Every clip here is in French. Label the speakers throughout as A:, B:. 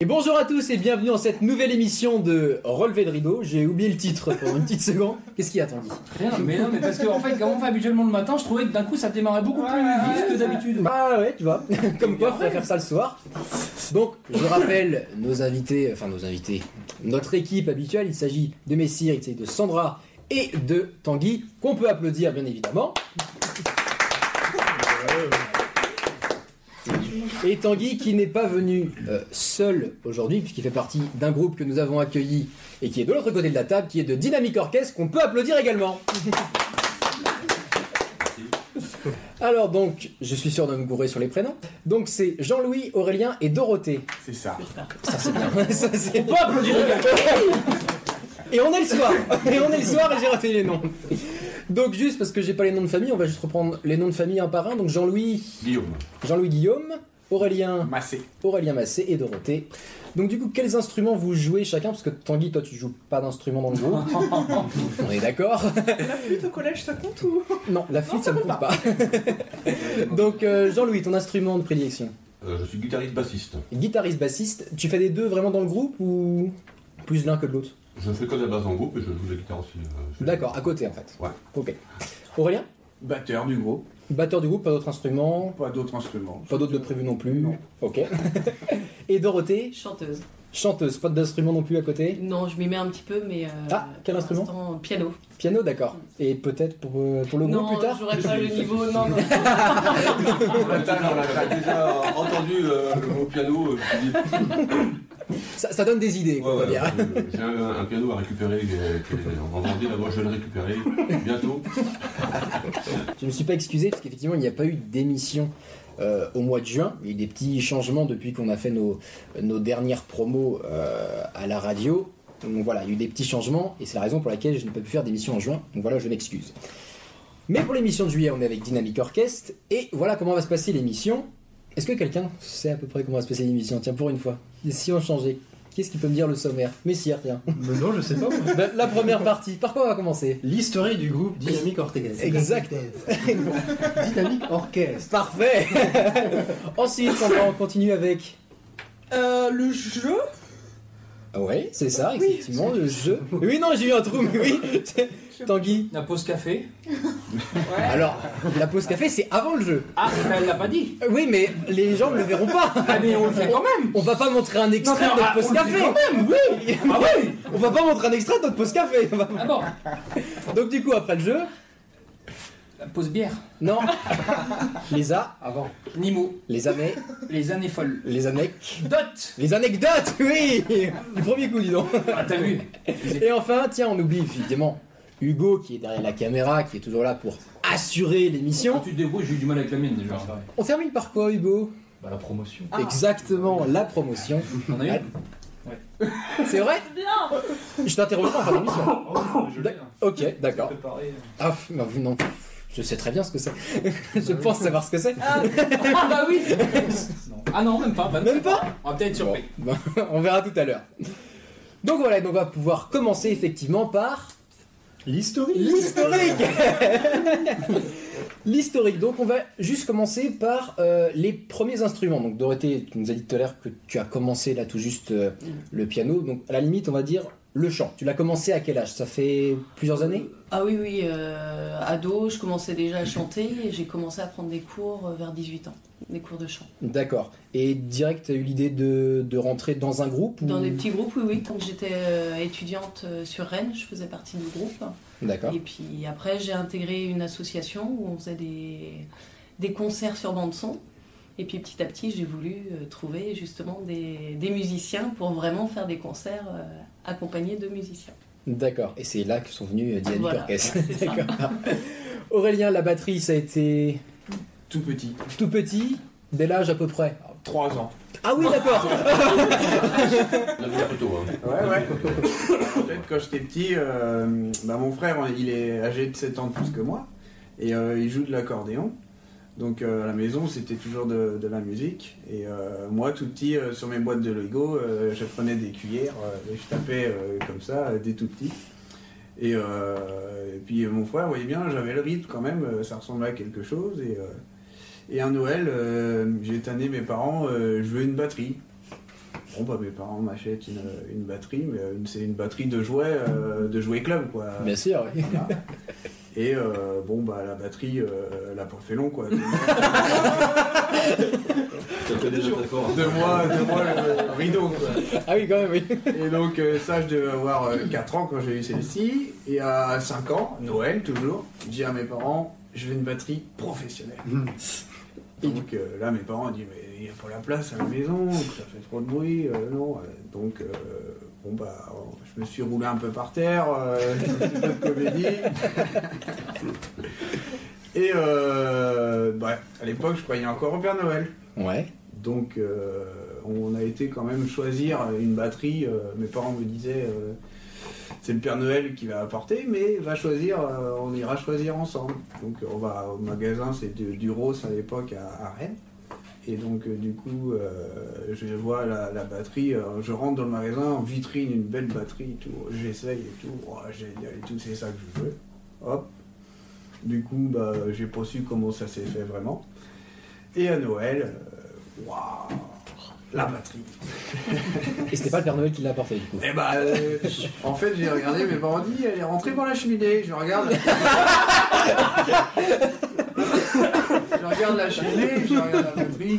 A: Et bonjour à tous et bienvenue dans cette nouvelle émission de Relevé de rideau. J'ai oublié le titre pendant une petite seconde. Qu'est-ce qu'il y a, Tanguy
B: Rien, mais non, mais parce que en fait, comme on fait habituellement le matin, je trouvais que d'un coup ça démarrait beaucoup plus vif que d'habitude.
A: Bah ouais, tu vois. Comme quoi, faudrait faire ça le soir. Donc, je rappelle nos invités, enfin nos invités, notre équipe habituelle. Il s'agit de Messire, il s'agit de Sandra et de Tanguy, qu'on peut applaudir bien évidemment. Et Tanguy qui n'est pas venu euh, seul aujourd'hui, puisqu'il fait partie d'un groupe que nous avons accueilli et qui est de l'autre côté de la table, qui est de Dynamic Orchestre, qu'on peut applaudir également. Alors donc, je suis sûr de me gourer sur les prénoms. Donc c'est Jean-Louis, Aurélien et Dorothée.
C: C'est ça.
A: Ça c'est bien. Ça, c'est-
B: Pas applaudir les gars.
A: Et on est le soir Et on est le soir et j'ai raté les noms. Donc juste parce que j'ai pas les noms de famille, on va juste reprendre les noms de famille un par un. Donc Jean-Louis,
C: Guillaume.
A: Jean-Louis Guillaume, Aurélien,
C: Massé.
A: Aurélien Massé et Dorothée. Donc du coup, quels instruments vous jouez chacun Parce que Tanguy, toi tu joues pas d'instrument dans le groupe. on est d'accord
D: Au collège, ça compte ou
A: Non, la flûte ça ne compte pas. Donc euh, Jean-Louis, ton instrument de prédilection
E: Euh, je suis guitariste bassiste.
A: Guitariste, bassiste, tu fais les deux vraiment dans le groupe ou plus l'un que de l'autre
E: Je ne fais que de la basse en groupe et je joue de la guitare aussi. euh, je fais-
A: D'accord, à côté en fait.
E: Ouais.
A: Ok. Aurélien
C: Batteur du groupe.
A: Batteur du groupe, pas d'autres instruments
C: Pas d'autres instruments.
A: Pas d'autres de prévu non plus.
C: Non.
A: Ok. Et Dorothée,
D: Chanteuse.
A: chanteuse, pas d'instrument non plus à côté.
D: Non, je m'y mets un petit peu, mais. euh,
A: Ah, quel
D: pour
A: instrument
D: l'instant, Piano.
A: Piano, d'accord. Et peut-être pour, euh, pour le groupe
D: Non,
A: plus tard
D: j'aurais pas le niveau. Non, non.
B: Ah,
E: On l'a on l'a déjà entendu euh, le mot piano. euh, je me dis,
A: ça, ça donne des idées,
E: ouais,
A: quoi, on va
E: ouais,
A: dire.
E: euh, J'ai un, un piano à récupérer. euh, que- On va vendre d'abord, je vais le récupérer bientôt.
A: Je ne me suis pas excusé parce qu'effectivement, il n'y a pas eu d'émission euh, au mois de juin. Il y a eu des petits changements depuis qu'on a fait nos, nos dernières promos euh, à la radio. Donc voilà, il y a eu des petits changements et c'est la raison pour laquelle je n'ai pas pu faire d'émission en juin. Donc voilà, je m'excuse. Mais pour l'émission de juillet, on est avec Dynamic Orchestre et voilà comment va se passer l'émission. Est-ce que quelqu'un sait à peu près comment va se passer l'émission Tiens, pour une fois, Et si on changeait Qu'est-ce qui peut me dire le sommaire Messire, tiens.
F: Mais non, je sais pas. moi.
A: Ben, la première partie, par quoi on va commencer
F: L'historique du groupe Dynamique Ortega.
A: Exact.
F: Dynamique Orchestre.
A: Parfait Ensuite, Sandra, on continue avec.
D: Euh, le jeu
A: Ouais, c'est ça, effectivement, le jeu. Oui, non, j'ai eu un trou, mais oui c'est- Tanguy.
B: La pause café.
A: Alors, la pause café, c'est avant le jeu.
B: Ah, mais elle l'a pas dit.
A: Euh, Oui, mais les gens ne le verront pas
B: Ah, mais on le fait quand même.
A: On va pas montrer un extrait de
B: Non, mais, ah,
A: notre pause
B: on le
A: café
B: fait
A: Ah oui On va pas montrer un extrait de notre pause café
B: Ah bon,
A: Donc, du coup, après le jeu.
B: la pause bière.
A: Non Les A,
B: Avant. Nimo,
A: les années,
B: les années folles.
A: les anecdotes.
B: Dot.
A: Les anecdotes, oui Du premier coup, dis donc
B: Ah, t'as vu
A: Et enfin, tiens, on oublie évidemment Hugo qui est derrière la caméra, qui est toujours là pour assurer
B: Quand
A: l'émission.
B: tu te débrouilles, j'ai eu du mal avec la mienne déjà.
A: On termine par quoi, Hugo
B: Bah, la promotion.
A: Ah.
B: Ah,
A: Exactement, la promotion.
B: T'en as eu
A: C'est vrai Je t'interroge pas en fin d'émission.
B: Oh,
F: Je l'ai, hein.
A: Ok, d'accord.
F: Préparé.
B: euh,
A: Ah, pff, non, non. Je sais très bien ce que c'est. Je pense savoir ce que c'est.
B: Ah, bah oui Ah non, même pas. bah non.
A: Même pas
B: On va peut-être être surpris.
A: Bon, ben, On verra tout à l'heure. Donc voilà, donc on va pouvoir commencer effectivement par
F: L'historique.
A: L'historique L'historique, donc on va juste commencer par euh, les premiers instruments. Donc Dorothée, tu nous as dit tout à l'heure que tu as commencé là tout juste euh, le piano, donc à la limite on va dire le chant. Tu l'as commencé à quel âge Ça fait plusieurs années
D: Ah oui, oui, euh, ado, je commençais déjà à chanter et j'ai commencé à prendre des cours euh, vers 18 ans, des cours de chant.
A: D'accord. Et direct, tu as eu l'idée de, de rentrer dans un groupe ou-
D: Dans des petits groupes, oui, oui. Quand j'étais euh, étudiante euh, sur Rennes, je faisais partie du groupe.
A: D'accord.
D: Et puis après, j'ai intégré une association où on faisait des, des concerts sur bande-son. Et puis petit à petit, j'ai voulu euh, trouver justement des, des musiciens pour vraiment faire des concerts euh, accompagnés de musiciens.
A: D'accord. Et c'est là que sont venus euh, Dynamic
D: Voilà,
A: Orchestre.
D: c'est ça.
A: D'accord. Aurélien, la batterie, ça a été
C: Tout petit.
A: tout petit, dès l'âge à peu près.
C: 3 ans.
A: Ah oui, d'accord
E: On a vu la photo. Hein.
A: Ah
C: Ouais, ouais. en fait, quand j'étais petit, euh, bah, mon frère, il est âgé de 7 ans de plus que moi. Et euh, il joue de l'accordéon. Donc euh, à la maison, c'était toujours de, de la musique. Et euh, moi, tout petit, euh, sur mes boîtes de Lego, euh, je prenais des cuillères euh, et je tapais euh, comme ça, euh, dès tout petit. Et, euh, et puis euh, mon frère, vous voyez bien, j'avais le rythme quand même, euh, ça ressemblait à quelque chose. Et, euh, et à Noël, euh, j'ai tanné mes parents, euh, je veux une batterie. Bon, bah, mes parents m'achètent une, une batterie, mais euh, une- c'est une batterie de jouets, euh, de jouets club, quoi.
A: Bien sûr, oui.
C: Voilà. Et euh, bon, bah, la batterie, euh, elle a pas fait long, quoi. Deux
E: Ça fait déjà pas d'accord.
C: deux mois, deux mois, le rideau, quoi.
A: Ah oui, quand même, oui.
C: Et donc euh, ça, je devais avoir 4 ans quand j'ai eu celle-ci. Et à 5 ans, Noël toujours, je dis à mes parents, je veux une batterie professionnelle. Et donc euh, là, mes parents ont dit, mais il n'y a pas la place à la maison, ça fait trop de bruit, euh, non. Euh, Donc, euh, bon, bah, on- je me suis roulé un peu par terre, euh, j'ai fait un peu de comédie. Et euh, bah, à l'époque, je croyais encore au Père Noël.
A: Ouais.
C: Donc euh, on a été quand même choisir une batterie. euh, mes parents me disaient euh, c'est le Père Noël qui va apporter, mais va choisir, euh, on ira choisir ensemble. Donc on va au magasin, c'est du, du Ross à l'époque à, à Rennes. Et donc euh, du coup euh, je vois la, la batterie, euh, je rentre dans le magasin, en vitrine, une belle batterie et tout, j'essaye et tout, oh, génial et tout, c'est ça que je veux. Hop. Du coup bah j'ai pas su comment ça s'est fait vraiment. Et à Noël, euh, waouh, la batterie.
A: Et c'était pas le Père Noël qui l'a apporté, du coup.
C: Et bah, euh, en fait, j'ai regardé, mes parents ont dit, elle est rentrée par la cheminée. Je regarde. je regarde la cheminée, je regarde la batterie.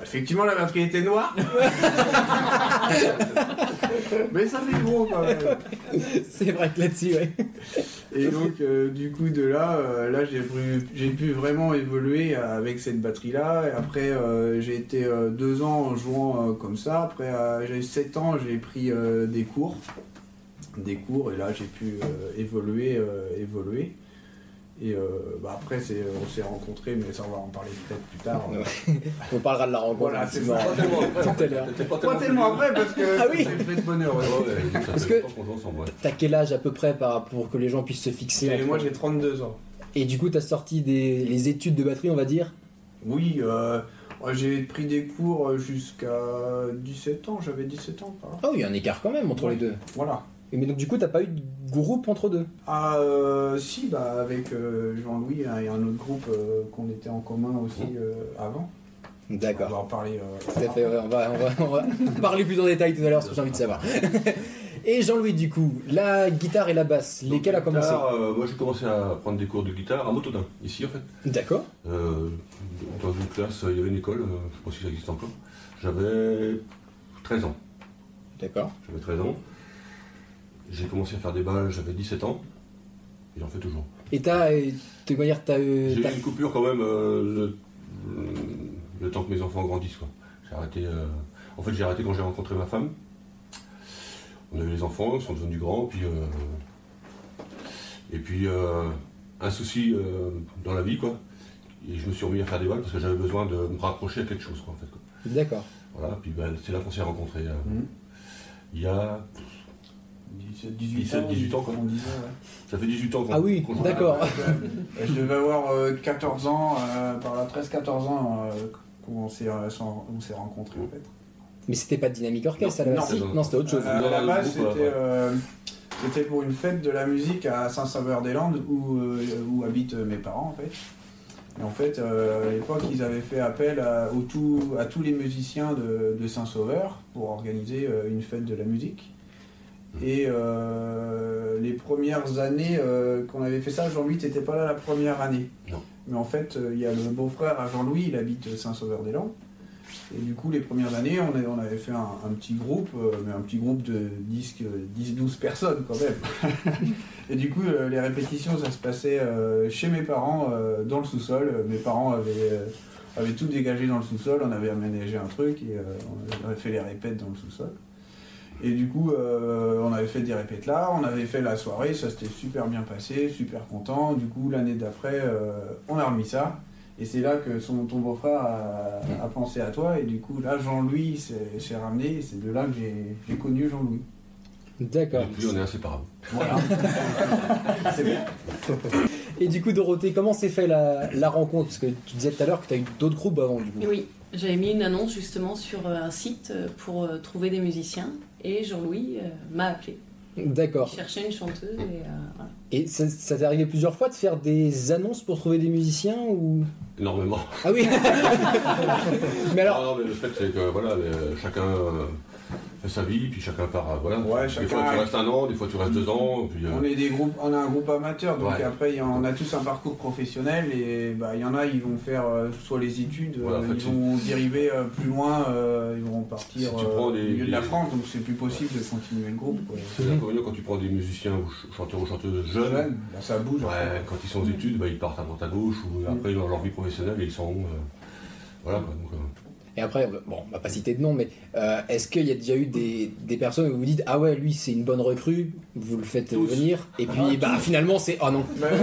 C: Effectivement, la batterie était noire. Mais ça fait gros quand même.
A: C'est vrai que là-dessus, ouais.
C: Et donc, euh, du coup, de là, euh, là j'ai pu, j'ai pu vraiment évoluer avec cette batterie-là. Et après, euh, j'ai été euh, deux ans en jouant euh, comme ça. Après, euh, j'ai sept ans, j'ai pris euh, des cours. Des cours, et là, j'ai pu euh, évoluer, euh, évoluer. Et euh, bah, après, c'est, on s'est rencontrés, mais ça, on va en parler peut-être plus tard.
A: Ouais. On parlera de la rencontre.
C: Voilà, c'est
A: effectivement. euh,
E: Pas tellement après.
A: Tout à l'heure.
E: T'es pas
C: Pas tellement après, parce que
A: Ah
C: ça
A: oui.
C: s'est fait de bonheur. ouais.
E: Ouais, ouais, ça fait
A: Parce que-
E: longtemps qu'on joue ensemble, ouais.
A: T'as quel âge à peu près par- pour que les gens puissent se fixer
C: Et
A: entre-
C: moi, j'ai 32 ans.
A: Et du coup, t'as sorti des... les études de batterie, on va dire
C: Oui, euh, ouais, j'ai pris des cours euh, jusqu'à 17 ans, j'avais 17 ans. par là.
A: Ah oui, il y a un écart quand même entre
C: Oui.
A: les deux.
C: Voilà.
A: Et Mais donc, du coup, t'as pas eu de groupe entre deux
C: Ah, euh, si, bah, avec euh, Jean-Louis hein, et un autre groupe euh, qu'on était en commun aussi euh, avant. On va
A: D'accord.
C: en parler. euh,
A: Tout à fait, ouais, on, va, on, va, on va parler plus en détail tout à l'heure, ce que j'ai envie de savoir. Et Jean-Louis, du coup, la guitare et la basse,
E: Donc,
A: lesquelles a commencé
E: guitare, euh, Moi, j'ai commencé à prendre des cours de guitare à Motodin, ici en fait.
A: D'accord.
E: Euh, dans une classe, il y avait une école, euh, je ne sais pas si ça existe encore. J'avais 13 ans.
A: D'accord.
E: J'avais 13 ans. J'ai commencé à faire des balles, j'avais 17 ans. Et j'en fais toujours.
A: Et t'as. euh, De toute manière, t'as. euh,
E: J'ai
A: t'as-
E: eu une coupure quand même euh, le, le temps que mes enfants grandissent. quoi. J'ai arrêté. euh, En fait, j'ai arrêté quand j'ai rencontré ma femme. On a eu les enfants, ils sont devenus grands, puis. euh, Et puis euh, un souci euh, dans la vie, quoi. Et je me suis remis à faire des balles parce que j'avais besoin de me raccrocher à quelque chose, quoi, en fait. quoi.
A: D'accord.
E: Voilà, puis ben, c'est là qu'on s'est rencontrés. euh,
C: Mhm.
E: Il y a.
C: 17, 18,
E: 17,
C: ans,
E: 18 ans, quoi.
C: on disait,
E: Ça fait 18 ans qu'on
A: Ah oui,
E: qu'on joue à la
A: d'accord.
E: balle.
C: ouais. Je devais avoir euh, 14 ans, euh, par là, 13-14 ans, euh, qu'on s'est, euh, s'en- on s'est rencontrés en fait.
A: Mais c'était pas Dynamic Orchestre
E: Non,
A: à la
E: non. Ah.
A: base. Si, Non, c'était autre chose.
C: Euh, à
E: Dans
C: la
E: le
C: base,
E: groupe,
C: c'était
E: ouais.
C: euh, c'était pour une fête de la musique à Saint-Sauveur-des-Landes où, euh, où habitent mes parents en fait. Et en fait, euh, à l'époque, ils avaient fait appel à, au tout- à tous les musiciens de, de Saint-Sauveur pour organiser euh, une fête de la musique. Et euh, les premières années euh, qu'on avait fait ça, Jean-Louis, t'étais pas là la première année.
E: Non.
C: Mais en fait, euh, il y a le beau-frère à Jean-Louis, il habite Saint-Sauveur-des-Landes. Et du coup, les premières années, on, a- on avait fait un, un petit groupe, euh, mais un petit groupe de 10, euh, 10-12 personnes quand même. et du coup, euh, les répétitions, ça se passait euh, chez mes parents, euh, dans le sous-sol. Euh, Mes parents avaient, euh, avaient tout dégagé dans le sous-sol, on avait aménagé un truc et euh, on avait fait les répètes dans le sous-sol. Et du coup, euh, on avait fait des répètes là, on avait fait la soirée, ça s'était super bien passé, super content. Du coup, l'année d'après, euh, on a remis ça. Et c'est là que son, ton beau-frère a, a pensé à toi, et du coup, là, Jean-Louis s'est s'est ramené, et c'est de là que j'ai- j'ai connu Jean-Louis.
A: D'accord.
E: Depuis, on est inséparables.
C: Voilà. c'est bien.
A: Et du coup, Dorothée, comment s'est fait la, la rencontre Parce que tu disais tout à l'heure que tu as eu d'autres groupes avant, du coup.
D: Et oui, j'avais mis une annonce justement sur euh, un site euh, pour euh, trouver des musiciens et Jean-Louis euh, m'a appelé. Je
A: D'accord.
D: cherchais une chanteuse et euh, voilà.
A: Et ça, ça t'est arrivé plusieurs fois de faire des annonces pour trouver des musiciens ou
E: Énormément.
A: Ah oui. mais alors,
E: Non, non, mais le fait, c'est que voilà, le- chacun euh, fait sa vie, puis chacun part. euh, Voilà.
C: Ouais,
E: des
C: chacun-
E: fois, tu restes un an, des fois, tu restes deux ans. Puis, euh,
C: On est des groupes, on a un groupe amateur, donc
E: Ouais.
C: après il y en- on a tous un parcours professionnel et bah, il y en a ils vont faire euh, soit les études,
E: Voilà,
C: euh,
E: en fait,
C: ils
E: c'est-
C: vont dériver euh, plus loin, euh, ils vont partir
E: Si tu
C: euh,
E: prends
C: au
E: des-
C: milieu de
E: des-
C: la France, donc c'est plus possible de continuer le groupe. Quoi.
E: c'est l'inconvénient quand tu prends des musiciens ou ch- chanteurs ou chanteuses jeunes.
C: Jeune, bah, ça bouge.
E: Ouais, quand ils sont aux études, bah, ils partent à droite à gauche, ou
C: Mm.
E: après, dans leur vie professionnelle, ils sont. euh, voilà, quoi. Donc, euh,
A: Et après, bon, on va pas citer de nom, mais euh, est-ce qu'il y a déjà eu des, des personnes où vous vous dites Ah ouais, lui c'est une bonne recrue, vous le faites
E: Tous.
A: venir, et puis
C: Ah,
A: bah finalement c'est Oh non
C: Bah,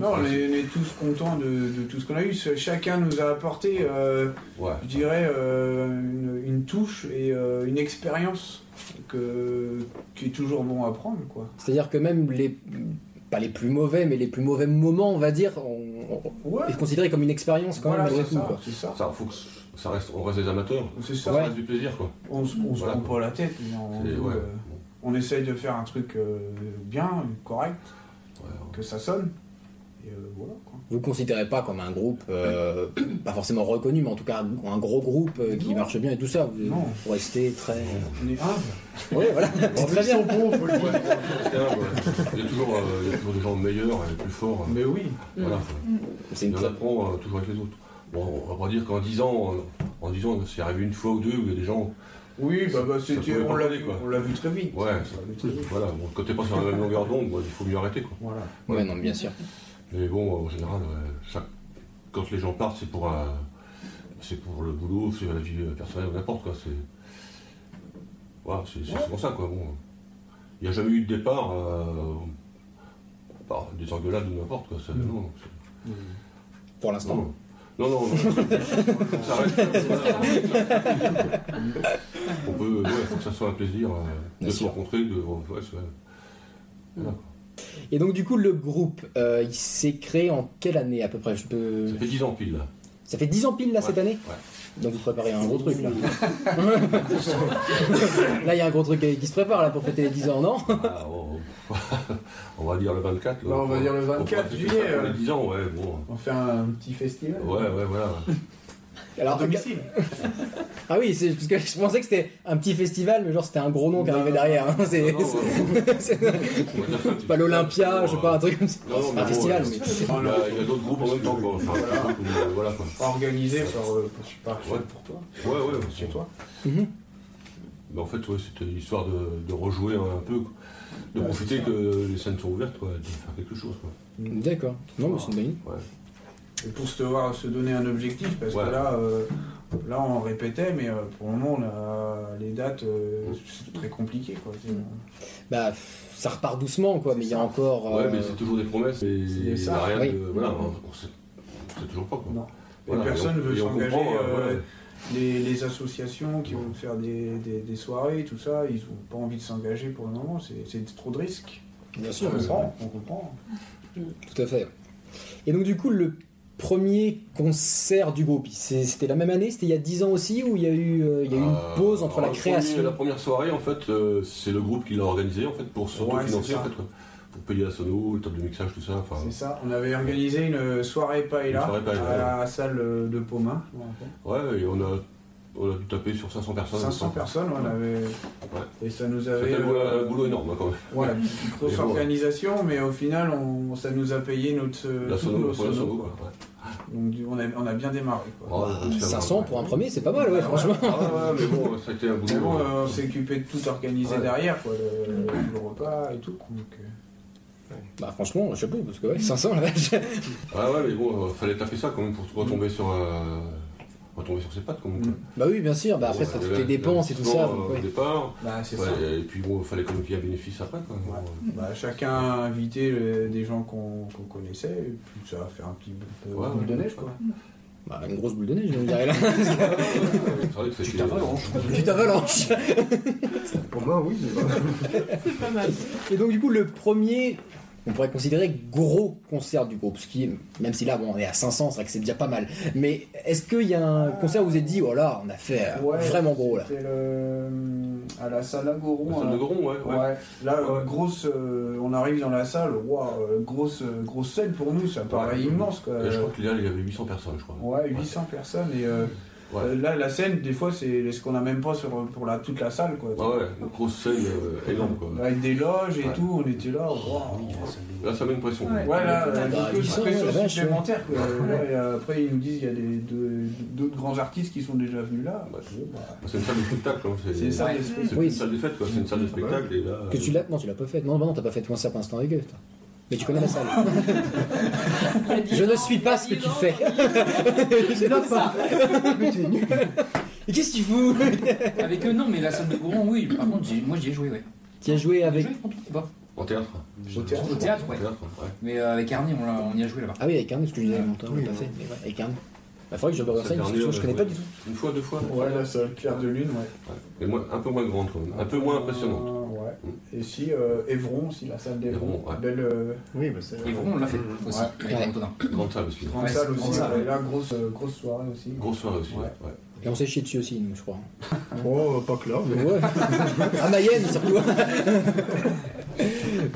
C: non, on est, on est tous contents de, de tout ce qu'on a eu. Chacun nous a apporté, euh,
E: ouais.
C: je dirais, euh, une, une touche et euh, une expérience que, qui est toujours bon à prendre. Quoi.
A: C'est-à-dire que même les. pas les plus mauvais, mais les plus mauvais moments, on va dire, on, on-
C: Ouais,
A: est considéré comme une expérience quand
C: voilà,
A: même,
C: c'est
A: malgré tout.
C: ça.
A: Quoi.
C: C'est ça.
E: Ça, faut que ça reste, on reste des amateurs.
C: C'est
E: Ça
C: ça.
E: reste du plaisir, quoi.
C: On, se- on se
E: Voilà,
C: prend pas la tête. mais on,
E: C'est-
C: on,
E: ouais.
C: euh, on essaye de faire un truc euh, bien, correct,
E: Ouais,
C: que ça sonne. Et euh, voilà. Quoi.
A: Vous ne considérez pas comme un groupe, euh, pas forcément reconnu, mais en tout cas un, un gros groupe euh, qui
C: Non.
A: marche bien et tout ça. Vous,
C: Non.
A: vous restez très.
C: On est humble.
A: Oui, voilà, c'est très bien.
E: Ouais, c'est grave, ouais. Il y a toujours, euh, il y a toujours des gens meilleurs et plus forts. euh,
C: Mais oui.
D: Mm.
E: Voilà.
A: C'est
E: Et
A: une
E: on apprend euh, toujours avec les autres. Bon, on va pas dire qu'en 10 ans, euh, en 10 ans, c'est arrivé une fois ou deux où il y a des gens.
C: Oui, bah, bah,
E: Ça
C: c'était-
E: pouvait
C: on
E: pas
C: l'a
E: parler,
C: vu,
E: quoi.
C: on l'a vu très vite.
E: Ouais,
C: On l'a vu très vite.
E: Voilà, bon, quand t'es pas sur la même longueur d'onde, bon, il faut mieux arrêter. Quoi.
C: Voilà.
A: Ouais, non, bien sûr.
E: Mais bon, en général, euh, ça- quand les gens partent, c'est pour, euh, c'est pour le boulot, c'est la vie euh, personnelle, n'importe quoi. C'est voilà, c'est c'est souvent ça. quoi. bon. Il n'y a jamais eu de départ euh, par des engueulades ou n'importe quoi. ça, non, c'est-
A: Pour l'instant.
E: Non, non, non. non. ça reste. voilà. On peut, ouais, faut que ça soit un plaisir euh,
A: Bien
E: de se
A: sûr.
E: rencontrer, de. ouais, c'est- voilà.
A: Et donc du coup le groupe, euh, il s'est créé en quelle année à peu près Je peux...
E: Ça fait 10 ans pile. là.
A: Ça fait 10 ans pile là cette
E: Ouais,
A: année
E: ouais.
A: Donc vous préparez un gros truc là. là il y a un gros truc qui qui se prépare là pour fêter les 10 ans, non
E: Ah,
A: oh,
E: on, on va dire le 24. là.
C: Bah, on va dire le
E: On pourra
C: 24
E: fêter ça
C: juillet,
E: pour
C: euh.
E: Les 10 ans, ouais, bon.
C: On fait un petit festival.
E: Ouais, ouais, voilà.
C: À
A: Alors,
C: domicile.
A: Ah oui, c'est parce que je pensais que c'était un petit festival, mais genre c'était un gros nom qui arrivait derrière. hein. C'est
E: Non, non,
A: c'est- c'est
E: On va dire ça, c'est-
A: pas l'Olympia, je sais pas, un truc comme ça.
E: Non, non, mais
A: Un
E: bon,
A: festival,
E: euh,
A: mais...
E: Il y a- il y a d'autres groupes en même temps, quoi. Enfin, euh, voilà, quoi.
C: Organisé par, euh, je sais pas,
E: Ouais.
C: pour toi.
E: Ouais, ouais,
C: Chez toi.
E: Mhm. Mais Bah, en fait, ouais, c'était histoire de, de rejouer un peu, quoi. de
C: Ouais,
E: profiter
C: c'est ça.
E: que les scènes sont ouvertes, quoi, de faire quelque chose. Quoi.
A: D'accord. Non, mais c'est une bonne idée.
E: Ouais.
C: Et pour se, voir, se donner un objectif, parce
E: Ouais.
C: que là, euh, là, on répétait, mais euh, pour le moment, on a- les dates, euh, c'est très compliqué. Quoi. C'est- euh,
A: Bah, ça repart doucement, quoi, mais il y a encore...
E: Ouais,
A: euh,
E: mais c'est toujours des promesses et il
C: Ah, c'est
E: y a
C: ça.
E: rien
A: Oui.
E: de. Voilà, on, on sait, on sait toujours pas quoi.
C: Non.
E: Voilà,
C: Et personne
E: et on-
C: veut
E: et on
C: s'engager,
E: comprend,
C: euh,
E: voilà.
C: Les, les associations qui vont faire des, des- des soirées, tout ça, ils n'ont pas envie de s'engager pour le moment, c'est c'est trop de risques.
A: Bien
C: On
A: sûr, mais-
C: comprend, on comprend.
A: Tout à fait. Et donc du coup, le premier concert du groupe, c'est- c'était la même année, c'était il y a 10 ans aussi, ou il y a eu, euh, il y a eu une
E: Euh,
A: pause entre la
E: alors, le premier-
A: création
E: la première soirée, en fait, euh, c'est le groupe qui l'a organisé en fait, pour
C: Ouais, c'est
E: s'autofinancer
C: ça.
E: en fait, quoi. Pour payer la sono, le table de mixage, tout ça. Enfin,
C: C'est ça, on avait organisé une soirée paella,
E: Une soirée paella,
C: à la salle euh, de Pomain. je me rappelle.
E: ouais, et on a, on a dû taper sur 500 personnes.
C: 500 personnes, on avait. Et ça nous avait.
E: C'était un, boulot-
C: euh,
E: un boulot énorme hein, quand même.
C: Voilà, une petite grosse
E: Mais bon.
C: organisation, mais au final, on, ça nous a payé notre. euh,
E: La
C: toutes
E: sono,
C: nos
E: la sono,
C: sonos,
E: quoi. Oh,
C: quoi. Donc du- on a, on a bien démarré. Quoi.
E: Ouais, on s'est-
A: 500 pour un premier, c'est pas mal, ouais, franchement.
E: Ah ouais, mais bon, ça a été un boulot.
C: Mais bon,
E: euh,
C: euh, on s'est occupé de tout organiser
E: Ouais.
C: derrière, quoi, le, le repas et tout. quoi, donc, euh,
A: Bah franchement, chapeau, parce que ouais, 500 la vache.
E: Ah ouais, mais bon, euh, fallait taper ça quand même pour retomber sur, euh, retomber sur ses pattes. Quand même.
C: Mm.
A: Bah oui, bien sûr, bah après,
E: Bon,
A: ça
E: euh,
A: toutes
E: là,
A: les dépenses et tout ça.
E: euh,
A: donc, ouais.
E: Au départ,
C: bah, c'est
E: Ouais,
C: ça.
E: et puis bon, fallait quand même qu'il y ait un bénéfice après. Quoi.
C: Ouais.
E: Bon,
C: Bah, chacun a invité euh, des gens qu'on qu'on connaissait, et puis ça a fait un petit peu
E: Ouais,
C: boule de
E: ouais.
C: neige. Quoi.
A: Bah, une grosse boule de neige, je vous dirais là.
E: euh, c'est vrai que c'était-
A: Petite avalanche.
F: Pour moi, oui.
A: Et donc du coup, le premier on pourrait considérer gros concert du groupe. Ce qui, est- même si là, bon, on est à 500, c'est vrai que c'est déjà pas mal. Mais est-ce qu'il y a un concert où vous vous êtes dit, oh là, on a fait euh,
C: Ouais,
A: vraiment gros là
C: C'était le... à la salle
E: La
C: Goron.
E: salle de Goron, ouais. ouais.
C: Ouais, là, euh,
E: Ouais.
C: grosse, euh, on arrive dans la salle, waouh, euh, grosse, euh, grosse scène pour nous, ça paraît
E: Ouais.
C: immense quoi.
E: Et je crois que là, il y avait 800 personnes, je crois.
C: euh, Ouais, 800 personnes et euh,
E: Ouais.
C: euh, là, la scène, des fois, c'est ce qu'on a même pas sur, euh, pour la, toute la salle quoi.
E: Ouais, ouais, une grosse scène euh, énorme, quoi.
C: Avec des loges et
E: Ouais.
C: tout, on était là, waouh.
E: Là, ça met une pression.
D: Ouais.
C: Ouais, là, euh,
A: Bah,
C: du coup,
A: 800,
C: pression
A: ouais, la vache,
C: supplémentaire quoi. Là, et euh, après, ils nous disent, il y a des- de- d'autres grands artistes qui sont déjà venus là.
E: Ouais.
C: Bon, bah,
E: C'est une salle de spectacle, hein.
C: C'est Ah, ça,
E: C'est
C: l'esprit.
E: c'est
A: Oui.
E: une salle de fête, quoi. C'est une salle de
C: bah
E: spectacle, et là...
A: Que tu l'as Non, tu l'as pas fait. Non, bah non, t'as pas fait de concert pour l'instant avec eux. toi. Mais tu connais la salle. Je ne suis pas ce que tu fais.
F: C'est là pas. Mais tu es nul.
A: Et qu'est-ce que tu fous
B: Avec eux, non, mais la salle de Gouron, oui. Par contre, j'ai- moi j'y ai joué, ouais.
A: Tu as joué avec.
B: J'ai joué contre- pas.
E: En euh, théâtre.
C: Au théâtre.
B: Au théâtre, ouais.
E: En théâtre, ouais.
B: Mais euh, avec Arnie, on, l'a- on y a joué là-bas.
A: Ah oui, avec Arne, parce que je disais longtemps, on
F: Oui,
A: l'a pas
F: oui.
A: fait. Mais ouais, avec Arne. Bah, faudrait que je me renseigne, parce que
E: Dernier,
A: je connais
E: ouais.
A: pas du tout.
E: Une fois, deux fois.
C: Ouais, la salle claire de lune, ouais.
E: Ouais. Mais moins- un peu moins grande, quand même. Un peu moins impressionnante. Hmm.
C: Ah, ouais. Et si euh, Évron, si la salle d'Evron,
E: Évron, ouais.
C: belle euh,
F: Oui, bah c'est.
B: Et vous, on l'a fait aussi.
C: Ouais.
B: avec
A: Ouais.
B: Antonin.
E: Grande salle aussi.
C: grande
B: Ouais,
C: salle
B: c'est
C: aussi,
B: grande salle,
C: ouais.
B: ouais.
C: là grosse euh, grosse soirée aussi.
E: Grosse soirée aussi, ouais. ouais.
A: Et on s'est chié dessus aussi, nous, je crois.
F: Oh, pas que là, mais.
A: Ouais. à Mayenne, surtout.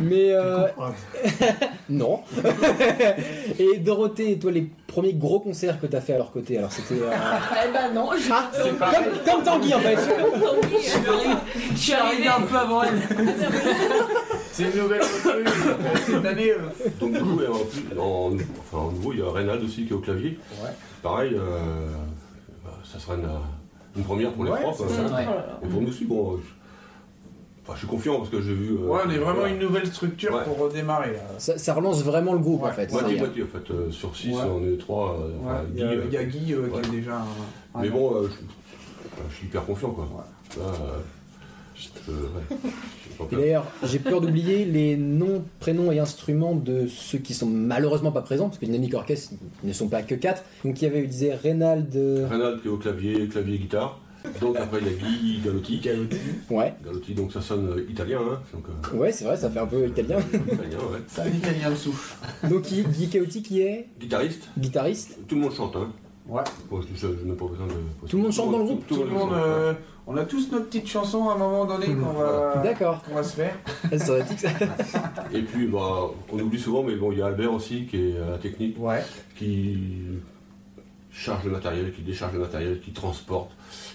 A: Mais euh,
F: Ah,
A: non. et Dorothée, toi, les premiers gros concerts que t'as fait à leur côté, alors c'était euh,
D: Eh ben non, je
E: C'est pas-
A: Ah, comme, comme Tanguy en fait.
D: Je suis arrivé un peu avant elle.
C: C'est une nouvelle recrue, euh, cette année. euh,
E: Donc du coup, et en, plus- en- enfin, en nouveau, il y a Reynald aussi qui est au clavier.
C: Ouais.
E: Pareil, euh, bah, ça sera une, une première pour les
C: Ouais,
E: profs.
C: c'est
E: hein.
B: Ouais.
E: Et pour nous aussi, bon, euh, je, enfin, je suis confiant parce que j'ai vu... euh,
C: Ouais, on est vraiment
E: voilà.
C: une nouvelle structure
E: Ouais.
C: pour redémarrer. Là.
A: Ça, ça relance vraiment le groupe en
C: Ouais,
A: fait.
E: Moitié,
A: C'est-
E: moitié, en fait. euh, sur 6,
C: Ouais.
E: on est 3. enfin,
C: Ouais, Il
E: Guy,
C: y a-
E: euh,
C: il y, a Guy euh,
E: ouais.
C: qui est déjà un. un-
E: Mais bon, euh, je, je suis hyper confiant, quoi. Là, euh, je- ouais. Je suis pas
A: Et
E: prêt.
A: d'ailleurs, j'ai peur d'oublier les noms, prénoms et instruments de ceux qui sont malheureusement pas présents, parce que Dynamic Orchestra, ils ne sont pas que 4. Donc il y avait, il disait Reynald. euh,
E: Reynald qui est au clavier, clavier guitare. Donc après, il y a Guy Galotti. Galotti.
A: Ouais,
E: donc ça sonne euh, italien, hein. Donc, euh,
A: ouais, c'est vrai, ça fait un peu italien.
E: italien, ouais.
C: C'est un italien de souffle.
A: Donc Guy Guy Chaotic qui est
E: Guitariste,
A: guitariste.
E: tout le monde chante, hein.
C: Ouais.
E: Moi, je, je- je n'ai pas besoin de.
A: Tout le monde chante dans le groupe
C: Tout, le monde.
E: chante,
C: euh, on a tous nos petites chansons à un moment donné qu'on va,
A: D'accord.
C: qu'on va se faire.
A: Ça, ça va être-
E: ouais. Et puis, bah, on oublie souvent, mais bon, il y a Albert aussi qui est à la technique,
C: Ouais.
E: qui charge le matériel, qui décharge le matériel, qui transporte,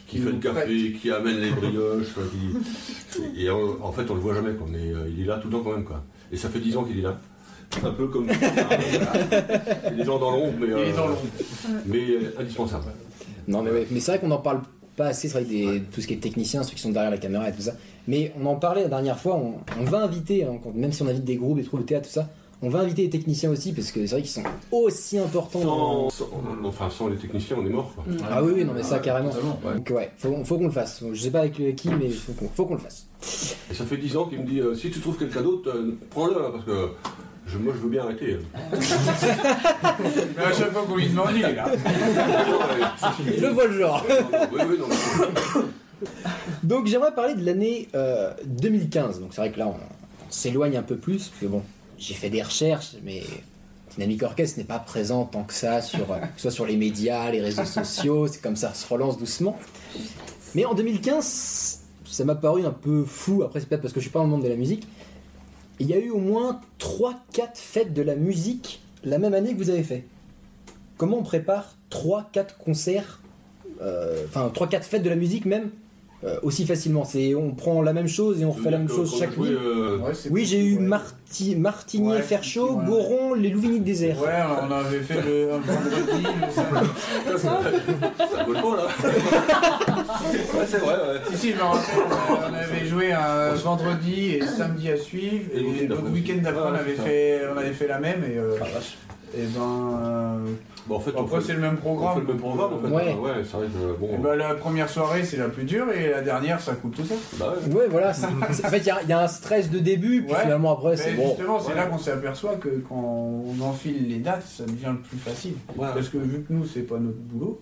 E: qui
C: Qui
E: fait
C: nous
E: le café, qui amène les brioches. enfin, qui- Et on- en fait, on le voit jamais, quoi. Mais euh, il est là tout le temps quand même, quoi. Et ça fait 10 ans qu'il est là. Un peu comme. Il est genre dans l'ombre, mais.
C: Il est
E: euh,
C: dans l'ombre.
E: Mais euh, indispensable.
A: Non, mais, ouais. mais c'est vrai qu'on n'en parle pas assez, c'est vrai, que des, tout ce qui est technicien, ceux qui sont derrière la caméra et tout ça. Mais on en parlait la dernière fois, on, on va inviter, hein, quand- même si on invite des groupes, des trucs au théâtre, tout ça, on va inviter les techniciens aussi, parce que c'est vrai qu'ils sont aussi importants. dans-
E: Sans, sans- enfin, sans les techniciens, on est mort, quoi.
A: Ah oui, oui, non, mais ça, carrément.
B: Totalement.
A: Donc ouais, faut, faut qu'on le fasse. Je sais pas avec le qui, mais faut qu'on faut qu'on le fasse.
E: Et ça fait 10 ans qu'il me dit euh, si tu trouves quelqu'un d'autre, euh, prends-le, hein, parce que je- moi je veux bien arrêter. hein.
C: Mais à chaque fois qu'on lui demande, il est là.
A: Je vois le genre.
E: oui, oui, non, mais-
A: Donc j'aimerais parler de l'année euh, 2015. Donc c'est vrai que là on, on s'éloigne un peu plus parce que bon, j'ai fait des recherches, mais Dynamic Orchestra n'est pas présent tant que ça sur euh, que ce soit sur les médias, les réseaux sociaux. C'est comme ça, ça se relance doucement. Mais en 2015, ça m'a paru un peu fou. Après c'est peut-être parce que je suis pas dans le monde de la musique. Il y a eu au moins 3-4 fêtes de la musique la même année que vous avez fait. Comment on prépare 3-4 concerts, euh, enfin 3-4 fêtes de la musique même euh, aussi facilement. C'est on prend la même chose et on refait la même
E: que-
A: chose
E: qu'on
A: chaque
E: jouait,
A: nuit.
E: euh,
C: Ouais, c'est-
A: Oui, j'ai eu
C: ouais.
A: Marti, Martinier,
C: Ouais,
A: Ferchaud,
C: ouais.
A: Goron, les Louvigny de désert.
C: Ouais, on avait fait le un vendredi, le samedi.
E: ça vaut le coup, là. ouais, c'est vrai, ouais.
C: Si, si, je me rappelle, on on avait joué un vendredi et samedi à suivre,
E: Et le
C: et
E: week-end
C: le
E: d'après
C: week-end d'après, on,
E: aussi.
C: avait
E: Ah,
C: fait, on avait fait la même, et, euh, et ben.
E: Bon, en fait,
C: euh,
E: on
C: après,
E: fait,
C: c'est le même
E: on fait
C: programme.
E: le même programme, en fait.
A: Ouais.
E: ouais c'est vrai que
C: Et
E: bon.
C: ben, la première soirée, c'est la plus dure, et la dernière, ça coupe tout ça.
E: bah, ouais.
A: Ouais, voilà. c'est- c'est- en fait, il y a- il y, a un stress de début, puis
C: Ouais.
A: finalement après, c'est
C: Mais
A: bon.
C: justement, c'est
E: ouais.
C: là qu'on s'aperçoit que quand on enfile les dates, ça devient le plus facile.
E: Ouais.
C: Parce que vu que nous, c'est pas notre boulot,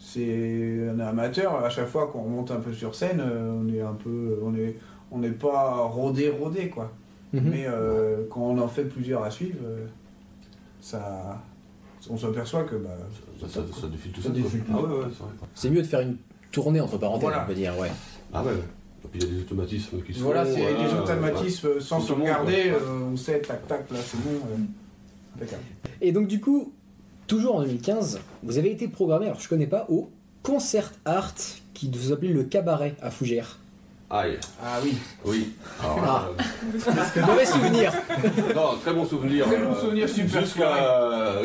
C: c'est un amateur. À chaque fois qu'on remonte un peu sur scène, euh, on est un peu, on est, on n'est pas rodé, rodé quoi.
A: Mhm.
C: Mais euh, quand on en fait plusieurs à suivre, euh, ça, on s'aperçoit que bah,
E: Ça, ça, ça défile tout
C: Ça
E: ça. quoi.
C: défile tout.
E: Ah ouais, ouais, c'est vrai. quoi.
A: C'est mieux de faire une tournée entre parenthèses,
C: Voilà.
A: on peut dire, ouais.
E: Ah ouais. ouais. Et puis il y a des automatismes qui se
C: voilà,
E: font.
C: c'est des
E: euh,
C: automatismes euh, sans
E: Tout
C: se
E: le monde, quoi.
C: regarder, euh, on sait, tac, tac, là, c'est bon. euh, impeccable.
A: Et donc, du coup, toujours en 2015, vous avez été programmé, alors je connais pas, au Concert Art qui vous appelait le cabaret à Fougères.
E: voilà. Aïe.
C: Ah oui,
E: Oui. Alors,
A: Ah.
E: euh,
A: Mauvais souvenir
E: Non, très bon souvenir.
C: Très bon
E: Euh,
C: souvenir, super
E: Jusqu'à.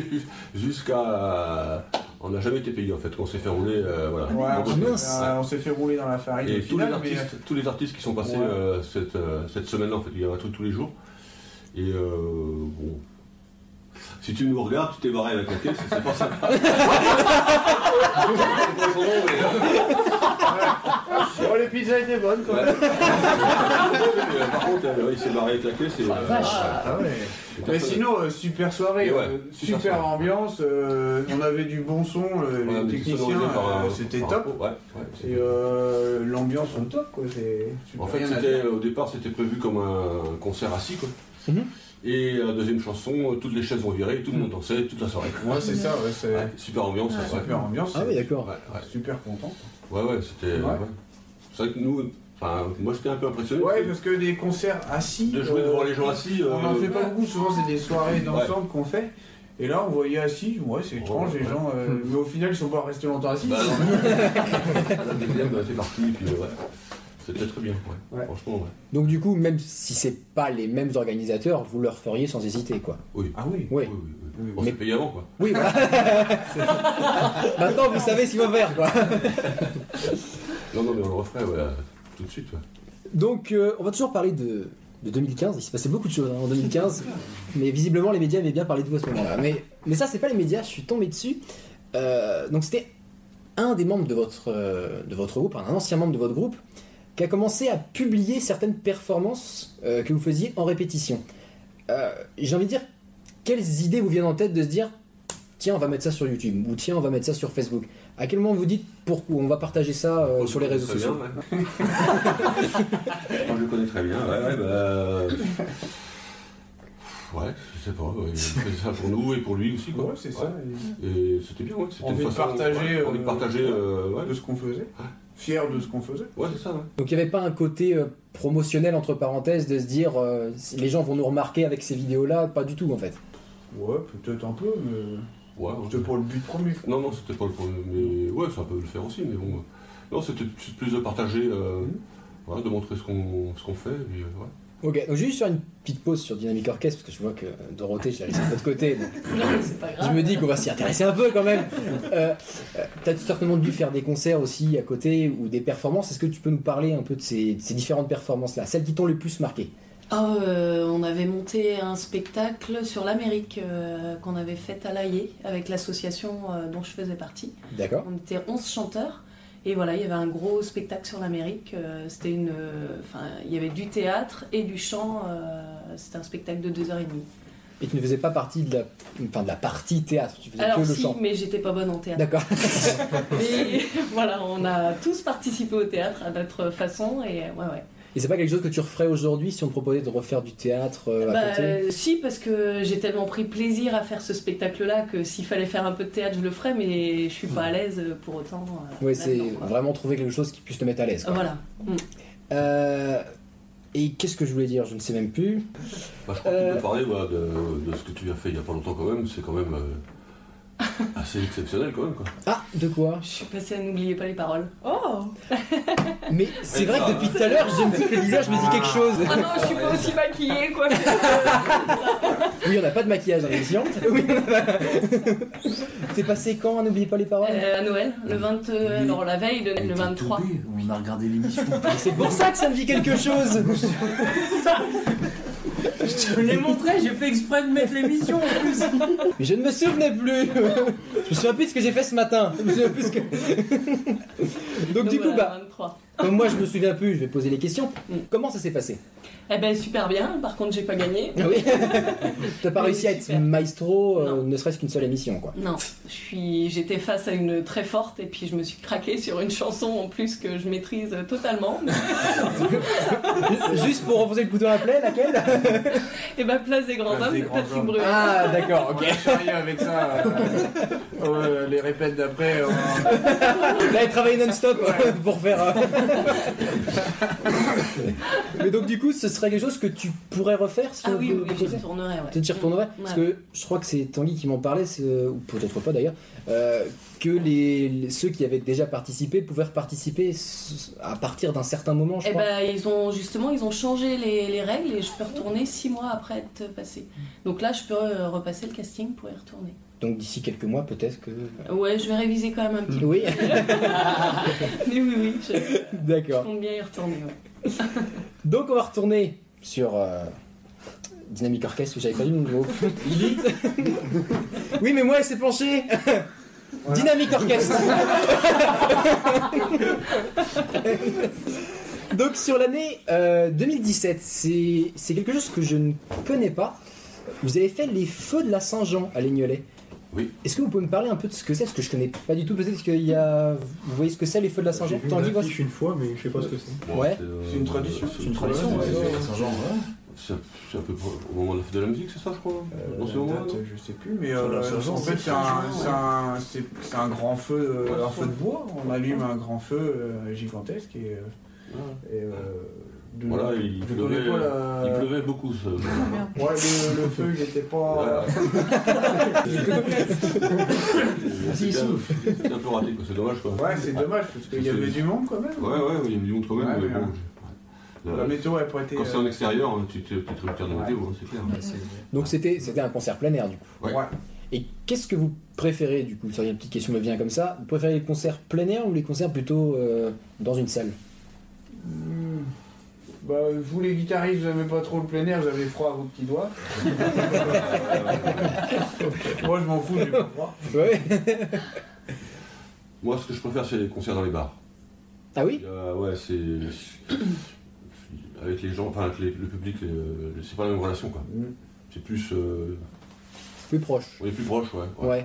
E: jusqu'à. euh, On n'a jamais été payé en fait, on s'est fait rouler. euh, voilà.
C: Ouais,
E: En
C: on,
E: deux
A: mince.
E: semaines.
C: euh, on s'est fait rouler dans la farine.
E: Et
C: au
E: tous
C: final,
E: les,
C: mais, euh,
E: artistes, tous les artistes qui sont passés
C: Ouais.
E: euh, cette, euh, cette semaine-là, en fait, il y avait un truc tous les jours. Et euh, bon. Si tu nous regardes, tu t'es barré avec la caisse, c'est pas ça. c'est pas son nom, mais. euh,
C: euh, oh, les pizzas étaient bonnes, quoi.
E: ouais. Mais, euh, par contre, euh, il s'est barré avec la caisse. Et, euh,
A: Ah, vache.
F: Ah ouais.
E: et personne-
C: Mais sinon, euh, super soirée,
E: Et ouais,
C: euh, super,
E: super soirée.
C: ambiance, euh, on avait du bon son, euh,
E: on a
C: les
E: été
C: techniciens,
E: sonorisé par un-
C: euh, c'était
E: par un-
C: top.
E: Ouais, ouais,
C: Et euh, l'ambiance on top, quoi. C'est super.
E: En fait,
C: Il y a-
E: c'était- au départ, c'était prévu comme un concert assis, quoi.
A: Mhm.
E: Et la deuxième chanson, euh, toutes les chaises ont viré,
C: Mhm.
E: tout le monde dansait toute la soirée.
C: Ouais, c'est ça, ouais, c'est
E: euh, Ouais, super ambiance, ouais.
C: super ambiance.
A: Ah oui,
E: Ouais,
A: d'accord.
E: ouais.
C: Super content.
E: Ouais, ouais, c'était.
C: Ouais.
E: ouais. C'est vrai que nous, enfin, moi j'étais un peu impressionné
C: Ouais,
E: parce
C: parce que des concerts assis.
E: que de jouer
C: euh,
E: devant les gens assis.
C: On n'en
E: euh,
C: fait pas beaucoup, souvent c'est des soirées d'ensemble qu'on fait. Et là, on voyait assis, ouais, c'est étrange, les
E: ouais.
C: gens. euh,
A: Hmm.
C: mais au final, ils sont pas restés longtemps assis.
E: Bah, non. la deuxième, bah, c'est parti, puis ouais. C'était très bien, ouais.
C: Ouais.
E: Franchement, ouais.
A: Donc, du coup, même si c'est pas les mêmes organisateurs, vous leur feriez sans hésiter, quoi.
C: Ah oui.
A: Oui.
E: Oui, oui, oui.
C: Oui,
E: On
A: Mais-
E: s'est payé avant, quoi.
A: Oui, voilà. C'est- Maintenant, vous savez ce qu'il faut faire, quoi.
E: Non, non, mais on le referait, ouais, euh, tout de suite, ouais.
A: Donc, euh, on va toujours parler de, de 2015. Il s'est passé beaucoup de choses hein, en 2015. mais visiblement, les médias aimaient bien parler de vous à ce moment-là. Mais, mais ça, c'est pas les médias. Je suis tombé dessus. Euh, donc, c'était un des membres de votre, euh, de votre groupe, un ancien membre de votre groupe, qui a commencé à publier certaines performances euh, que vous faisiez en répétition. Euh, J'ai envie de dire, quelles idées vous viennent en tête de se dire tiens, on va mettre ça sur YouTube ou tiens, on va mettre ça sur Facebook À quel moment vous dites pourquoi on va partager ça euh, sur les réseaux
E: Très bien,
A: sociaux
E: ouais. Moi, je le connais très bien, ouais, ouais, bah. Ouais, je sais pas, ouais, il faisait ça pour nous et pour lui aussi, quoi.
C: Ouais, c'est ça.
E: Et c'était bien, ouais. c'était
C: Envie
E: une
C: de
E: façon-
C: partager,
E: ouais, envie de
C: euh,
E: partager, euh, ouais.
C: et De ce qu'on faisait. Fier de ce qu'on faisait.
E: Ouais, c'est ça, ouais.
A: Donc il n'y avait pas un côté euh, promotionnel entre parenthèses de se dire euh, si les gens vont nous remarquer avec ces vidéos-là, pas du tout en fait.
C: Ouais, peut-être un peu, mais.
E: Ouais, ouais.
C: C'était pour le but premier.
E: Non, non, c'était pas le problème. Mais ouais, ça peut le faire aussi, mais bon. euh, Non, c'était plus plus de partager, euh,
C: Mhm.
E: voilà, de montrer ce qu'on ce qu'on fait. et puis, euh, ouais.
A: Ok, donc je vais juste faire une petite pause sur Dynamic Orchestra parce que je vois que euh, Dorothée, je la laisse un peu de côté. donc
D: Non, c'est pas
A: je
D: grave.
A: me dis qu'on va s'y intéresser un peu quand même. Euh, euh, T'as certainement dû faire des concerts aussi à côté ou des performances. Est-ce que tu peux nous parler un peu de ces, de ces différentes performances-là, celles qui t'ont le plus marqué
D: Ah, euh, on avait monté un spectacle sur l'Amérique euh, qu'on avait fait à l'AIE avec l'association euh, dont je faisais partie.
A: D'accord
D: On était 11 chanteurs. Et voilà, il y avait un gros spectacle sur l'Amérique. euh, C'était une, euh, enfin, il y avait du théâtre et du chant. euh, C'était un spectacle de 2h30.
A: Et tu ne faisais pas partie de la, enfin, de la partie théâtre, tu faisais
D: Alors
A: que le
D: si,
A: chant.
D: mais j'étais pas bonne en théâtre.
A: D'accord.
D: Mais voilà, on a tous participé au théâtre à notre façon et euh, ouais ouais.
A: Et c'est pas quelque chose que tu referais aujourd'hui si on te proposait de refaire du théâtre euh, à
D: Bah,
A: côté
D: euh, si parce que j'ai tellement pris plaisir à faire ce spectacle-là que s'il fallait faire un peu de théâtre, je le ferais, mais je suis pas à l'aise pour autant. euh,
A: Ouais, c'est
D: là-dedans, quoi.
A: vraiment trouver quelque chose qui puisse te mettre à l'aise. quoi.
D: Voilà.
A: Euh, et qu'est-ce que je voulais dire Je ne sais même plus.
E: Bah, je crois qu'on
A: Euh,
E: peut parler voilà, de, de ce que tu as fait il y a pas longtemps quand même. C'est quand même euh, assez exceptionnel quand même, quoi.
A: Ah, de quoi
D: Je suis passée à n'oublier pas les paroles. Oh
A: Mais c'est
E: Mais
A: vrai que
E: ça-
A: depuis tout à l'heure, j'ai me dis que le visage me dit quelque chose.
D: Ah non, je suis pas aussi maquillée quoi.
A: Oui, on n'a pas de maquillage dans l'émission. Oui, on a- C'est passé quand N'oubliez pas les paroles.
D: Euh, à Noël, le 20, euh, alors la veille, le, le 23.
B: On a regardé l'émission.
A: C'est pour ça que ça me dit quelque chose.
B: Je l'ai montré, j'ai fait exprès de mettre l'émission en plus.
A: Mais je ne me souvenais plus. Je me souviens plus de ce que j'ai fait ce matin. Je me souviens plus ce que- Donc, du coup,
D: voilà,
A: bah,
D: le 23.
A: Comme moi, je me souviens plus, je vais poser les questions.
D: Mm.
A: Comment ça s'est passé
D: Eh ben super bien, par contre j'ai pas gagné.
A: Ah oui T'as pas
D: Oui,
A: réussi à être
D: super.
A: maestro, euh,
D: Non.
A: ne serait-ce qu'une seule émission, quoi.
D: Non, je suis- j'étais face à une très forte et puis je me suis craquée sur une chanson en plus que je maîtrise totalement.
A: Juste pour enfoncer le couteau à la plaie, laquelle
D: et ben Place des Grands
C: Place
D: Hommes
C: des
D: de
C: Grands
D: Patrick
C: Hommes.
D: Bruel.
A: Ah, d'accord, ok.
C: On a charrié avec ça. euh, euh, les répètes d'après. euh,
A: Là, il travaille non-stop pour faire. euh. Mais donc, du coup, ce serait quelque chose que tu pourrais refaire si
D: Ah
A: on
D: oui,
A: peut
D: oui,
A: proposer
D: j'y retournerai. Ouais.
A: Peut-être j'y retournerai, parce que je crois que c'est Tanguy qui m'en parlait, c'est- ou peut-être pas d'ailleurs, euh, que les, les- ceux qui avaient déjà participé pouvaient participer à partir d'un certain moment, je
D: Eh
A: crois.
D: ben, ils ont justement ils ont changé les, les règles et je peux retourner six mois après être passé. Donc là, je peux euh, repasser le casting pour y retourner.
A: Donc d'ici quelques mois, peut-être que.
D: Ouais, je vais réviser quand même un petit peu.
A: Oui,
D: Mais Mm. oui, oui, je, je
A: d'accord.
D: compte bien y retourner. ouais.
A: Donc on va retourner sur euh, Dynamic Orchestre, j'avais pas dit le nom. oui, mais moi, elle s'est penchée Dynamic Orchestre Donc sur l'année euh, 2017, c'est c'est quelque chose que je ne connais pas. Vous avez fait les feux de la Saint-Jean à Lignolet.
E: Oui.
A: Est-ce que vous pouvez me parler un peu de ce que c'est Parce que je connais pas du tout. Peut-être qu'il y a. Vous voyez ce que c'est les feux de la
F: J'ai
A: Saint-Jean
F: vu
A: Tanguy, voici.
F: l'affiche une fois, mais je sais pas ce que c'est.
A: Ouais.
E: C'est euh,
C: C'est une tradition.
E: c'est
C: une tradition,
E: ouais.
C: ouais.
E: C'est c'est à peu près au moment de la fête de la musique, c'est ça, je crois
C: euh,
E: Dans ce
C: la
E: moment,
C: date,
E: non
C: je sais plus, mais
F: Sur
C: euh,
F: la chanson,
C: en fait
D: c'est
C: c'est
D: sur
C: un,
D: la chanson,
C: c'est un- c'est- c'est un grand feu, euh, un feu de bois. On allume un grand feu euh, gigantesque et, euh, et, euh, de-
E: Voilà, il
C: je
E: pleuvait, euh,
C: connais pas la-
E: il pleuvait beaucoup. ce-
C: Ouais, le, le feu, il était pas.
E: Vas-y, souffle C'est un peu raté, quoi. c'est dommage quoi.
C: Ouais, c'est dommage parce qu'il y avait du monde quand même.
E: Ouais, ouais, ouais, il y a du monde quand même,
C: Ouais,
E: mais
C: ouais.
E: bon. je- ouais.
C: La
E: Euh,
C: météo elle pas été.
E: Quand c'est
C: euh,
E: en extérieur, hein, tu te tu te retires de la météo, hein, c'est clair.
A: Donc c'était c'était un concert plein air du coup.
E: Ouais.
C: Ouais.
A: Et qu'est-ce que vous préférez du coup Ça, il y a une petite question qui me vient comme ça. Vous préférez les concerts plein air ou les concerts plutôt euh, dans une salle
C: Hmm. Bah, vous les guitaristes, vous aimez pas trop le plein air, vous avez froid à vos petits doigts. Moi, je m'en fous, j'ai pas froid.
A: Ouais.
E: Moi, ce que je préfère, c'est les concerts dans les bars.
A: Ah oui
E: Euh, ouais, c'est. Avec les gens, enfin, avec les- le public, euh, c'est pas la même relation, quoi.
C: Mm.
E: C'est plus. euh,
A: Plus proche.
E: On est plus proche, ouais. ouais.
A: Ouais.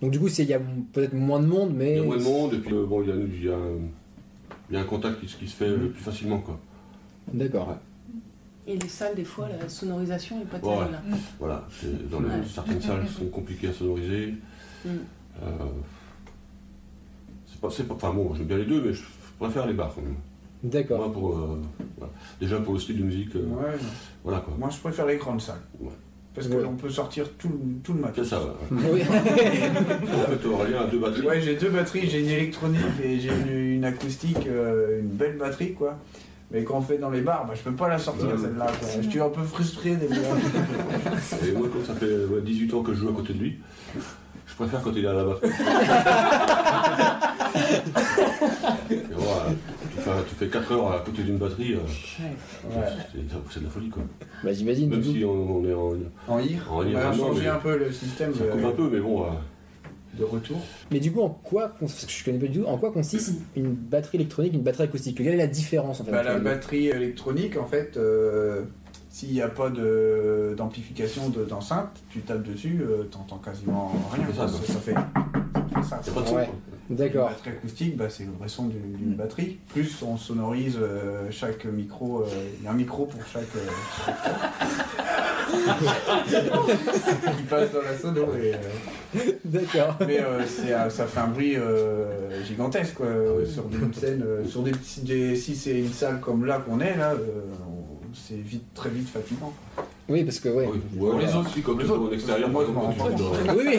A: Donc du coup, c'est il y a peut-être moins de monde, mais
E: Il y a moins de monde, et puis, euh, bon, il y a, il y a un- il y a un contact qui, se- qui se fait
C: Mm.
E: euh, plus facilement, quoi.
A: D'accord.
D: Et les salles, des fois, la sonorisation est pas
E: Ouais.
D: terrible.
E: Voilà, c'est- dans les-
D: Ouais.
E: certaines salles sont compliquées à sonoriser.
D: Mm.
E: Euh, c'est pas, c'est pas, enfin bon, j'aime bien les deux, mais je préfère les bars quand même.
A: D'accord.
E: Moi, pour, euh, voilà. Déjà pour le style de musique, euh,
C: Ouais,
E: voilà quoi.
C: moi, je préfère les grandes salles.
E: Ouais.
C: Parce
A: Ouais.
C: qu'on peut sortir tout, le- tout le
E: C'est
C: matos.
E: ça, ouais.
A: Oui.
E: En fait, euh, Aurélien a deux batteries.
C: Ouais, j'ai deux batteries, j'ai une électronique et j'ai une, une acoustique, euh, une belle batterie quoi. Mais quand on fait dans les bars, bah, je peux pas la sortir
E: Ouais.
C: celle-là. quoi. Je suis un peu frustré des fois.
E: Et moi, comme ça fait ouais, 18 ans que je joue à côté de lui, je préfère quand il est à la batterie. Et voilà, tu, fais, tu fais 4 heures à côté d'une batterie, euh,
C: Ouais.
E: c'est c'est de la folie quoi.
A: Bah j'imagine.
E: Même
A: du coup.
E: si on, on est en.
C: En IR,
E: En IR,
C: on a
E: vraiment,
C: changé
E: mais-
C: un peu le système
E: Ça coupe un
C: de,
E: peu, mais bon. euh,
C: de retour.
A: Mais du coup, en quoi cons- parce que je connais pas du tout. En quoi consiste une batterie électronique, une batterie acoustique Quelle est la différence en fait
C: Bah,
A: entre
E: euh,
C: la
A: les deux
C: batterie électronique, en fait, euh, s'il n'y a pas de- d'amplification de- d'enceinte, tu tapes dessus, euh, t'entends quasiment rien.
E: C'est ça,
C: Ça,
E: quoi.
C: ça fait ça.
E: Y a pas de son,
A: Ouais.
E: quoi.
A: D'accord.
C: La batterie acoustique, bah, c'est le vrai son d'une d'une batterie. Plus on sonorise euh, chaque micro, euh, il y a un micro pour chaque. euh, qui passe dans la sono. Et, euh,
A: D'accord.
C: mais euh, c'est un- ça fait un bruit euh, gigantesque quoi,
F: Ah
C: euh, sur des scènes, euh, sur des petits. des- si c'est une salle comme là qu'on est là, euh, on- c'est vite très vite fatigant.
A: Oui, parce que ouais.
E: Oui. Ou alors,
C: Les autres,
E: si, comme
C: les
E: les autres,
C: autres.
E: en extérieur,
C: Moi,
E: moi,
C: je m'en
E: quand tu
C: rends
E: es
C: pas
E: dans-
A: Oui, oui.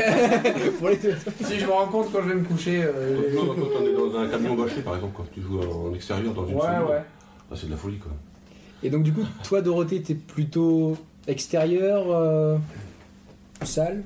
A: Pour les deux.
C: Si je me rends compte quand je vais me coucher. euh, j'ai-
E: quand quand on est dans un camion bâché, par exemple, quand tu joues en en extérieur dans une
C: ouais
E: salle,
C: ouais.
E: ah, c'est de la folie quoi.
A: Et donc du coup, toi Dorothée, t'es plutôt extérieur, euh, salle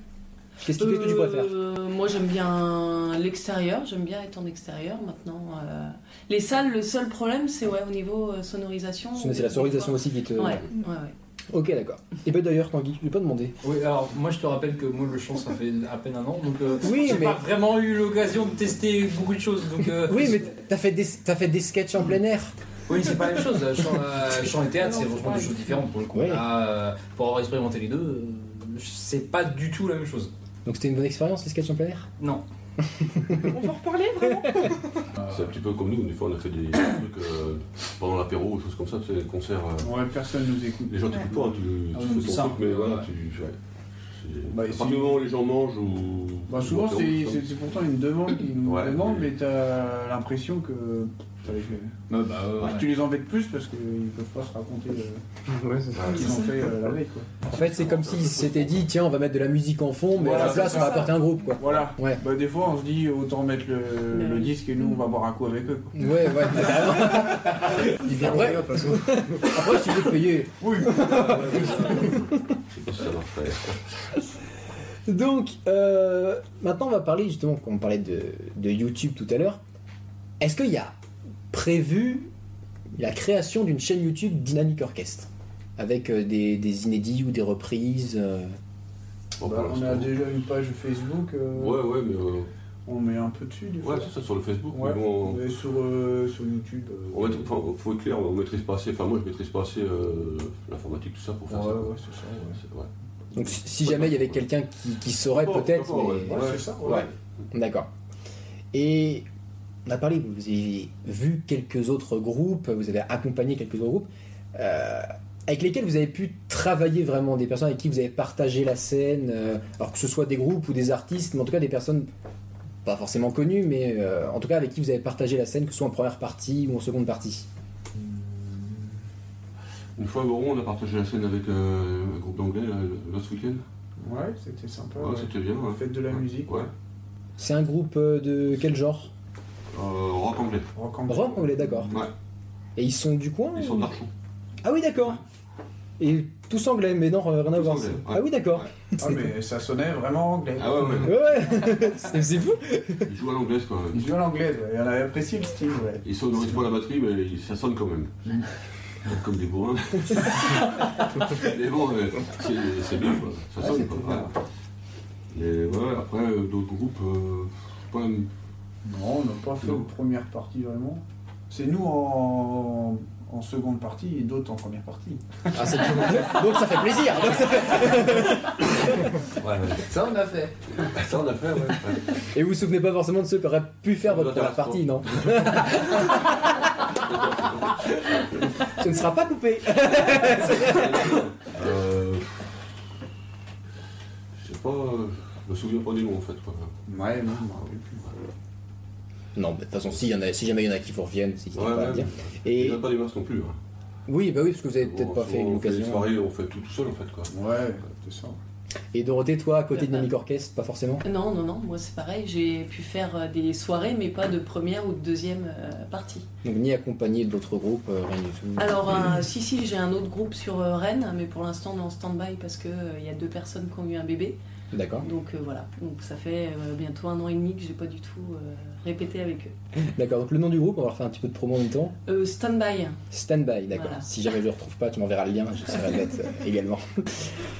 A: Qu'est-ce qui fait que tu préfères
D: Euh, Moi, j'aime bien l'extérieur, j'aime bien être en extérieur maintenant. euh, Les salles, le seul problème, c'est ouais, au niveau euh, sonorisation. euh.
A: C'est la sonorisation aussi qui te...
D: Ouais, ouais, ouais.
A: Ok, d'accord. Et ben d'ailleurs, Tanguy, je vais pas demandé.
B: Oui, alors moi je te rappelle que moi le chant ça fait à peine un an, donc euh,
A: Oui,
B: j'ai
A: mais-
B: pas vraiment eu l'occasion de tester beaucoup de choses. Donc, euh,
A: Oui, mais t'as fait, des... t'as fait des sketchs en plein air.
B: oui, c'est pas la même chose. là. Chant, euh, chant et théâtre, c'est
D: Non,
B: franchement
D: c'est
B: deux
D: pas-
B: choses différentes pour le coup.
A: Oui.
B: Là, euh, pour avoir expérimenté les deux, euh, c'est pas du tout la même chose.
A: Donc c'était une bonne expérience, les sketchs en plein air
B: Non.
G: On va en reparler vraiment
A: Ah,
E: C'est un
B: Euh,
E: petit peu comme nous, des fois on a fait des trucs euh, pendant l'apéro ou choses comme ça, tu sais, les concerts. euh,
C: Ouais, personne nous écoute.
E: les gens t'écoutent pas, hein, tu,
B: Ah
E: tu
B: oui,
E: fais ton
B: ça.
E: truc, mais voilà,
B: Ouais.
E: tu. ouais. C'est-
C: Bah,
E: à
C: et
E: partir
C: si-
E: du moment où les gens mangent ou.
C: Bah, souvent,
E: ou apéro,
C: c'est
E: tout ça.
C: c'est- c'est pourtant une demande qu'ils nous
E: Ouais,
C: demandent,
E: mais-
C: mais t'as l'impression que. ça les fait-
B: bah,
C: Tu les embêtes plus parce qu'ils peuvent pas se raconter euh,
F: Ouais, c'est ça.
C: ce qu'ils ont fait euh, la veille, quoi.
A: En fait, c'est comme s'ils s'étaient dit, tiens, on va mettre de la musique en fond, mais
C: Voilà,
A: à la place,
C: c'est
A: on
C: ça.
A: va apporter un groupe, quoi.
C: Voilà.
A: Ouais.
C: Bah, des fois, on se dit autant mettre le,
D: Mais-
C: le disque et nous, on va boire un coup avec eux. quoi.
A: Ouais, ouais.
F: Il vient
A: Ouais.
F: de toute façon.
A: Après, si vous êtes payé.
E: Je sais pas si ça marche. ouais.
A: Donc, euh, maintenant, on va parler justement, quand on parlait de, de YouTube tout à l'heure. Est-ce qu'il y a prévu la création d'une chaîne YouTube Dynamic Orchestre Avec euh, des, des inédits ou des reprises euh,
E: Bon,
C: Bah,
E: pour
C: on a
E: l'instant.
C: déjà une page Facebook, euh,
E: Ouais, ouais, mais. euh,
C: on met un peu dessus des fois.
E: ouais, c'est ça sur le Facebook.
C: Ouais.
E: mais bon,
C: Mais sur, euh, sur YouTube. euh,
E: On va être- enfin, faut être clair, on maîtrise pas assez, enfin moi je maîtrise pas assez euh, l'informatique, tout ça pour faire
C: Ouais,
E: ça.
C: ouais, c'est ça. ouais.
E: C'est- ouais.
A: Donc, si si jamais il y avait quelqu'un qui, qui saurait,
E: Bon,
A: peut-être.
E: bon,
A: mais-
C: Ouais,
E: Ouais,
C: c'est ça, ouais.
E: ouais.
A: D'accord. Et on a parlé, vous avez vu quelques autres groupes, vous avez accompagné quelques autres groupes, euh, avec lesquels vous avez pu travailler vraiment, des personnes avec qui vous avez partagé la scène, euh, alors que ce soit des groupes ou des artistes, mais en tout cas des personnes pas forcément connues, mais euh, en tout cas avec qui vous avez partagé la scène, que ce soit en première partie ou en seconde partie.
E: Une fois à Goron, on a partagé la scène avec euh, un groupe d'anglais là, last week-end.
C: Ouais, c'était sympa.
E: Ouais,
C: ouais.
E: c'était bien. ouais.
C: Fête de la
E: Ouais.
C: musique,
E: Ouais.
A: C'est un groupe euh, de quel genre
E: Euh, rock anglais.
C: rock and
A: Rock, on est d'accord.
E: Ouais.
A: Et ils sont du coin
E: Ils
A: ou-
E: sont d'Archon.
A: Ah oui, d'accord. Et tous anglais, mais non, rien à
E: Tous
A: voir.
E: anglais, ouais.
A: Ah oui, d'accord.
C: Ah, mais ça sonnait vraiment anglais.
E: Ah ouais, ouais.
A: Ouais, c'est c'est fou.
E: Ils jouent à l'anglaise quand même.
C: Ils jouent à l'anglaise, ouais. et on avait apprécié le style, ouais.
E: Ils sonorisent pas la batterie, mais ils- ça sonne quand même. Comme des bourrins. mais bon, euh, c'est c'est bien quoi. Ça
C: Ouais,
E: sonne
C: c'était
E: quoi.
C: bien.
E: Ouais. Et ouais, après, euh, d'autres groupes, euh, pas une
C: Non, on n'a pas fait
E: Non.
C: une première partie vraiment. C'est nous en, en seconde partie et d'autres en première partie.
A: Ah, c'est bien. Donc ça fait plaisir. Donc, ça fait-
E: Ouais, Bah,
B: Ça on a fait.
E: Ça, on a fait, ouais.
A: Et vous vous souvenez pas forcément de ceux qui auraient pu faire votre première partie, non Ce ne sera pas coupé.
E: Euh, je sais pas, euh, je me souviens pas des noms en fait. Quoi.
C: Ouais, non, je me rappelle plus.
A: Non, mais de toute façon, si, y en a, si jamais il y en a qui vous reviennent, c'est qu'ils
E: Ouais,
A: n'ont pas à
E: ouais. Oh,
A: dire.
E: Il
A: Et
E: n'y en a pas des masses non plus. hein.
A: oui, bah oui, parce que vous avez peut-être
E: Bon,
A: pas fait
E: on
A: une
E: des
A: occasion.
E: soirées, on fait tout tout seul en fait. Quoi.
C: Ouais, c'est ça.
A: Et Dorothée, toi, à côté de
D: Ouais.
A: Dynamic Orchestre, pas forcément
D: Non, non, non, moi c'est pareil, j'ai pu faire euh, des soirées, mais pas de première ou de deuxième euh, partie.
A: Donc ni accompagné d'autres groupes, euh, rien du tout.
D: Alors, euh, si, si, j'ai un autre groupe sur euh, Rennes, mais pour l'instant on est en stand-by parce qu'il y a deux personnes qui ont eu un bébé.
A: D'accord.
D: Donc euh, voilà, donc ça fait euh, bientôt un an et demi que j'ai pas du tout euh, répété avec eux.
A: D'accord, donc le nom du groupe, on va faire un petit peu de promo en même temps.
D: Euh, stand-by,
A: Standby, d'accord.
D: Voilà.
A: Si jamais je le retrouve pas, tu m'enverras le lien, j'essaierai de mettre euh, également.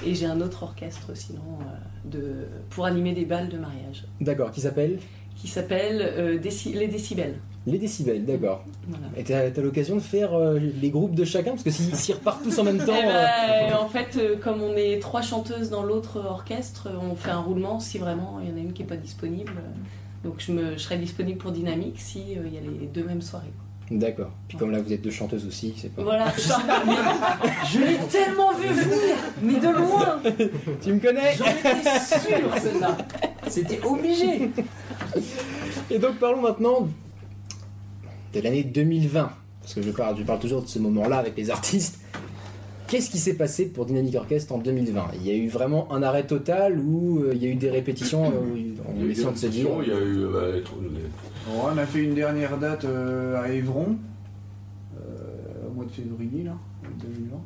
D: et j'ai un autre orchestre sinon euh, de, pour animer des balles de mariage
A: D'accord, qui s'appelle
D: qui s'appelle euh, Déci- Les Décibels.
A: Les décibels, d'accord.
D: Voilà.
A: Et t'as t'as l'occasion de faire euh, les groupes de chacun Parce que s'ils s'ils repartent tous en même temps.
D: Eh ben,
A: euh,
D: euh, en fait, euh, comme on est trois chanteuses dans l'autre orchestre, euh, on fait un roulement si vraiment il y en a une qui n'est pas disponible. euh, Donc je, me, je serai disponible pour Dynamique si euh, il y a les deux mêmes soirées. quoi.
A: D'accord. Puis comme là vous êtes deux chanteuses aussi, c'est pas.
D: Voilà. je l'ai tellement vu venir, mais de loin.
A: Tu me connais
D: J'en étais sûre celle-là. C'était obligé.
A: Et donc parlons maintenant de l'année 2020. Parce que je parle, je parle toujours de ce moment-là avec les artistes. Qu'est-ce qui s'est passé pour Dynamic Orchestre en 2020 Il y a eu vraiment un arrêt total ou euh, il y a eu des répétitions euh,
E: Il y a
A: en
E: eu des
A: essayant de se dire
E: discussions, Il y a eu euh, bah, les trous- les-
C: Bon, on a fait une dernière date euh, à Évron, euh, au mois de février, là, 2020.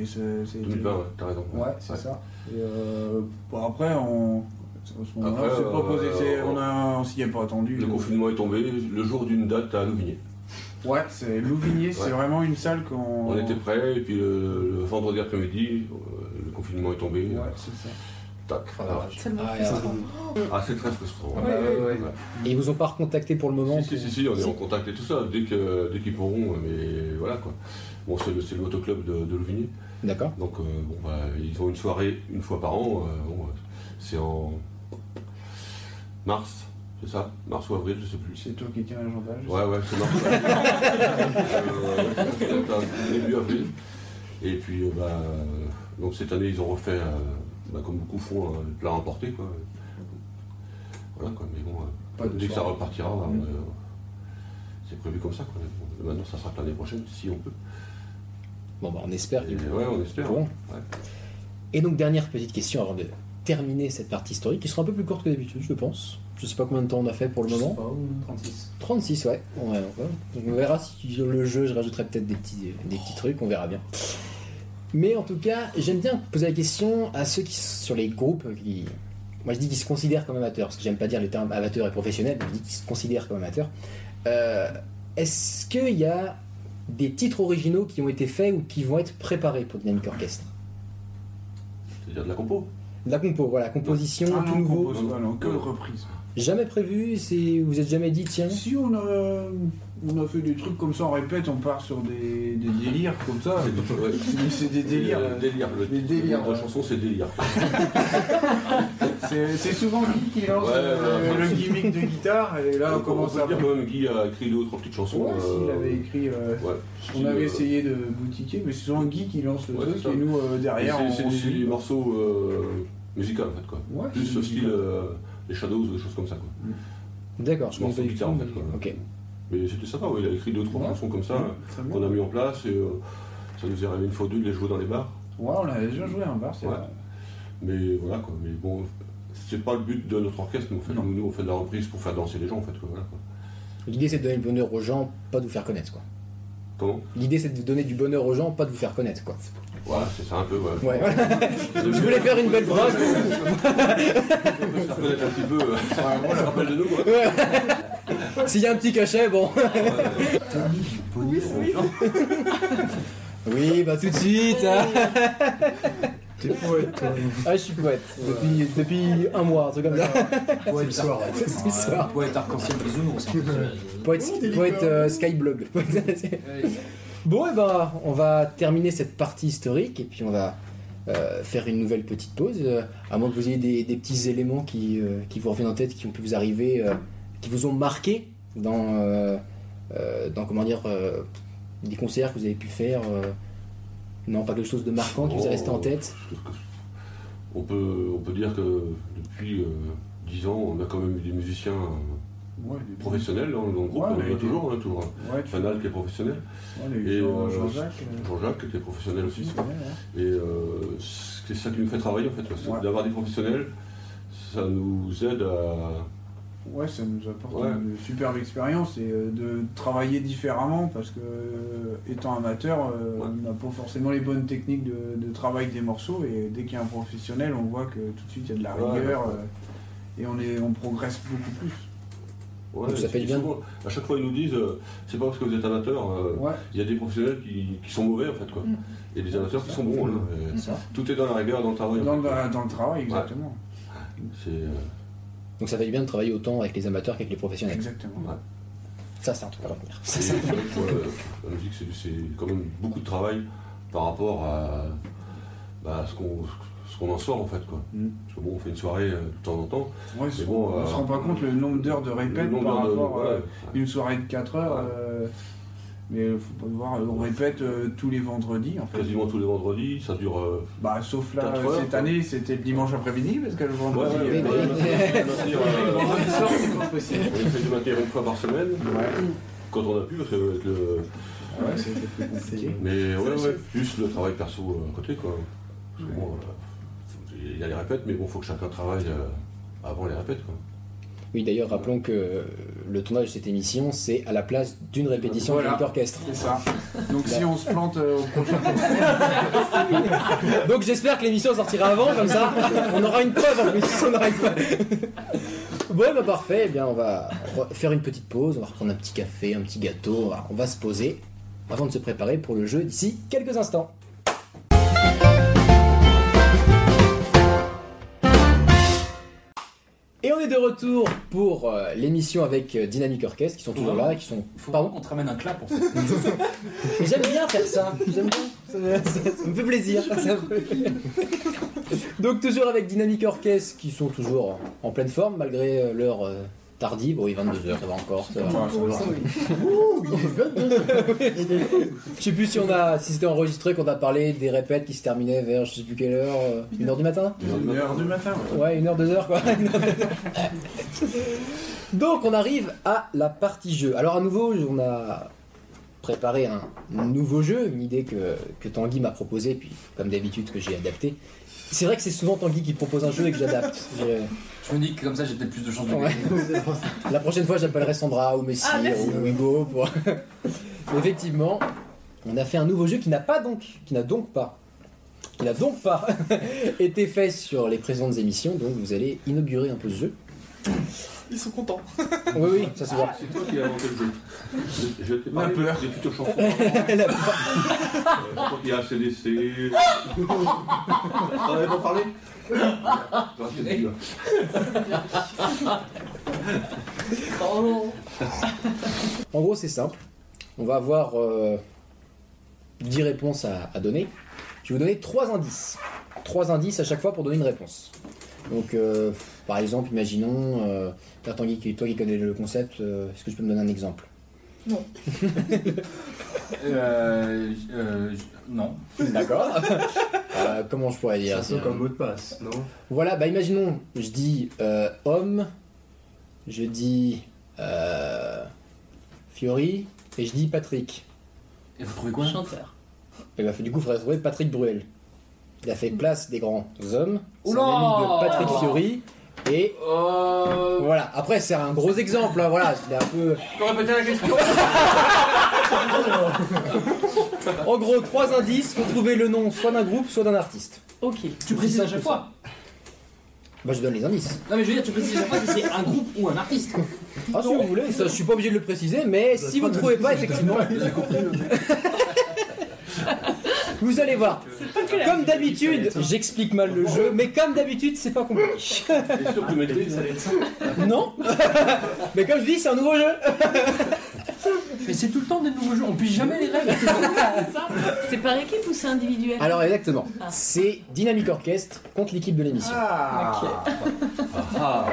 C: Et c'est- c'est
E: 2020, ouais, t'as raison.
C: Ouais, c'est ça. Et euh, bon, après, on. à ce moment-là,
E: Après,
C: on s'est pas
E: euh,
C: posé, c'est-
E: on-
C: on, a- on s'y est pas attendu. euh,
E: Le
C: donc.
E: confinement est tombé le jour d'une date à Louvigné.
C: Ouais, c'est Louvigné,
E: Ouais.
C: c'est vraiment une salle qu'on.
E: On était prêts, et puis le, le vendredi après-midi, euh, le confinement est tombé.
C: Ouais,
E: euh,
C: c'est ça.
E: Tac. Ah,
G: Tellement
A: Ah,
G: frustrant.
E: ah, c'est très frustrant.
A: Ah bah, ouais, ouais. Et ils vous ont pas recontacté pour le moment
E: Si, si, si, si, on est en contact et tout ça, dès que dès qu'ils pourront, mais voilà quoi. Bon, c'est le, c'est le motoclub de, de Louvigny.
A: D'accord.
E: Donc, euh, bon, bah, ils ont une soirée une fois par an. euh, bon, euh, c'est en mars, c'est ça Mars ou avril, je sais plus.
C: C'est toi qui tiens l'agenda. je
E: Ouais, ouais, c'est mars. Euh, ça doit être un début avril. Et puis, euh, bah, donc cette année, ils ont refait, euh, bah, comme beaucoup font, euh, de la remportée, quoi. Voilà, quoi, mais bon, euh,
C: Pas de
E: dès que ça
C: soirée.
E: repartira, bah,
C: Mhm.
E: euh, c'est prévu comme ça, quoi. Mais bon, Maintenant, ça sera que l'année prochaine, si on peut.
A: Bon, bah, on espère qu'ils
E: Et, ouais, on espère.
A: pourront.
E: Ouais.
A: Et donc, dernière petite question avant de terminer cette partie historique, qui sera un peu plus courte que d'habitude, je pense. Je sais pas combien de temps on a fait pour le
B: Je sais
A: moment.
B: pas, ou 36.
A: 36, ouais. On, va- on va- on verra si dans le jeu, je rajouterai peut-être des petits, des petits trucs, on verra bien. Mais en tout cas, j'aime bien poser la question à ceux qui sur les groupes qui. Moi, je dis qu'ils se considèrent comme amateurs, parce que j'aime pas dire le terme amateur et professionnel, mais je dis qu'ils se considèrent comme amateurs. Euh, Est-ce qu'il y a des titres originaux qui ont été faits ou qui vont être préparés pour Dynamic Orchestre
E: C'est-à-dire de la compo.
A: La compo, voilà, composition,
C: Ah,
A: tout
C: non,
A: nouveau.
C: propose, ouais, non, que reprise.
A: Jamais prévu, c'est- vous êtes jamais dit, tiens.
C: Si on a, on a fait des trucs comme ça, on répète, on part sur des, des délires comme ça.
E: C'est du- ouais.
C: Ah, C'est c'est des délires.
E: Euh, délire. Le
C: Des
E: titre
C: délires,
E: de la
C: ouais.
E: chanson, c'est délire.
C: C'est c'est souvent Guy qui lance
E: Ouais, bah,
C: euh,
E: ouais, ouais.
C: le gimmick de guitare et là on commence
E: peut
C: à.
E: dire quand même Guy a écrit deux ou trois petites chansons.
C: Ouais, s'il avait écrit. euh,
E: Ouais.
C: On
E: Si,
C: avait
E: euh,
C: essayé de boutiquer, mais c'est souvent Guy qui lance le
E: Ouais, c'est
C: truc
E: ça.
C: et nous euh,
E: C'est
C: derrière on.
E: c'est
C: on
E: des,
C: suit.
E: morceaux euh, musicaux en fait quoi.
C: Ouais,
E: Plus
C: Ah, c'est
E: le style
C: musical. Ah,
E: euh, les Shadows ou des choses comme ça quoi.
A: D'accord, je comprends
E: Morceaux de
A: pas du
E: guitare en
A: tout,
E: fait quoi.
A: mais- Ok.
E: Mais c'était sympa, ouais, il a écrit deux trois
C: Ouais.
E: chansons comme ça
C: Ouais,
E: euh,
C: très bien.
E: qu'on a mis en place et euh, ça nous est arrivé une fois ou deux de les jouer dans les bars.
C: Ouais, on l'avait déjà joué à un bar, c'est
E: Ouais.
C: vrai.
E: Mais voilà quoi. Mais bon, c'est pas le but de notre orchestre, mais en fait,
C: Non.
E: nous, nous, on fait de la reprise pour faire danser les gens en fait quoi. Voilà, quoi.
A: L'idée c'est de donner le bonheur aux gens, pas de vous faire connaître quoi.
E: Comment
A: L'idée c'est de donner du bonheur aux gens, pas de vous faire connaître quoi.
E: Voilà, c'est ça un peu. Ouais.
A: Ouais, voilà. Je voulais faire une belle phrase.
E: On peut se faire connaître un petit peu. euh, on se rappelle de nous quoi.
A: S'il y a un petit cachet, bon.
G: Oui, oui.
A: Oui, bah tout de suite. hein.
F: T'es poète, toi.
A: Ah, je suis poète. Depuis, depuis un mois, un truc comme ça.
F: Poète soir. ouais.
A: C'est le soir.
B: Poète arc-en-ciel bisounours. hein.
A: Poète, poète euh, Skyblog. bon, et ben, on va terminer cette partie historique et puis on va euh, faire une nouvelle petite pause. euh, à moins que vous ayez des, des petits éléments qui, euh, qui vous reviennent en tête, qui ont pu vous arriver, euh, qui vous ont marqué dans, euh, euh, dans comment dire, euh, des concerts que vous avez pu faire. euh, non, pas quelque chose de marquant qui vous est resté en tête.
E: On peut, on peut dire que depuis euh, 10 ans, on a quand même eu des musiciens euh,
C: Ouais, il est bon.
E: professionnels hein, dans, dans le groupe.
C: Ouais,
E: on en
C: mais
E: a
C: des-
E: toujours, hein, toujours.
C: Ouais, tu-
E: Fanal qui est professionnel,
C: ouais, il
E: Et,
C: est Jean-
E: euh,
C: Jean-Jacques.
E: Jean-Jacques qui était professionnel
C: euh,
E: aussi.
C: ouais, ouais.
E: Et euh, c'est ça qui nous fait travailler en fait, quoi. C'est
C: Ouais.
E: d'avoir des professionnels, ça nous aide à.
C: Ouais, ça nous apporte
E: Ouais.
C: une superbe expérience et euh, de travailler différemment parce que, euh, étant amateur, euh,
E: Ouais.
C: on n'a pas forcément les bonnes techniques de, de travail des morceaux et dès qu'il y a un professionnel, on voit que tout de suite il y a de la
E: Ouais,
C: rigueur
E: ouais.
C: euh, et on, est, on progresse beaucoup plus.
E: Ouais,
A: Donc ça
E: et
A: fait du bien.
E: souvent, à chaque fois ils nous disent, euh, c'est pas parce que vous êtes amateur, euh,
C: Ouais,
E: il y a des professionnels qui, qui sont mauvais en fait quoi.
G: Mm.
E: Et des amateurs qui sont bons. hein. Et
C: c'est ça.
E: Tout est dans la rigueur, dans le travail. en
C: Dans,
E: fait.
C: le- dans le travail, exactement.
E: C'est, euh,
A: Donc ça fait du bien de travailler autant avec les amateurs qu'avec les professionnels.
C: Exactement.
E: Ouais.
A: Ça, c'est un truc à retenir.
E: Et c'est vrai que, euh, la musique, c'est, c'est quand même beaucoup de travail par rapport à bah, ce, qu'on, ce qu'on en sort en fait. Quoi.
C: Mm.
E: Parce que bon, on fait une soirée euh, de temps en temps.
C: Ouais, c'est-
E: bon,
C: on
E: euh,
C: se rend pas compte le nombre d'heures de répète
E: Le nombre
C: par
E: d'heures de-
C: rapport à
E: ouais,
C: une soirée de 4 heures.
E: Ouais.
C: euh, mais faut pas le voir, on répète euh, tous les vendredis en fait.
E: quasiment tous les vendredis, ça dure. euh,
C: Bah, sauf là,
E: Quatre heures,
C: cette
E: quoi.
C: année, c'était le dimanche après-midi, parce que le vendredi.
E: ouais,
A: ouais,
C: euh,
A: ouais.
E: c'est-à-dire, euh,
C: le vendredi soir, c'est pas possible.
E: on essaie de maintenir une fois par semaine quand on a pu, parce que avec le-
C: Ah ouais, c'était plus compliqué.
E: mais ouais, ouais, plus le travail perso euh, à côté quoi. Parce que bon, euh, il y a les répètes, mais bon, faut que chacun travaille euh, avant les répètes quoi.
A: Oui, d'ailleurs, rappelons que euh, le tournage de cette émission, c'est à la place d'une répétition
C: Voilà.
A: avec l'orchestre.
C: C'est ça. Donc,
A: Là.
C: si on se plante euh, au prochain
A: Donc j'espère que l'émission sortira avant, comme ça, on aura une preuve en plus. On aura une preuve. Bon, bah parfait, eh bien on va re- faire une petite pause, on va reprendre un petit café, un petit gâteau, on va- on va se poser avant de se préparer pour le jeu d'ici quelques instants. Et on est de retour pour euh, l'émission avec euh, Dynamic Orchestra qui sont toujours là, qui sont.
B: Faut vraiment qu'on te ramène un clap pour ça.
A: J'aime bien faire ça, j'aime bien, ça, ça- ça me fait plaisir. ça me fait- Donc toujours avec Dynamic Orchestra qui sont toujours en pleine forme malgré euh, l'heure euh, tardive. Oui, 22h, ça va encore. Ah, ça va. Je sais plus si on a, si c'était enregistré, qu'on a parlé des répètes qui se terminaient vers je sais plus quelle heure, euh, une heure du matin.
C: Une heure du matin, ouais.
A: Ouais, une heure, deux heures quoi. Une heure, deux heures. Donc on arrive à la partie jeu. Alors à nouveau, on a préparé un nouveau jeu, une idée que, que Tanguy m'a proposée, puis comme d'habitude que j'ai adapté. C'est vrai que c'est souvent Tanguy qui propose un jeu et que j'adapte. Je-
B: Je me dis que comme ça, j'ai peut-être plus de chances de
A: Ouais.
B: gagner.
A: La prochaine fois, j'appellerai Sandra ou Messi
D: Ah, merci.
A: ou Hugo pour. Mais Effectivement, on a fait un nouveau jeu qui n'a pas donc, qui n'a donc pas, qui n'a donc pas été fait sur les présentes émissions. Donc vous allez inaugurer un peu ce jeu.
H: Ils sont contents.
A: Oui, oui, ça se voit.
E: C'est toi qui as inventé le jeu. Je- Je t'ai
C: Ma
E: parlé
C: peur.
E: des futures chansons. Euh, Je crois qu'il y a ACDC. Ah T'en avais pas parlé Non, c'est dur.
A: En gros, c'est simple. On va avoir euh, 10 réponses à, à donner. Je vais vous donner 3 indices. 3 indices à chaque fois pour donner une réponse. Donc, euh, par exemple, imaginons, euh, tiens, Tanguy, qui- toi qui connais le concept, euh, est-ce que tu peux me donner un exemple
B: Euh, euh, je- non.
A: D'accord. Euh, comment je pourrais dire
F: C'est
A: c'est-
F: comme mot de passe, non
A: Voilà, bah imaginons, je dis euh, homme, je dis euh, Fiori, et je dis Patrick.
B: Et vous trouvez quoi
D: Chanteur.
A: Et bah, du coup, il faudrait trouver Patrick Bruel. Il a fait place des grands hommes. C'est un
B: Oula
A: ami de Patrick Fiori. Et
B: Euh,
A: voilà. Après, c'est un gros exemple. hein, voilà, il est un peu.
B: Tu peux répéter la question
A: En gros, trois indices faut trouver le nom soit d'un groupe, soit d'un artiste.
D: Ok.
B: Tu précises à chaque fois.
A: Bah, je donne les indices.
B: Non mais je veux dire, tu précises à chaque fois si c'est un groupe ou un artiste.
A: Ah, si vous voulez, ça, je suis pas obligé de le préciser, mais si vous ne trouvez pas, effectivement, vous allez voir. Comme d'habitude, j'explique mal le jeu, mais comme d'habitude, c'est pas compliqué.
E: C'est sûr que Maîtrise, ça allait être ça.
A: Non Mais comme je dis, c'est un nouveau jeu.
B: Mais c'est tout le temps des nouveaux jeux, on pige jamais les règles.
D: C'est ça C'est par équipe ou c'est individuel
A: Alors exactement,
D: Ah.
A: c'est Dynamic Orchestre contre l'équipe de l'émission.
C: Ah
E: Ah,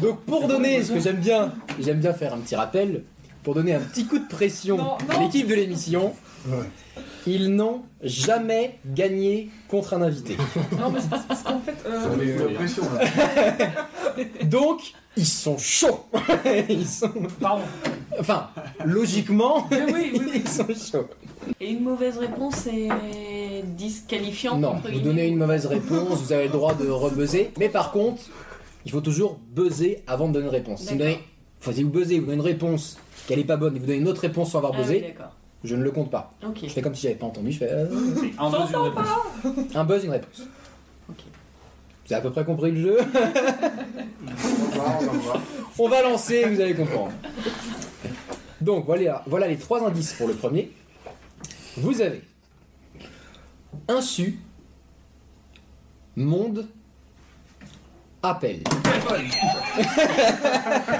A: Donc pour donner, ce que j'aime bien, j'aime bien faire un petit rappel, pour donner un petit coup de pression
D: Non,
A: à l'équipe de l'émission, ils n'ont jamais gagné contre un invité.
H: Non, mais c'est parce- parce qu'en fait. euh,
C: Ça met une pression là.
A: Donc ils sont chauds. ils sont,
B: Pardon.
A: enfin, logiquement,
B: Mais oui, oui, oui.
A: ils sont chauds.
D: Et une mauvaise réponse est disqualifiante.
A: Non,
D: entre
A: vous
D: guillemets.
A: donnez une mauvaise réponse, vous avez le droit de rebuzzer. Mais par contre, il faut toujours buzzer avant de donner une réponse. Si vous,
D: D'accord.
A: donnez, enfin, si vous buzzez, vous donnez une réponse qui n'est pas bonne et vous donnez une autre réponse sans avoir
D: Ah oui,
A: buzzé,
D: d'accord.
A: je ne le compte pas.
D: Ok.
A: Je fais comme si j'avais pas entendu, je fais euh,
B: Un buzz, une réponse.
A: un buzz, une réponse.
D: Ok.
A: Vous avez à peu près compris le jeu
C: On va, on va voir.
A: On va lancer, vous allez comprendre. Donc voilà, voilà les trois indices pour le premier. Vous avez insu, monde, appel.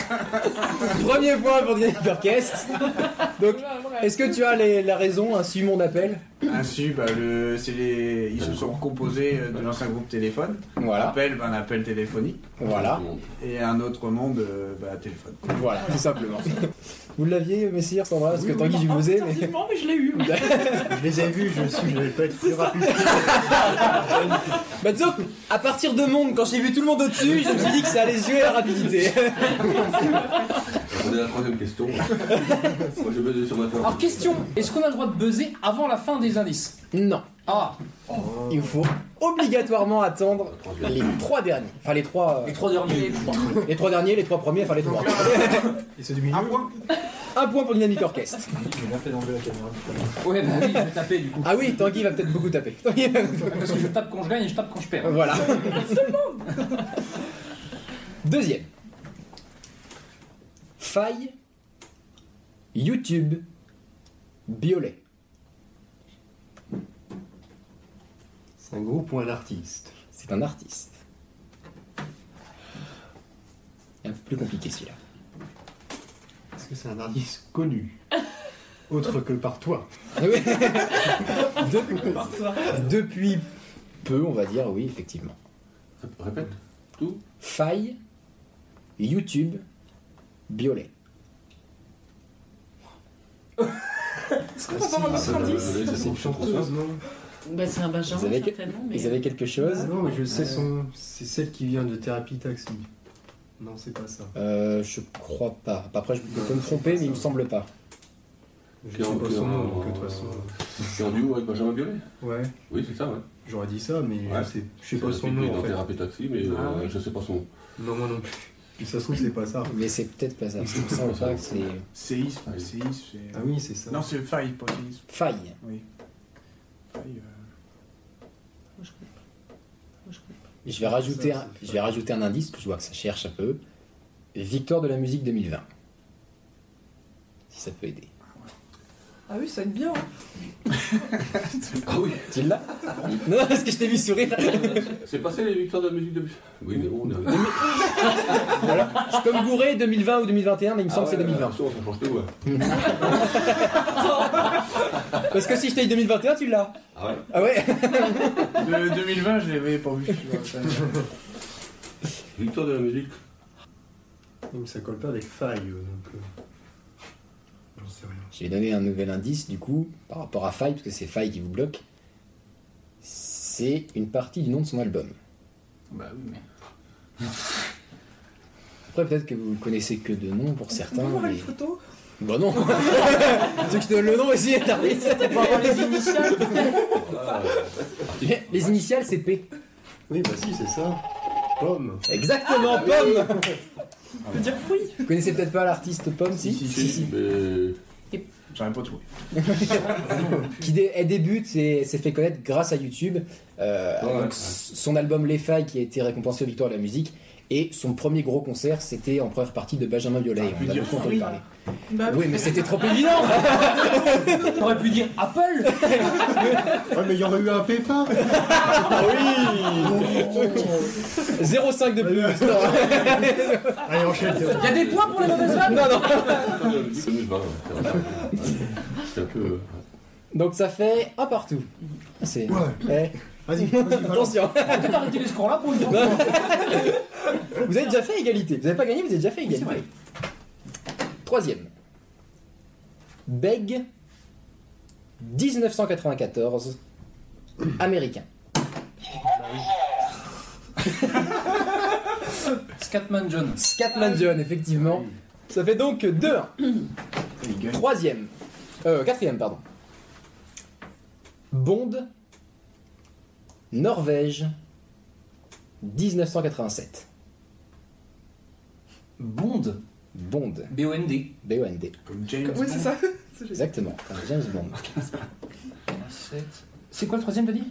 A: Premier point pour Dynamic Orchestre. Donc, est-ce que tu as les- la raison, insu, monde, appel
C: Ainsi, bah, le, c'est les, ils se sont recomposés euh, de l'ancien groupe téléphone.
A: Voilà,
C: Appel, bah, un appel téléphonique.
A: voilà,
C: Et un autre monde, euh, bah, téléphone.
A: voilà, tout simplement. Vous l'aviez, messire, Sandra Parce que
H: oui,
A: Tanguy, j'ai
H: non,
A: buzzé, mais...
H: tardivement, Bah, mais je l'ai eu.
F: Je les ai vus, je me suis dit, je vais pas être plus rapide.
A: Bah disons, que, à partir de monde, quand j'ai vu tout le monde au-dessus, je me suis dit que ça allait se jouer à la rapidité.
E: On est à la troisième question. Moi, je buzz sur ma
B: Alors
E: fin.
B: question, est-ce qu'on a le droit de buzzer avant la fin des indices
A: Non,
B: Ah,
A: il faut obligatoirement attendre les trois derniers. Enfin les trois... euh,
B: les trois derniers.
A: Les trois derniers, les trois premiers, enfin les trois.
F: Et c'est du milieu
C: Un point
A: Un point pour Dynamic Orchestre.
F: J'ai bien fait d'enlever la caméra.
B: Ouais, bah oui, je vais taper du coup.
A: Ah oui, Tanguy va peut-être beaucoup taper. Tanguy va-
B: Parce que je tape quand je gagne et je tape quand je perds.
A: Voilà. Deuxième. Faille, YouTube, Biolay.
G: C'est un groupe ou un artiste
A: C'est un artiste. Un peu plus compliqué celui-là.
G: Est-ce que c'est un artiste connu Autre que par toi
A: Ah Depuis, depuis peu, on va dire, oui, effectivement.
E: Répète. Tout
A: Faille, YouTube, Biolay.
G: Ah,
H: Est-ce qu'on peut avoir un autre indice
E: c'est une chanteuse.
G: non
D: Bah, c'est un
A: Vous
D: benjamin
A: avez-
D: certainement, mais
A: Vous avez quelque chose
G: Non, mais je sais son. C'est celle qui vient de Thérapie Taxi. Non, c'est pas ça.
A: Euh, Je crois pas. Après, je peux me tromper, mais il me semble pas.
G: Je
E: Qui est
G: sais
E: en-
G: pas
E: qui est
G: son nom,
E: en-
G: donc de toute façon.
E: C'est en duo avec Benjamin Biolay
G: Ouais,
E: Oui, c'est ça, ouais.
G: j'aurais dit ça, mais
E: Ouais.
G: je sais, je sais pas son nom en
E: Dans
G: fait.
E: Thérapie Taxi, mais euh,
G: Ah, oui.
E: je sais pas son nom.
G: Non, moi non plus. Et ça se trouve, c'est pas ça.
A: Mais c'est peut-être pas ça. parce que Il me semble pas que c'est.
C: Séisme, séisme, c'est.
G: Ah oui, c'est ça.
C: Non, c'est faille, pas séisme.
A: Faille.
C: Oui. Faille, euh,
D: Moi, je connais pas. Moi, je connais pas.
A: Je vais rajouter,
G: Ça,
A: un,
G: c'est
A: je vais rajouter un indice, parce que je vois que ça cherche un peu. Victoire de la musique 2020. Si ça peut aider.
H: Ah oui, ça va être bien. hein.
E: Ah oui
A: Tu l'as Non, parce que je t'ai vu sourire.
E: C'est passé les victoires de la musique de... Oui, mais bon, on est...
G: Ah
A: Voilà. Je peux me gourer 2020 ou 2021, mais il me semble que
E: Ah
A: c'est
E: ouais,
A: 2020.
E: attention, Ça change tout, ouais.
A: Parce que si je t'ai dit 2021, tu l'as.
E: Ah ouais
A: Ah ouais
C: De 2020, je l'avais pas vu. tu vois, ça-
E: Victoire de la musique.
G: Donc ça colle pas avec faille, euh, donc. euh, J'en sais rien.
A: Je vais donner un nouvel indice, du coup, par rapport à Faille, parce que c'est Faille qui vous bloque. C'est une partie du nom de son album.
C: Bah oui, mais.
A: Après, peut-être que vous connaissez que de noms pour
H: On peut
A: certains.
H: voir
A: mais-
H: une photo
A: Bah non Tu veux que je te donne le nom aussi, l'indice
H: Les initiales
E: Ah,
A: Les initiales, c'est P.
G: Oui, bah si, c'est ça. Pomme.
A: Exactement, Pomme
H: On peut dire fruit
A: Vous connaissez peut-être pas l'artiste Pomme, si,
C: Si,
E: si, si, mais...
C: J'aurais pas trouvé.
A: Qui dé- elle débute et s'est fait connaître grâce à YouTube. Euh,
E: Ouais,
A: donc,
E: ouais.
A: Son album Les Failles qui a été récompensé aux Victoires de la musique. Et son premier gros concert, c'était en première partie de Benjamin
G: Ah,
A: Biolay.
C: T'aurais
A: On
C: pu
A: a
C: dire
A: beaucoup entendu
C: oui.
A: parler.
H: Bah
A: Oui, mais c'était trop évident
B: T'aurais pu dire Apple
G: Ouais, mais il y aurait eu un pépin
A: Oui 0,5 de plus
G: Allez, enchaîne, c'est
B: Il y a des points pour les mauvaises vannes
A: Non, non
E: Victoire de la musique 2020, ouais, c'est vrai. C'est un peu... euh,
A: Donc ça fait un partout. C'est.
G: Ouais.
A: Eh,
G: Vas-y, vas-y, balance.
A: attention
B: Peut-être arrêter les scores là pour une fois.
A: Non. Vous avez déjà fait égalité. Vous n'avez pas gagné, vous avez déjà fait égalité.
B: vrai.
A: Troisième. Beg 1994 américain.
B: Scatman John.
A: Scatman John, effectivement. Ça fait donc 2-1.
C: Les gars,
A: Troisième. Euh, quatrième, pardon. Bond, Norvège, 1987.
B: Bond.
A: Bond,
B: B-O-N-D.
A: B-O-N-D.
C: comme James.
H: Oui, c'est ça. C'est génial.
A: Exactement, comme James Bond.
B: C'est quoi le troisième, t'as dit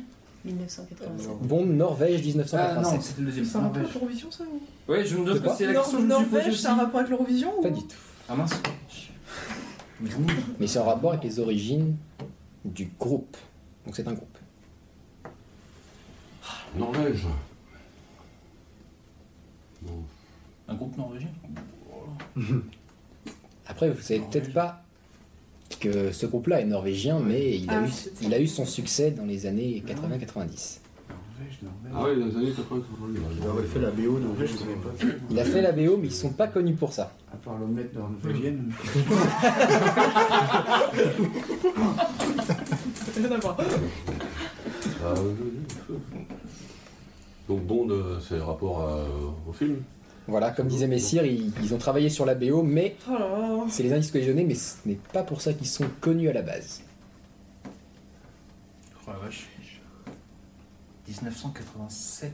D: 1987.
A: Bond, Norvège,
B: Ah non,
A: 1987.
B: c'était le deuxième.
H: C'est un rapport avec l'Eurovision, ça ou
B: Ouais, je me demande
A: C'est quoi
B: si c'est la question que je me suis posée
H: Norvège,
B: aussi.
H: c'est un rapport avec l'Eurovision ou
A: Pas du tout.
B: Ah mince.
A: Mais c'est en rapport avec les origines du groupe. Donc c'est un groupe.
E: Norvège. Bon.
B: Un groupe norvégien
A: Après, vous savez peut-être pas que ce groupe-là est norvégien, mais il a,
H: Ah,
A: eu,
H: c'est- Ah.
A: il a eu son succès dans les années 80-90.
C: Norvège,
E: Ah
C: Norvège.
E: ouais, dans les années 80,
G: Il aurait fait Ah la BO, donc je connais pas.
A: Il a fait la BO, mais ils sont pas connus pour ça.
C: À part l'omelette norvégienne.
H: Rien à voir.
E: Ah, oui, oui, oui. Donc Bond, euh, c'est rapport à, euh, au film.
A: Voilà, comme disait Messire, ils, ils ont travaillé sur la BO, mais
H: Oh là là.
A: c'est les indices que j'ai donnés, mais ce n'est pas pour ça qu'ils sont connus à la base.
B: Oh la vache. 1987.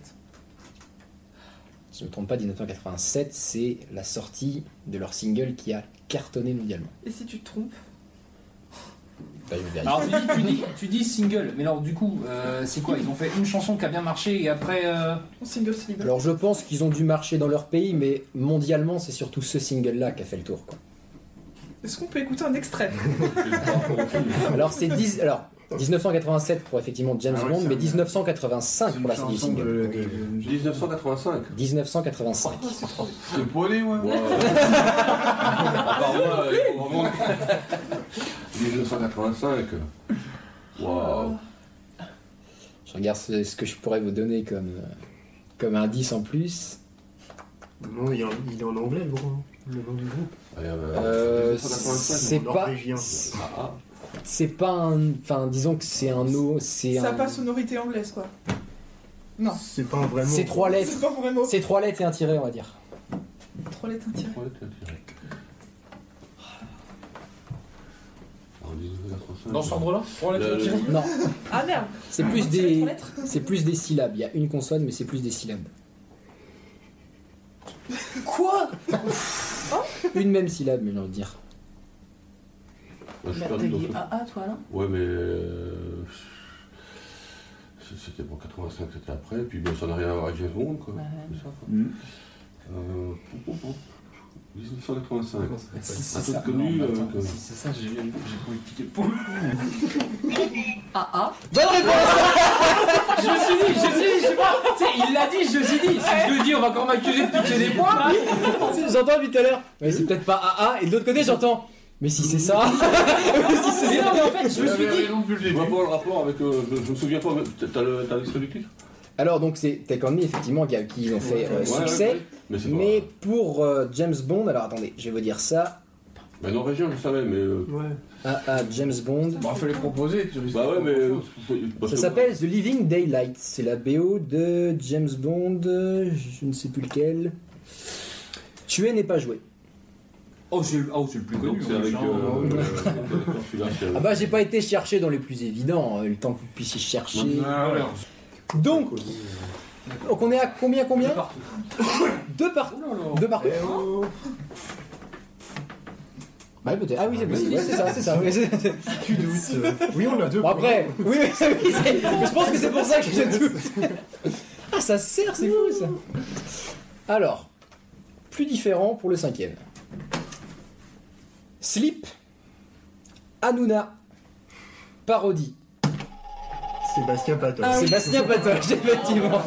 A: Si je ne me trompe pas, 1987, c'est la sortie de leur single qui a cartonné mondialement.
H: Et si tu te trompes
A: D'ailleurs, derrière.
B: Alors tu dis, tu dis, tu dis single, mais alors du coup, euh, c'est quoi Ils ont fait une chanson qui a bien marché et après. euh,
H: Single célibat.
A: Alors je pense qu'ils ont dû marcher dans leur pays, mais mondialement, c'est surtout ce single-là qui a fait le tour. quoi.
H: Est-ce qu'on peut écouter un extrait
A: Alors c'est 10... Alors, 1987 pour effectivement James
C: Ah ouais,
A: Bond,
C: c'est
A: mais
C: un-
A: 1985
C: C'est
A: pour
C: une
A: la sortie du
C: chanson
A: single.
C: de, de- de-
E: 1985.
A: 1985.
H: Ah,
C: de poney, moi.
E: Wow. Ah, bah, ouais, ils vont remonter. 1985. Waouh.
A: Je regarde ce, ce que je pourrais vous donner comme, euh, comme indice en plus.
G: Non, il est en, il est en anglais, le hein. groupe. Le nom du groupe.
E: Ouais, ouais,
A: Euh,
E: 1985,
A: c'est
G: non,
A: pas,
G: norvégien.
A: c'est-
E: ah, ah.
A: c'est pas un, enfin disons que c'est un O, c'est
H: Ça
A: un,
H: n'a pas sonorité anglaise, quoi. Non.
G: C'est pas vraiment.
A: c'est trois
H: C'est
A: lettres,
H: pas vraiment.
A: c'est trois lettres et un tiret on va dire.
H: Trois lettres intirées.
E: Ouais, t'as tiré. En 1985.
B: Dans ce ordre-là
E: Le- le-
A: Non,
H: Ah merde
A: c'est plus
H: On dirait
A: des,
H: trois lettres.
A: c'est plus des syllabes. Il y a une consonne mais c'est plus des syllabes.
H: Quoi
A: Une même syllabe mais j'ai envie de dire.
E: Ouais, je suis
D: Merde,
E: perdu
D: t'as
E: dans ce
D: dit
E: truc.
D: AA, Ah, toi, là
E: Ouais, mais. euh, C'était pour 85, c'était après, puis bon, ça n'a rien à voir avec James Bond, quoi.
D: Ouais, ouais.
E: C'est ça, quoi.
C: Mm.
E: Euh, pou, pou, pou. 1985.
B: Si
E: Un
B: c'est
E: truc
B: ça.
E: connu,
B: Non,
E: euh,
B: attends,
E: comme-
B: Si c'est ça, j'ai j'ai trouvé le ticket pour.
D: AA
A: Bonne réponse.
B: Je me suis dit, je me suis dit, je sais pas. Tu sais, il l'a dit, je me suis dit. Si je le dis, on va encore m'accuser de piquer des points.
A: J'entends depuis tout à l'heure. Mais c'est peut-être pas AA et de l'autre côté j'entends. Mais si c'est ça. mais si c'est
B: Mais
A: ça.
B: non, mais en fait, je me suis dit.
E: Je vois pas le rapport avec. euh, je, je me souviens pas, mais t'as- t'as le- t'as l'extrait du titre
A: Alors donc c'est Take On Me effectivement qui, a- qui ils ont fait euh,
E: Ouais,
A: succès.
E: ouais, ouais. Mais c'est
A: Mais
E: pas.
A: pour euh, James Bond, alors attendez, je vais vous dire ça.
E: Bah, Norvégien, je le savais, mais. euh,
G: Ouais.
A: Ah, ah, James Bond.
C: Bah, faut les proposer, tu risques
E: Bah ouais,
C: pas
E: mais.
C: grand-chose.
E: parce
A: Ça
E: que-
A: s'appelle The Living Daylight. C'est la BO de James Bond, euh, je ne sais plus lequel. Tuer n'est pas joué.
B: Oh, c'est le oh, c'est le plus
E: Donc
B: connu.
E: c'est
B: hein,
E: avec.
B: genre.
E: euh,
C: Ah bah,
E: d'accord, celui-là, c'est-
A: Ah bah j'ai pas été chercher dans les plus évidents, euh, le temps que vous puissiez chercher.
C: Ah, ouais.
A: Donc, donc on est à combien combien
B: partout.
A: Deux partout.
B: Oh là là.
A: Deux partout. Ouais, peut-être. Ah oui, c'est possible. Ouais, c'est ça, c'est ça. Ouais, c'est-
G: Tu doutes. euh. Oui, on a deux.
A: Bon, après, oui, oui, c'est- oui, c'est- je pense que c'est pour ça que je doute. Ah, ça sert, c'est fou ça. Alors, plus différent pour le cinquième. Slip, Hanouna, parodie.
G: Sébastien Patton.
H: Ah oui.
A: Sébastien Patoche, effectivement.
G: Donc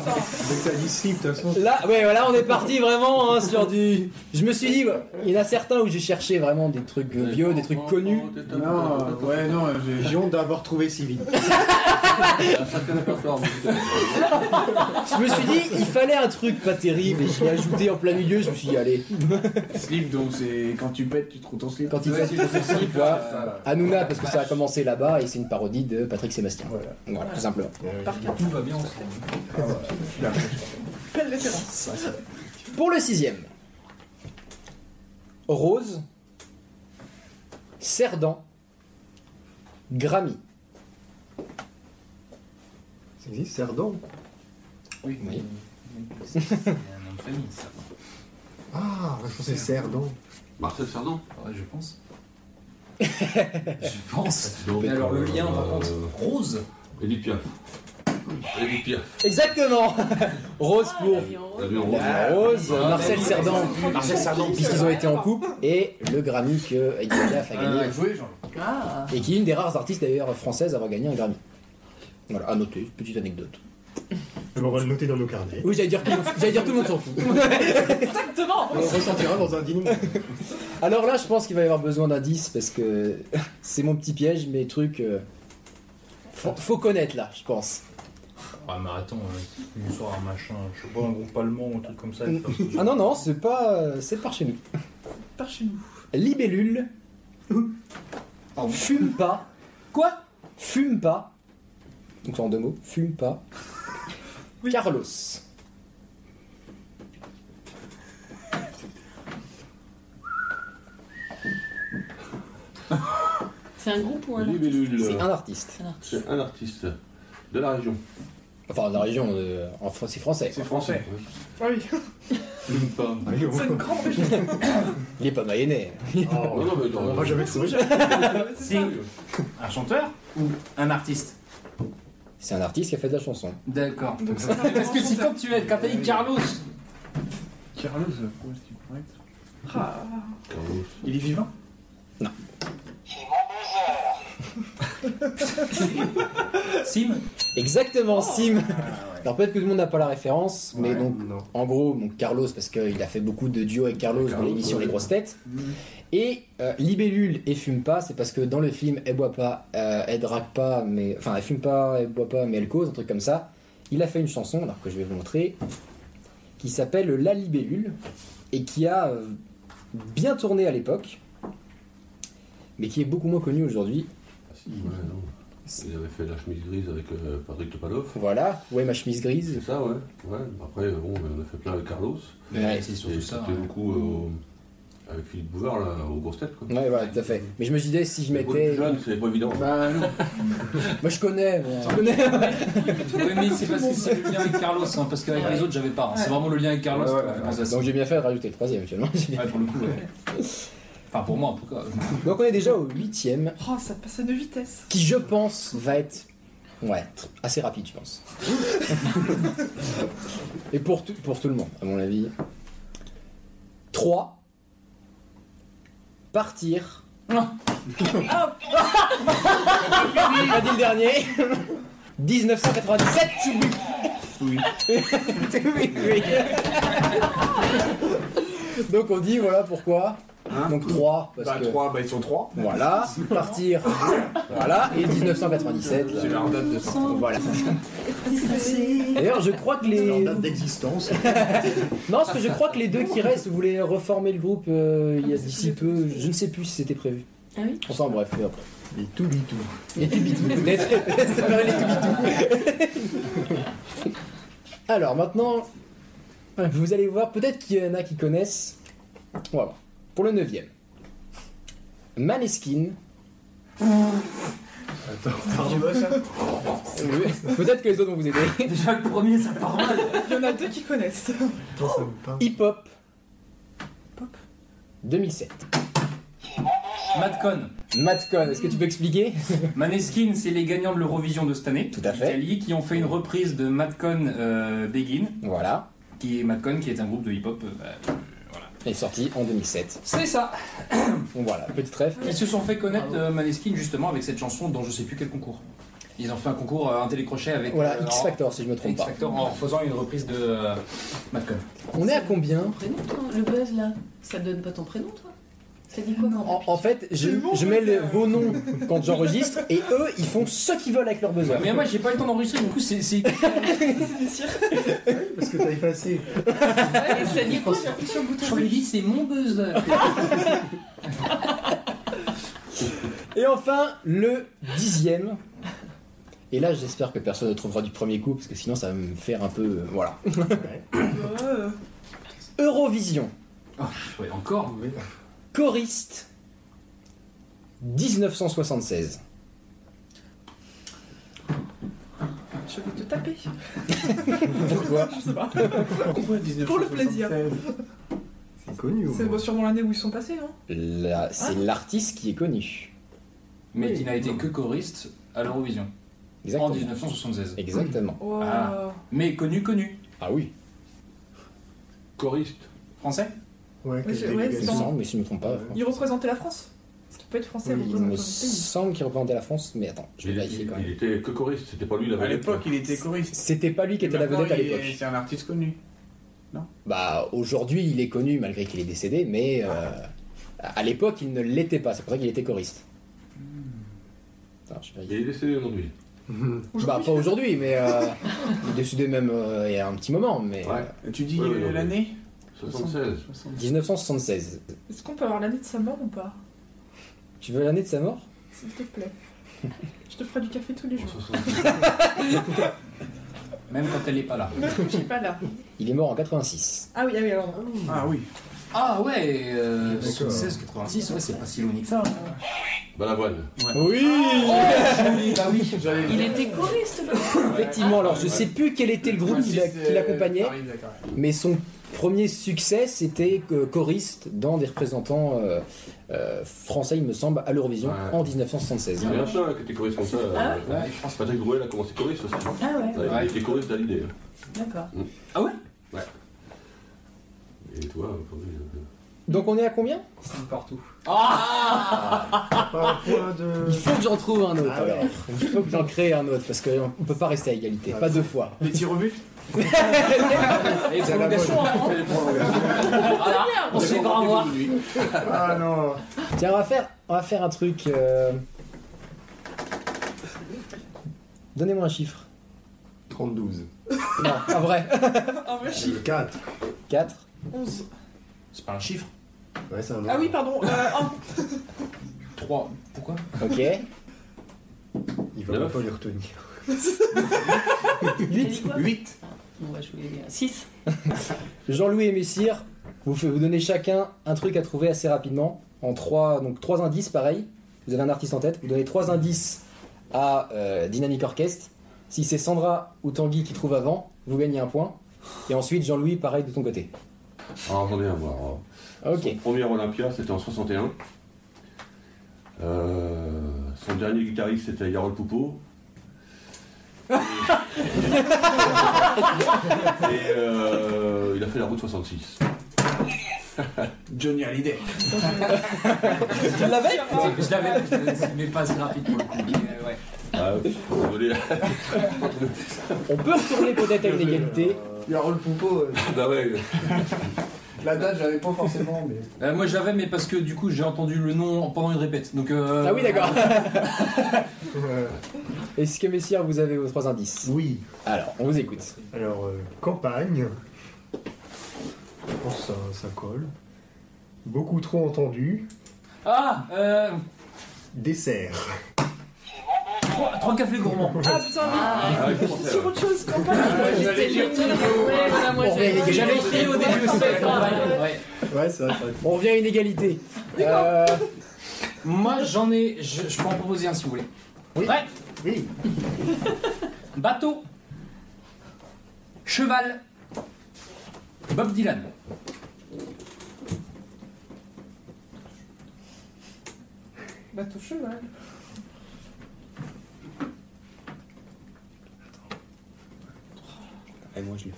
G: t'as dit slip, de toute façon.
A: Là, ouais, voilà, on est parti vraiment hein, sur du. Je me suis dit, ouais, il y en a certains où j'ai cherché vraiment des trucs euh, vieux, des trucs connus.
C: Non, euh, ouais, non, euh, j'ai.
G: J'ai honte d'avoir trouvé si vite.
E: Un sacré répertoire musical.
A: Je me suis dit, il fallait un truc pas terrible et je l'ai ajouté en plein milieu. Je me suis dit, allez,
C: Slip, donc c'est quand tu pètes, tu trouves ton slip. Ah,
A: Quand il
C: Ouais,
A: pète, tu trouves ton slip, ouais.
C: voilà.
A: Hanouna, parce que ça a commencé là-bas et c'est une parodie de Patrick Sébastien. Voilà, tout simplement.
G: Euh,
H: Par cœur.
B: Tout va bien ensemble.
H: Belle référence.
A: Pour le sixième, Rose, Cerdan, Grammy.
G: Ça existe, Cerdan
B: Oui.
A: Oui.
B: C'est un nom de famille, ça.
G: Ah, je pensais Cerdan.
E: Marcel Cerdan.
B: Ouais, je pense. je pense.
E: Donc,
B: Mais alors le lien, par
E: euh,
B: contre, rose.
E: Edith Piaf. Edith Piaf.
A: Exactement Rose
D: Ah,
A: pour
D: l'avion
E: La
D: rose.
E: vie en rose.
A: la Rose,
B: Ah,
A: Marcel
B: mais-
A: Cerdan,
B: Marcel Cerdan,
A: puisqu'ils ont été en couple, et le Grammy que Edith Piaf a gagné.
B: Bien joué, Jean.
D: Ah
A: Et qui est une des rares artistes d'ailleurs françaises à avoir gagné un Grammy. Voilà, à noter, petite anecdote.
G: Eh ben, On va le noter dans nos carnets.
A: Oui, j'allais dire, que- j'allais dire tout le monde s'en fout.
H: Exactement
G: On le ressentira Ah, dans un dîner.
A: Alors là, je pense qu'il va y avoir besoin d'indices parce que c'est mon petit piège, mes trucs. euh, Faut, faut connaître là, je pense.
I: Ah mais attends,
F: hein,
I: euh, une histoire un machin, je sais pas, un groupe allemand ou un truc comme ça. c'est pas possible.
A: Ah non, non, c'est pas. euh, C'est par chez nous.
H: Par chez nous.
A: Libellule. Fume pas. Quoi Fume pas. Donc c'est en deux mots. Fume pas. Carlos.
D: C'est un groupe ou un artiste
E: Libellule.
A: C'est un artiste.
D: C'est un artiste.
E: euh, C'est un artiste de la région.
A: Enfin, de la région, euh, en Fran- c'est français.
C: C'est français.
H: Ah oui,
E: Même pas.
H: c'est une grande région.
A: Il est pas mayonnais.
E: Non, non, mais dans-
G: On va jamais te sauver.
B: Si. ah, Un chanteur ou un artiste
A: C'est un artiste qui a fait de la chanson.
B: D'accord.
H: Donc, ça,
J: Parce que si quand tu as, quand t'as
B: Euh,
J: dit Carlos,
C: Carlos, comment est-ce qu'il pourrait être
H: Ah,
C: Il est vivant
B: Sim
A: Exactement, Sim. Alors peut-être que tout le monde n'a pas la référence, mais
G: Ouais,
A: donc
G: non.
A: en gros, donc Carlos, parce qu'il a fait beaucoup de duos avec Carlos dans
E: Carlos,
A: l'émission
E: ouais.
A: Les Grosses Têtes. Et euh, Libellule et Fume pas, c'est parce que dans le film, elle boit pas, euh, elle drague pas, mais. Enfin, elle fume pas, elle boit pas, mais elle cause, un truc comme ça. Il a fait une chanson, alors que je vais vous montrer, qui s'appelle La Libellule, et qui a euh, bien tourné à l'époque, mais qui est beaucoup moins connue aujourd'hui.
E: Ouais, non. Ils avaient fait la chemise grise avec euh, Patrick Topalov.
A: Voilà, ouais, ma chemise
E: C'est
A: grise.
E: ça, ouais. ouais. Après, euh, bon, on a fait plein avec Carlos.
A: Ouais.
B: c'est surtout
E: Et
B: ça.
E: c'était beaucoup euh, avec Philippe Bouvard, là, aux grosses têtes, quoi.
A: Ouais, voilà, tout à fait. Mais je me disais, si je
E: Mais pour
A: mettais.
E: les jeunes, c'est pas évident.
J: bah non.
A: Moi, je connais, mais- je connais. hein.
B: Oui, mais c'est parce que c'est le lien avec Carlos, hein, parce qu'avec
D: Ouais.
B: les autres, j'avais pas. hein. C'est vraiment le lien avec Carlos.
A: Ouais, ouais,
B: qui m'a fait penser à ça.
A: Donc, j'ai bien fait de rajouter le troisième, actuellement.
B: Ouais, pour le coup, ouais. Enfin, pour moi, en tout cas.
A: Donc, on est déjà au huitième.
H: oh, ça passe à une vitesse.
A: qui je pense va être ouais, tr- assez rapide, je pense. Et pour tout, pour tout le monde, à mon avis. 3. Partir. Non. Pas dit le dernier. 1997. Oui. oui, oui. Donc on dit voilà pourquoi.
C: Hein
A: Donc 3 parce
C: Bah
A: que
C: 3, bah ils sont 3.
A: voilà, partir. voilà, et 1997. là.
C: C'est leur date de sortie.
A: Voilà. D'ailleurs, je crois que
G: C'est leur
A: les.
G: date d'existence.
A: Non, parce que je crois que les deux qui restent voulaient reformer le groupe euh, il y a d'ici peu. Je ne sais plus si c'était prévu.
D: Ah oui
A: Enfin, bref, peu après.
G: Les tout du tout.
A: Les Tubitou. Les- Ça paraît les Tubitou. Alors, maintenant, vous allez voir, peut-être qu'il y en a qui connaissent. On va voir. Pour le neuvième. Maneskin.
G: Attends, pardon. ça
A: Peut-être que les autres vont vous aider.
B: Déjà, le premier, ça part mal.
H: Il y en a deux qui connaissent.
G: Attends, ça me parle.
A: Hip Hop. 2007.
B: Matcon.
A: Matcon, est-ce que tu peux expliquer
B: Maneskin, c'est les gagnants de l'Eurovision de cette année.
A: Tout à fait.
B: Italie, qui ont fait une reprise de Matcon euh, Begin,
A: Voilà,
B: qui est Matcon, qui est un groupe de hip-hop. euh, bah, voilà.
A: elle est sortie en 2007.
B: C'est ça.
A: Donc voilà, petite rêve.
B: Ils se sont fait connaître euh, Maneskin justement avec cette chanson dans je sais plus quel concours. Ils ont fait un concours, euh, un télécrochet avec.
A: Voilà,
B: euh,
A: X Factor si je me
B: en-
A: trompe
B: X
A: pas.
B: Factor en faisant une reprise de euh, Matcon.
A: On est à combien
D: Prénom, toi, le buzz là, ça donne pas ton prénom toi Ça dit quoi quand
A: en, en fait, je, je mets le- vos noms quand j'enregistre et eux, ils font ce qu'ils veulent avec leur buzzer.
B: Mais moi j'ai pas eu le temps d'enregistrer, du coup c'est. c'est-
G: Parce que t'as effacé.
D: t'as- Ah Ça dit
H: Oh,
D: quoi genre
B: Je lui ai dit c'est mon buzzer.
A: Et enfin, le dixième. Et là, j'espère que personne ne trouvera du premier coup parce que sinon, ça va me faire un peu. euh, voilà.
H: Euh,
A: Eurovision,
B: Ouais, encore.
G: Oui.
A: choriste, 1976.
H: je vais te taper.
A: Pourquoi
H: Je sais pas.
C: Pourquoi 1976
H: Pour le plaisir.
G: C'est connu. au
H: C'est
G: moins.
H: bon, sûrement l'année où ils sont passés, hein. non
A: Là, C'est l'artiste qui est connu.
B: Mais qui n'a été que choriste à l'Eurovision en
A: Exactement.
B: 1976.
A: Exactement.
H: Wow.
B: Ah. Mais connu, connu.
A: Ah oui,
E: Choriste.
B: Français
G: Ouais,
H: Ouais,
G: quelle
H: c'est- ouais,
A: il me
H: Dans-
G: délégation.
A: semble, mais si je ne me trompe pas.
G: Ouais.
H: Ils représentaient la France Ça peut être français,
A: Oui, il
H: représenter
A: me
H: le pays.
A: semble qu'il représentait la France, mais attends, je vais
E: Il,
A: vérifier
E: il-
A: quand même.
E: il était que choriste, c'était pas lui la
C: À
E: vedette,
C: l'époque, il était choriste.
A: C'était pas lui qui était la
C: Maintenant,
A: vedette à
C: il est-
A: l'époque.
C: C'est un artiste connu.
A: Bah, aujourd'hui, il est connu malgré qu'il est décédé, mais euh, à l'époque, il ne l'était pas. C'est pour ça qu'il était choriste. Attends, je vais
E: Il
A: vérifier.
E: est décédé aujourd'hui.
A: Bah, pas Hmm. aujourd'hui, mais euh, il est décédé même euh, il y a un petit moment, mais.
E: Ouais.
A: euh,
C: Tu dis
E: Ouais,
C: euh,
E: ouais, ouais.
C: l'année
E: 76.
A: 1976.
H: Est-ce qu'on peut avoir l'année de sa mort ou pas
A: Tu veux l'année de sa mort
H: S'il te plaît. Je te ferai du café tous les
E: En
H: jours.
E: 76.
B: Même quand elle est pas là.
H: Même quand je suis pas là.
A: Il est mort en 86.
H: Ah oui, ah oui, alors.
C: Ah oui.
B: Ah ouais, euh,
G: D'accord.
B: 76, 86, ouais, c'est pas si loin que ça. hein.
E: Balavoine.
A: Oui
K: bah oui, j'avais
D: Il était choriste, le
A: Effectivement, alors je sais plus quel était le groupe qui l'a- qui
C: Ah
A: l'accompagnait, mais son premier succès c'était que choriste dans des représentants euh, euh, français, il me semble, à l'Eurovision en 1976.
E: Il y en a plein qui étaient choristes comme ça.
D: Ah
E: euh, Patrick Drouet, il a commencé choriste aussi.
D: Ah ouais,
E: Ouais, Il était choriste hein. à l'idée.
D: d'accord.
E: Et toi, aujourd'hui. euh,
A: Donc on est à combien
I: partout.
G: Pas un point de.
A: Il faut que j'en trouve un autre
G: Ah ouais.
A: alors. Il faut que j'en crée un autre parce qu'on ne peut pas rester à égalité,
G: Ah,
A: pas deux fois.
C: Les tirs au but
K: Et
G: C'est à la
K: prolongation, hein. Voilà, on se fait pas avoir.
G: Ah non
A: Tiens, on va faire, on va faire un truc. euh, Donnez-moi un chiffre.
G: 32.
A: Non, un vrai.
H: Un vrai chiffre.
G: 4.
A: 4.
H: 11.
K: C'est pas un chiffre.
G: Ouais, c'est un
H: Ah oui, pardon. Euh, un.
K: 3. Pourquoi
A: Ok.
G: Il va
E: Neuf.
G: pas les retenir.
A: 8.
C: 8
D: Bon, bah, je voulais bien. 6.
A: Jean-Louis et Messire, vous, faites- vous donnez chacun un truc à trouver assez rapidement. En trois, donc trois indices, pareil. Vous avez un artiste en tête. Vous donnez trois indices à euh, Dynamic Orchestre. Si c'est Sandra ou Tanguy qui trouve avant, vous gagnez un point. Et ensuite, Jean-Louis, pareil de ton côté.
E: Alors Ah, j'en ai un, moi. alors.
A: Ah, Ok.
E: Son premier Olympia, c'était en 61. Euh, son dernier guitariste, c'était Yarol Poupeau. Et, Et, euh, il a fait la route 66.
C: Johnny Hallyday.
A: Tu l'avais
H: ah,
K: Je l'avais, je l'avais, mais pas assez rapide pour le coup. mais, euh, ouais.
E: Ah, désolé.
A: On peut retourner peut-être à une égalité.
C: Il a rôle poupeau. euh,
E: Bah ouais.
C: La date, j'avais pas forcément, mais.
K: Euh, moi je l'avais, mais parce que du coup j'ai entendu le nom pendant une répète. Donc, euh,
A: Ah oui, d'accord. Est-ce que Messire, vous avez vos trois indices
G: euh, Oui.
A: Alors, on vous écoute.
G: Alors, euh, campagne. Je pense que ça, ça colle. Beaucoup trop entendu.
K: Ah euh,
G: Dessert.
K: trois, trois cafés gourmands.
H: Ah putain, oui.
E: Ah, je
H: Je suis
E: pensais,
H: sur
E: ouais.
H: autre chose, campagne.
C: J'allais dire
D: Ouais, voilà, moi
A: On revient à
D: j'ai.
K: J'avais
A: l'égalité.
K: écrit au début
D: Ah,
K: aussi. Ah, ouais, ouais, ouais.
G: Ouais, c'est vrai.
A: On revient à une égalité. Euh,
K: Moi j'en ai. Je, je peux en proposer un si vous voulez.
G: Oui.
K: Ouais.
G: Oui.
K: Bateau. Cheval. Bob Dylan.
H: Bateau Bah, cheval.
A: et Eh, moi, je l'ai.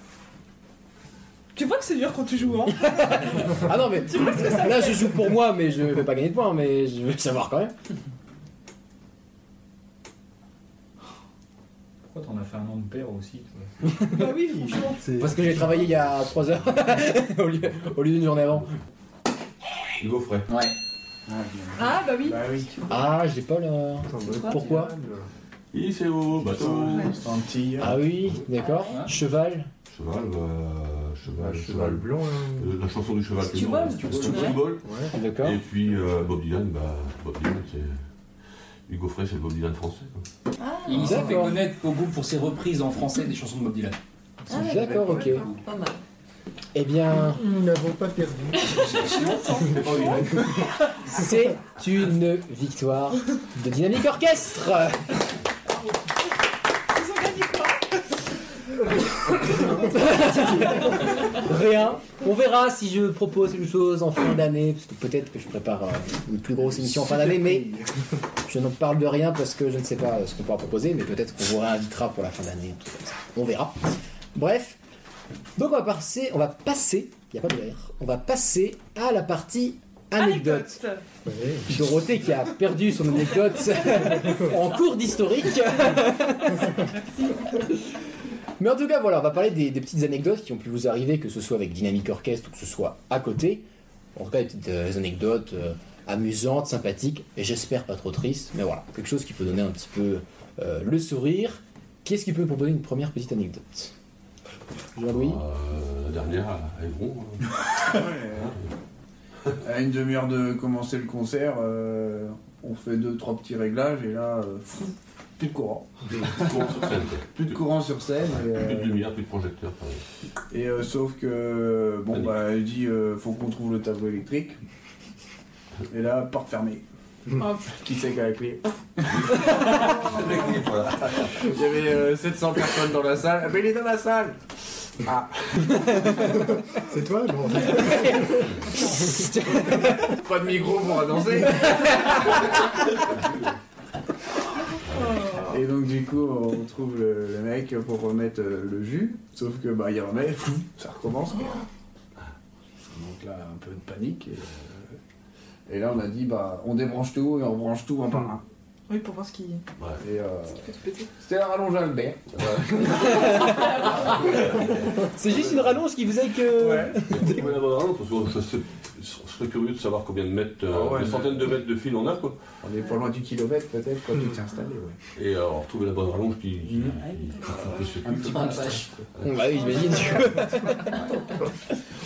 H: Tu vois que c'est dur quand tu joues, hein
A: Ah non, mais là, je joue pour moi, mais je vais pas gagner de points, mais je veux savoir quand même.
I: Pourquoi t'en as fait un nom de père aussi toi
H: Bah oui, franchement.
G: C'est
A: Parce que j'ai travaillé il y a 3 heures au lieu, au lieu d'une journée avant.
E: Hugo Frey.
K: Ouais.
H: Ah bah oui.
C: Bah oui.
A: Ah, j'ai pas l'heure.
G: Attends, mode
D: quoi
A: Pourquoi
G: canne.
E: Il c'est au bateau.
C: C'est un petit.
A: Ah oui, d'accord. Cheval.
E: Cheval, euh,
G: Ah,
E: cheval,
G: le cheval
E: cheval.
G: blanc, là.
E: Euh, La chanson du cheval.
D: Stu Ball, Stu Ball,
E: Stu
D: ouais.
E: Ball.
G: Ouais.
A: D'accord.
E: Et puis euh, Bob Dylan, bah Bob Dylan, c'est. Hugo Frey, c'est le Bob Dylan français. quoi.
K: Il s'est fait
A: D'accord.
K: connaître beaucoup pour ses reprises en français des chansons de Bob Dylan.
D: Ah,
A: D'accord, ok.
D: Pas mal.
A: Eh bien,
G: Nous n'avons pas perdu.
A: c'est une victoire de Dynamic Orchestre.
H: Ils ont gagné quoi
A: Rien. On verra si je propose quelque chose en fin d'année, parce que peut-être que je prépare euh, une plus grosse émission en fin d'année, mais je n'en parle de rien parce que je ne sais pas ce qu'on pourra proposer, mais peut-être qu'on vous réinvitera pour la fin d'année, un truc comme ça. On verra. Bref. Donc on va passer, on va passer, il n'y a pas de R, on va passer à la partie anecdote.
G: Ouais.
A: Dorothée qui a perdu son anecdote en cours d'historique. Mais en tout cas, voilà, on va parler des, des petites anecdotes qui ont pu vous arriver, que ce soit avec Dynamic Orchestre ou que ce soit à côté. En tout cas, des petites euh, anecdotes euh, amusantes, sympathiques, et j'espère pas trop tristes, mais voilà, quelque chose qui peut donner un petit peu euh, le sourire. Qui est-ce qui peut me proposer une première petite anecdote Jean-Louis
E: Euh, la dernière à Évron. hein.
C: hein. À une demi-heure de commencer le concert, euh, on fait deux, trois petits réglages et là, euh, fou, plus de courant.
E: Plus de courant sur scène, quoi.
C: Plus de courant sur scène. Et,
E: Plus de
C: euh,
E: lumière, plus de projecteur. quoi.
C: et, euh, sauf que, bon,
E: Allez.
C: euh, bah, elle dit euh, faut qu'on trouve le tableau électrique. Et là, porte fermée.
A: Oh,
C: Qui c'est qui a la clé Ah,
E: Voilà.
C: Il y avait euh, 700 personnes dans la salle. Ah, mais il est dans la salle Ah
G: C'est toi bon.
C: Pas de micro pour annoncer
H: Oh.
C: Et donc du coup on trouve le, le mec pour remettre euh, le jus, sauf que bah il remet, pff, ça recommence quoi. Donc là un peu de panique et, euh, et là on a dit bah on débranche tout et on branche tout un par un.
H: Oui, pour voir ce qui
C: Et, euh,
H: peut se péter.
C: c'était la rallonge à Albert.
A: C'est juste une rallonge qui faisait que.
E: Ouais, voilà, voilà, parce que je, sais- je serais curieux de savoir combien de mètres, euh,
C: Ah ouais,
E: des
C: mais-
E: centaines de mètres de fil on a quoi.
C: On est pas loin du kilomètre peut-être quand tu t'es installé. Ouais.
E: Et euh, on retrouve la bonne rallonge qui. qui- qui- qui- qui-
C: Un petit
E: qui-
C: coup de stress.
A: Bah oui, j'imagine.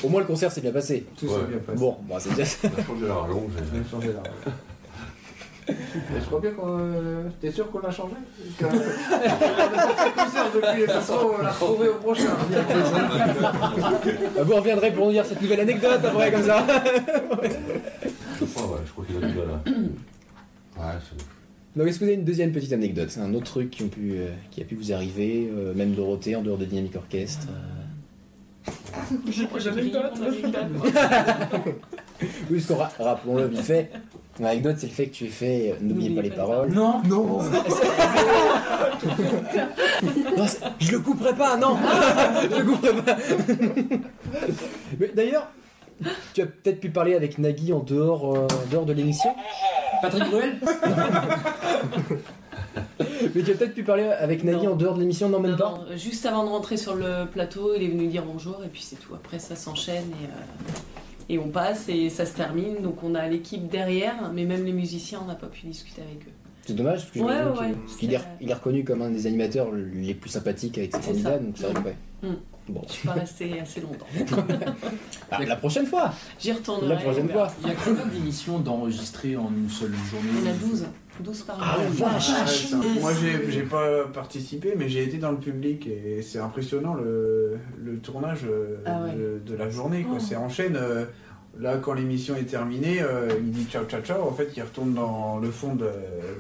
A: Au moins le concert s'est bien passé.
C: Tout
E: Ouais.
C: s'est bien passé.
A: Bon, bah c'est déjà ça.
E: La change de la rallonge.
C: On a
E: et-
C: changé la Et je crois bien qu'on. euh, T'es sûr qu'on l'a changé Parce que- On a pas fait concert depuis, et de toute façon, on l'a retrouvé au prochain.
A: Bah, Vous reviendrez pour nous dire cette nouvelle anecdote après comme ça.
E: Je crois, ouais, je crois qu'il a du mal à. Ouais, c'est.
A: Donc est-ce que vous avez une deuxième petite anecdote Un autre truc qui, ont pu, euh, qui a pu vous arriver, euh, même Dorothée en dehors de Dynamic Orchestre euh.
H: J'ai pris l'anecdote.
A: Oui, parce qu'on ra- rappelons-le vite fait. L'anecdote, c'est le fait que tu aies fait euh, N'oubliez pas les paroles.
K: Non
D: Oh,
G: Non
A: Non, c'est- je le couperai pas, non Je le couperai pas Mais d'ailleurs, tu as peut-être pu parler avec Nagui en dehors, euh, en dehors de l'émission
K: Patrick Bruel
A: Mais tu as peut-être pu parler avec Nagui
D: Non.
A: en dehors de l'émission, non, même
D: Non,
A: pas
D: non, juste avant de rentrer sur le plateau, il est venu dire bonjour et puis c'est tout. Après, ça s'enchaîne et, euh, et on passe et ça se termine. Donc on a l'équipe derrière, mais même les musiciens, on n'a pas pu discuter avec eux.
A: C'est dommage, parce que
D: Ouais,
A: j'imagine
D: ouais,
A: qu'il-
D: ouais.
A: parce qu'il est, il est reconnu comme un des animateurs les plus sympathiques avec ses
D: C'est ça.
A: candidats, donc c'est vrai que ouais.
D: Mm.
A: Bon,
D: Je suis pas restée assez longtemps.
A: Ah, la prochaine fois
D: J'y retournerai.
A: La prochaine fois
K: Il y a combien d'émissions d'enregistrées en une seule journée
D: On a 12. 12 par
A: Ah,
D: an.
A: la vache.
C: Ouais, c'est un- Moi, j'ai j'ai pas participé, mais j'ai été dans le public et c'est impressionnant le, le tournage euh,
D: Ah ouais.
C: de, de la journée. quoi.
D: Oh.
C: C'est enchaîne. euh, là, quand l'émission est terminée, euh, il dit ciao, ciao, ciao. En fait, il retourne dans le fond de,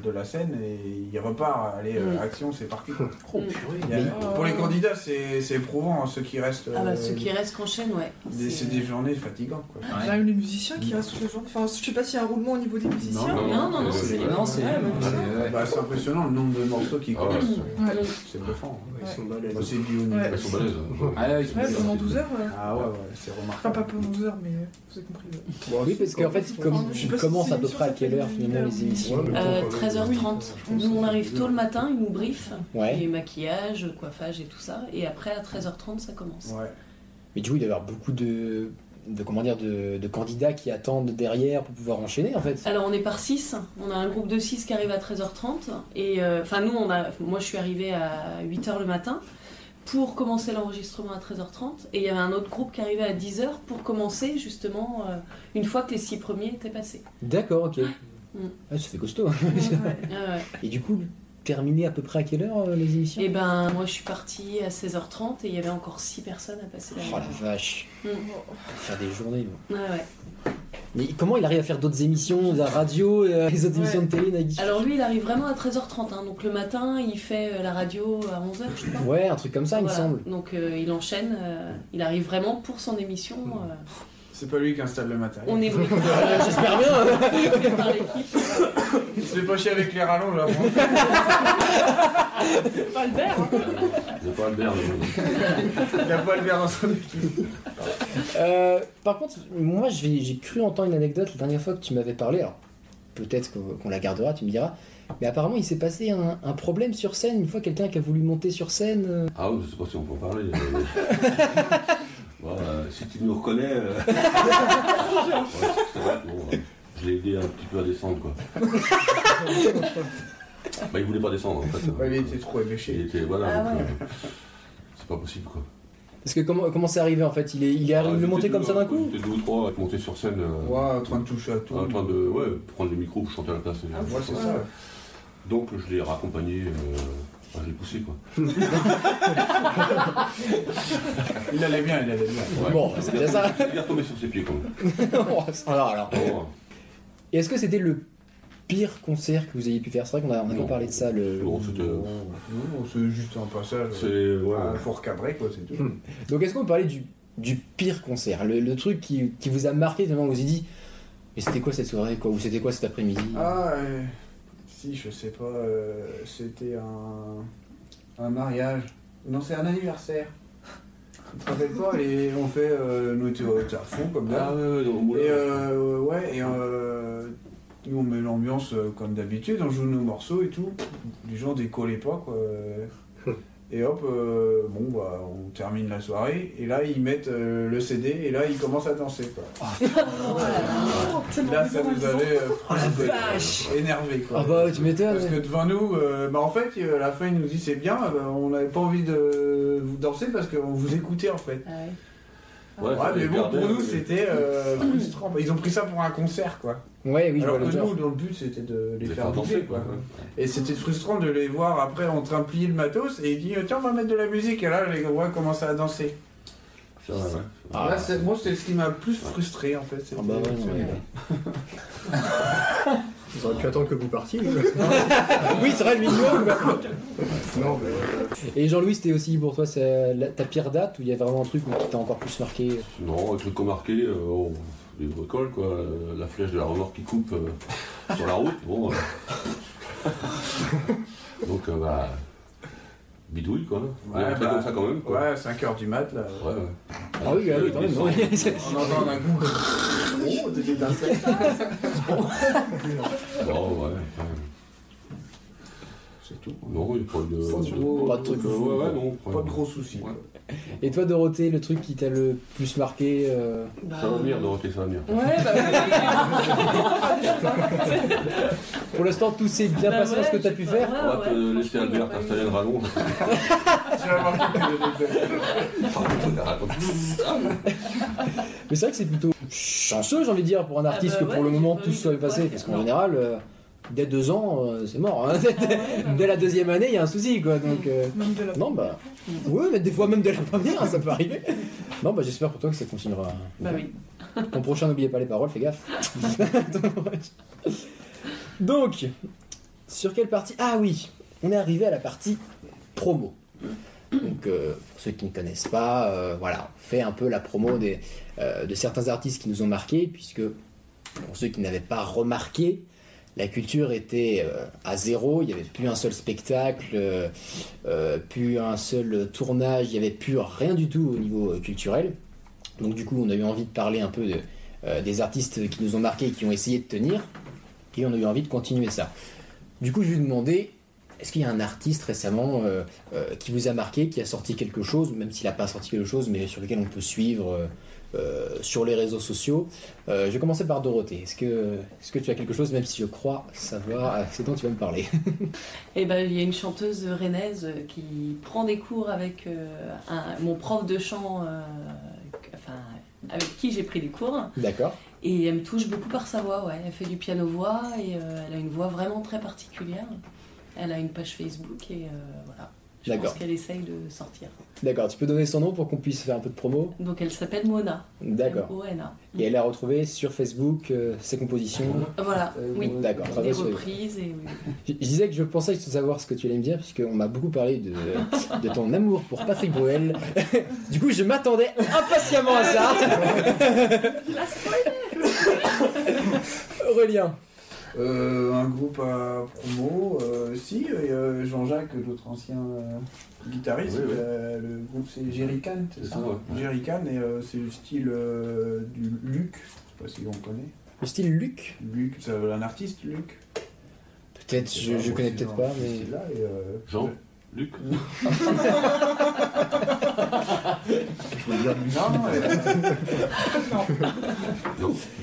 C: de la scène et il repart. Allez, euh,
D: Mm.
C: action, c'est parti. quoi.
K: Oh purée,
C: Il y a-
D: Mais-
C: pour les candidats, c'est c'est éprouvant. hein, ceux qui restent.
D: Ah
C: euh,
D: bah, ceux qui restent qu'enchaînent, ouais.
C: des- C'est des journées fatigantes. Quoi.
H: Là, les musiciens qui restent le jour. Enfin, je sais pas s'il y a un roulement au niveau des musiciens.
D: Non, non, non,
E: c'est-
D: c'est-
K: Non, c'est.
H: Ouais, mais
K: c'est- ouais.
C: Bah, c'est impressionnant le nombre de morceaux qui
E: Ah ouais,
C: commencent.
E: c'est-
H: Ouais.
C: C'est bluffant. hein.
G: Ils sont balèzes.
C: Bah, c'est du haut niveau.
H: Ouais.
E: elles sont balèzes. hein. ouais.
K: Ah ouais, ils sont
H: Ouais, pendant 12 heures. euh.
C: Ah ouais, ouais, c'est remarquable.
H: Enfin, pas pendant 12 heures, mais euh, vous avez compris. euh.
A: Oui, parce qu'en fait, comme
H: Je sais
A: tu
H: pas si
A: commences
H: c'est
A: à peu
H: une
A: près à
H: émission,
A: quelle
H: ça
A: heure
H: fait
A: finalement
H: une
A: les émissions
G: Ouais, mais
D: Euh,
G: bon, quand même,
D: 13h30.
G: je pense
D: Nous, on
G: que-
D: arrive tôt le matin, ils nous briefent.
A: Ouais.
D: Et maquillage, coiffage et tout ça. Et après, à 13h30, ça commence.
C: Ouais.
A: Mais du coup, il doit y avoir beaucoup de, de, comment dire, de, de candidats qui attendent derrière pour pouvoir enchaîner, en fait.
D: Alors on est par 6, on a un groupe de 6 qui arrive à 13h30 et euh, enfin nous on a moi je suis arrivée à 8h le matin pour commencer l'enregistrement à 13h30 et il y avait un autre groupe qui arrivait à 10h pour commencer justement euh, une fois que les 6 premiers étaient passés.
A: D'accord, ok.
H: Mm.
A: Ah, ça fait costaud. hein.
H: Ouais,
D: Ah ouais.
A: Et du coup, terminer à peu près à quelle heure euh, les émissions
H: Eh
D: Et ben moi je suis partie à 16h30 et il y avait encore 6 personnes à passer
H: ben,
A: Oh
D: derrière.
A: la vache, pour faire des journées. moi.
D: Ouais, ouais.
A: Mais comment il arrive à faire d'autres émissions, la radio, euh, les autres
H: Ouais.
A: émissions de télé, Nagui
D: Alors lui il arrive vraiment à 13h30 hein, donc le matin il fait euh, la radio à 11h je crois.
A: Ouais, un truc comme ça, il me
D: Voilà.
A: semble.
D: Donc euh, il enchaîne, euh, il arrive vraiment pour son émission. euh,
C: C'est pas lui qui installe le matériel.
D: On est briefé
A: Euh, J'espère bien. hein.
D: par l'équipe.
C: Il se fait pas chier avec les rallonges là. bon.
H: C'est pas le verre, hein.
E: Il n'y a pas Albert. mais-
C: Il a pas le verre dans son équipe.
A: Euh, par contre, moi, je vais- j'ai cru entendre une anecdote la dernière fois que tu m'avais parlé. Alors, peut-être qu'on qu'on la gardera, tu me diras. Mais apparemment, il s'est passé un, un problème sur scène une fois quelqu'un qui a voulu monter sur scène. euh.
E: Ah ouais, je sais pas si on peut en parler. euh. Bon, euh, si tu nous reconnais. euh. Ouais, c'est vrai que bon, euh, je l'ai aidé un petit peu à descendre quoi. bah, il voulait pas descendre en fait.
C: Ouais, il était trop
E: Il
C: ébêché.
E: était- voilà,
D: Ah
E: donc, euh, c'est pas possible quoi.
A: Parce que comment comment c'est arrivé en fait Il est il est
E: Ah,
A: arrivé de
E: j'étais
A: monter
E: deux,
A: comme ça d'un
E: hein,
A: coup
E: J'étais deux ou trois à être monté sur scène. euh,
C: Ouais, en train de toucher à tout.
E: Ah, en train de ouais, prendre les micros pour chanter à la place.
C: Ah, ouais, c'est ça.
E: Donc je l'ai raccompagné, euh, enfin, je l'ai poussé quoi.
C: Il allait bien, il allait bien.
E: Ouais.
A: Bon, c'est déjà ça.
E: Il est retombé sur ses pieds quand même.
A: alors, alors.
E: Vraiment,
A: Et est-ce que c'était le pire concert que vous ayez pu faire C'est vrai qu'on a, on a un peu
E: Non.
A: parlé de ça. Le...
E: Bon, c'était.
C: Non, non, mmh, c'est juste un passage.
E: C'est.
C: euh,
E: ouais,
C: à-
E: ouais.
C: Faut recadrer, quoi, c'est tout.
A: Hmm. Donc est-ce qu'on peut parler du, du pire concert le, le truc qui, qui vous a marqué tellement vous vous êtes dit mais c'était quoi cette soirée quoi Ou c'était quoi cet après-midi
C: Ah, euh, si, je sais pas. euh, C'était un. Un mariage. Non, c'est un anniversaire. Tu te rappelles pas Et on fait euh, nous t'es t'es à fond comme d'hab.
E: Ah ouais, ouais, non, bon, là,
C: Et euh, ouais, et euh, nous on met l'ambiance euh, comme d'habitude, on joue nos morceaux et tout. Les gens décollaient pas quoi. Et hop, euh, bon bah on termine la soirée et là ils mettent euh, le CD et là ils commencent à danser quoi. là ça nous avait euh, énervé quoi.
A: Ah bah ouais, tu m'étonnes.
C: Parce que devant nous, euh, bah en fait euh, à la fin ils nous dit c'est bien, euh, bah, on n'avait pas envie de vous danser parce qu'on vous écoutait en fait.
D: Ah ouais.
E: ouais,
C: Ouais, mais
E: les
C: bon
E: gardiens,
C: pour nous
E: mais-
C: c'était euh, frustrant. Ils ont pris ça pour un concert quoi.
A: Ouais, oui, je
C: Alors
A: vois
C: que
A: le genre.
C: nous, dans le but, c'était de les
E: les
C: faire bouger, quoi.
E: ouais.
C: Et c'était frustrant de les voir après en train de plier le matos et ils disent tiens, on va mettre de la musique. Et là, les voit commencer à danser.
E: C'est vrai, ouais.
A: Ah.
C: Là, c'est- moi, c'est ce qui m'a le plus frustré en fait. c'était-
A: Ah bah ouais, non, mais-
G: Ils auraient pu attendre que vous partiez.
D: Euh,
A: Ah, Oui, c'est vrai le minimum quoi.
G: non, mais
A: Et Jean-Louis, c'était aussi pour toi c'est la- ta pire date ou il y a vraiment un truc où qui t'a encore plus marqué
E: Non, un truc qu'on marquait, euh, on- les bricoles, quoi. euh, La flèche de la remorque qui coupe euh, sur la route, bon. euh. Donc, euh, bah. Bidouille, quoi. Il y a un
C: Ouais,
E: truc
C: bah,
E: comme ça, quand même, quoi.
C: Ouais, 5h du mat, là.
E: Ouais, ouais.
A: Ah oui, ah oui, quand même.
E: Descendre.
A: ouais. C'est-
C: On entend un coup. Oh, des étincelles.
E: Bon, ouais. C'est tout. Non, il n'y a pas de.
A: Pas de truc
E: Ouais,
G: Euh,
A: fou.
E: ouais, non.
C: Pas de gros soucis.
E: Ouais.
C: quoi.
A: Et toi, Dorothée, le truc qui t'a le plus marqué euh,
D: Bah,
E: Ça va venir, Dorothée, ça va venir.
D: Ouais, bah oui.
A: Pour l'instant, tout s'est bien
D: Bah
A: passé dans ce que
D: ouais,
A: t'as
D: j'ai
A: pu
D: pas-
A: faire.
C: Ah,
D: ouais,
E: On va te
D: ouais,
E: laisser
D: franchement, il y a
E: Albert
D: pas eu-
E: t'installer le rallonge.
C: Tu vas voir quelques anecdotes.
A: Mais c'est vrai que c'est plutôt chanceux, j'ai envie de dire, pour un artiste
D: bah
A: que
D: ouais,
A: pour le
D: j'ai
A: moment
D: pas
A: tout
D: eu
A: soit
D: de quoi
A: passé,
D: faire,
A: parce qu'en
D: non.
A: général, euh, dès deux ans, euh, c'est mort. hein.
D: Ah ouais, bah
A: dès la deuxième année, il y a un souci, quoi. Donc, euh,
H: Même de la-
A: non, bah, ouais, mais des fois même dès la première, hein, ça peut arriver. Non, bah, j'espère pour toi que ça continuera.
D: Bah oui.
A: Ton prochain, n'oubliez pas les paroles, fais gaffe. Donc, sur quelle partie Ah oui, on est arrivé à la partie promo. Donc, euh, pour ceux qui ne connaissent pas, euh, voilà, on fait un peu la promo des, euh, de certains artistes qui nous ont marqués, puisque pour ceux qui n'avaient pas remarqué, la culture était euh, à zéro, il n'y avait plus un seul spectacle, euh, euh, plus un seul tournage, il n'y avait plus rien du tout au niveau euh, culturel. Donc du coup, on a eu envie de parler un peu de, euh, des artistes qui nous ont marqués et qui ont essayé de tenir, et on a eu envie de continuer ça. Du coup, je lui ai demandé, est-ce qu'il y a un artiste récemment euh, euh, qui vous a marqué, qui a sorti quelque chose, même s'il n'a pas sorti quelque chose, mais sur lequel on peut suivre euh, euh, sur les réseaux sociaux Euh, Je vais commencer par Dorothée. Est-ce que, est-ce que tu as quelque chose, même si je crois savoir euh, c'est dont tu vas me parler
D: Et ben, il y a une chanteuse rennaise euh, qui prend des cours avec euh, un- mon prof de chant, euh, que- enfin, avec qui j'ai pris des cours.
A: D'accord.
D: Et elle me touche beaucoup par sa voix, ouais. Elle fait du piano-voix et euh, elle a une voix vraiment très particulière. Elle a une page Facebook et euh, voilà. Je pense
A: D'accord.
D: qu'elle essaye de sortir.
A: D'accord, tu peux donner son nom pour qu'on puisse faire un peu de promo
D: Donc elle s'appelle Mona.
A: D'accord.
D: M-O-N-A.
A: Et elle a retrouvé sur Facebook euh, ses compositions
D: Voilà,
A: Euh,
D: oui.
A: D'accord, très
D: Des
A: bien, c'est-
D: reprises et oui.
A: Je je disais que je pensais savoir ce que tu allais me dire, puisqu'on m'a beaucoup parlé de, de ton amour pour Patrick Bruel. du coup, je m'attendais impatiemment à ça. Aurélien.
C: Euh, un groupe à promo, euh, si, euh, et, euh, Jean-Jacques, l'autre ancien euh, guitariste,
E: Oui, oui.
C: euh, le groupe c'est Jerry Can, c'est
E: C'est
C: ça,
E: ça, ouais.
C: Jerry Can, et euh, c'est le style euh, du Luc, je sais pas si on connaît.
A: Le style Luc
C: Luc, c'est un artiste, Luc.
A: Peut-être, je, je connais peut-être pas, mais.
C: Là, et, euh,
E: Jean Luc
C: je- Non, euh,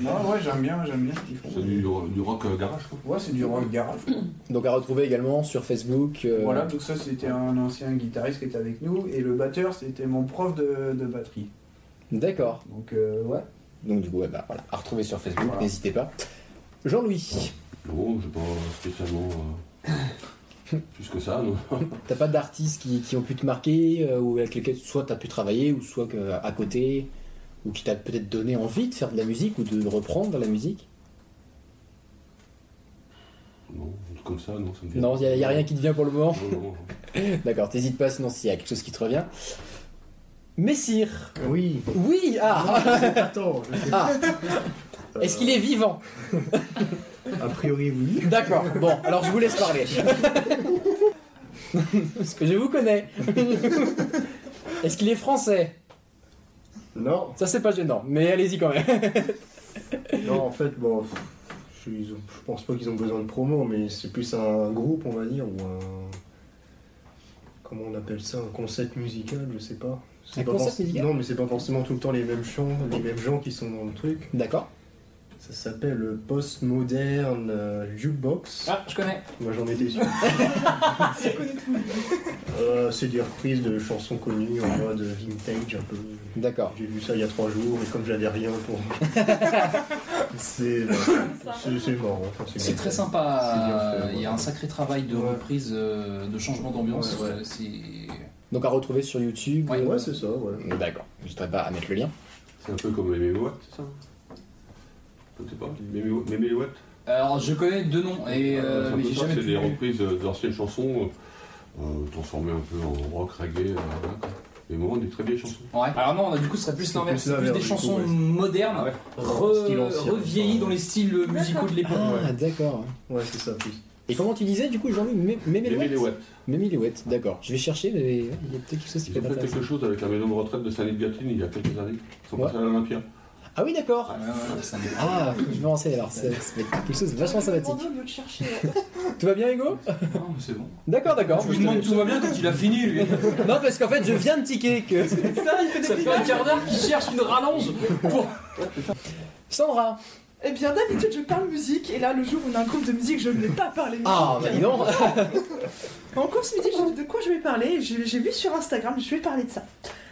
E: Non,
C: non, ouais, j'aime bien, j'aime bien ce qu'ils font.
E: c'est du, du rock euh, garage, quoi.
C: Ouais, c'est du rock garage.
A: Donc à retrouver également sur Facebook. euh,
C: Voilà, donc ça c'était un ancien guitariste qui était avec nous, et le batteur c'était mon prof de, de batterie.
A: D'accord.
C: Donc, euh, ouais.
A: Donc du coup, ouais, bah, voilà, à retrouver sur Facebook,
C: Voilà.
A: n'hésitez pas. Jean-Louis,
E: Non, je pas spécialement. euh, plus que ça, non.
A: t'as pas d'artistes qui, qui ont pu te marquer, euh, ou avec lesquels soit t'as pu travailler, ou soit que- à côté, ou qui t'a peut-être donné envie de faire de la musique, ou de reprendre la musique
E: Non, comme ça, non, ça me vient.
A: Non, il n'y a, rien qui te vient pour le moment.
E: Non, non.
A: D'accord, t'hésites pas, sinon s'il y a quelque chose qui te revient. Messire
G: Oui.
A: Oui Ah
G: Attends, je sais
A: Ah. Est-ce qu'il est vivant
G: A priori, oui.
A: D'accord, bon, alors je vous laisse parler. Parce que je vous connais. Est-ce qu'il est français
G: Non.
A: Ça c'est pas gênant, mais allez-y quand même.
G: Non, en fait, bon, pff, je, ils ont- je pense pas qu'ils ont besoin de promo, mais c'est plus un groupe, on va dire, ou un. Comment on appelle ça Un concept musical, je sais pas. C'est
A: Un
G: pas
A: concept
G: forc-
A: musical
G: Non, mais c'est pas forcément tout le temps les mêmes chants, les mêmes gens qui sont dans le truc.
A: D'accord.
G: Ça s'appelle le Postmodern euh, Jukebox.
L: Ah, je connais.
G: Moi j'en étais sûr. Euh, c'est des reprises de chansons connues en mode vintage un peu.
A: D'accord.
G: J'ai vu ça il y a trois jours et comme j'avais rien pour. c'est euh, c'est- c'est marrant. enfin,
L: C'est
G: bien
L: très
G: fait. C'est bien
L: sympa.
G: fait, ouais.
L: Il y a un sacré travail de
G: Ouais.
L: reprise, euh, de changement d'ambiance.
G: Ouais, ouais.
L: euh, c'est-
A: Donc à retrouver sur YouTube. euh,
L: Ouais.
G: Ouais, c'est ça, ouais.
A: D'accord, je pas à mettre le lien.
E: C'est un peu comme les méméwatts, c'est ça Je sais pas, les mémé- méméwatts
L: Alors, je connais deux noms, et, euh,
E: C'est un
L: mais
E: peu
L: j'ai
E: ça,
L: jamais
E: c'est
L: vu.
E: des reprises euh, d'anciennes chansons euh, euh, transformées un peu en rock, reggae, euh, voilà, quoi. mais bon, des très vieilles chansons.
L: Ouais. Alors non, on a- du coup, ce serait plus
G: C'est
L: l'inverse.
G: plus
L: C'est plus des
G: l'inverse, du coup,
L: chansons
G: ouais.
L: modernes,
E: Ouais.
L: re-
G: Style ancien,
L: revieillies
G: ouais.
L: dans les styles euh, musicaux de l'époque.
A: Ah, d'accord.
G: Ouais, c'est ça plus.
L: Euh,
A: Et comment tu disais du coup, Jean-Louis Mé-
E: Les
A: Mémélouette
E: méméwatts,
A: Mémélouette, d'accord. Je vais chercher, mais il y a peut-être quelque chose qui
E: ils
A: peut
E: ont fait
A: t'intéresser.
E: quelque chose avec la maison de retraite de Stanley Gatlin il y a quelques années. Ils sont
A: Ouais.
E: passés à l'Olympia.
A: Ah oui, d'accord.
L: Ouais, ouais, ouais, ça me-
A: Ah, faut que je vais lancer alors, c'est c'est quelque chose de vachement sympathique.
H: au lieu de chercher.
A: Tout va bien, Hugo
L: Non, Ah, mais c'est bon.
A: D'accord, d'accord.
L: Je lui demande tout va bien quand il a fini, lui.
A: Non, parce qu'en fait, je viens de tiquer que.
L: Ça fait un quart d'heure qu'il cherche une rallonge.
A: Sandra
H: Eh bien, d'habitude, je parle musique, et là, le jour où on a un groupe de musique, je ne vais pas parler musique.
A: Ah, bah dis donc
H: En cours ce midi, j'ai dit de quoi je vais parler. et J'ai j'ai vu sur Instagram, je vais parler de ça.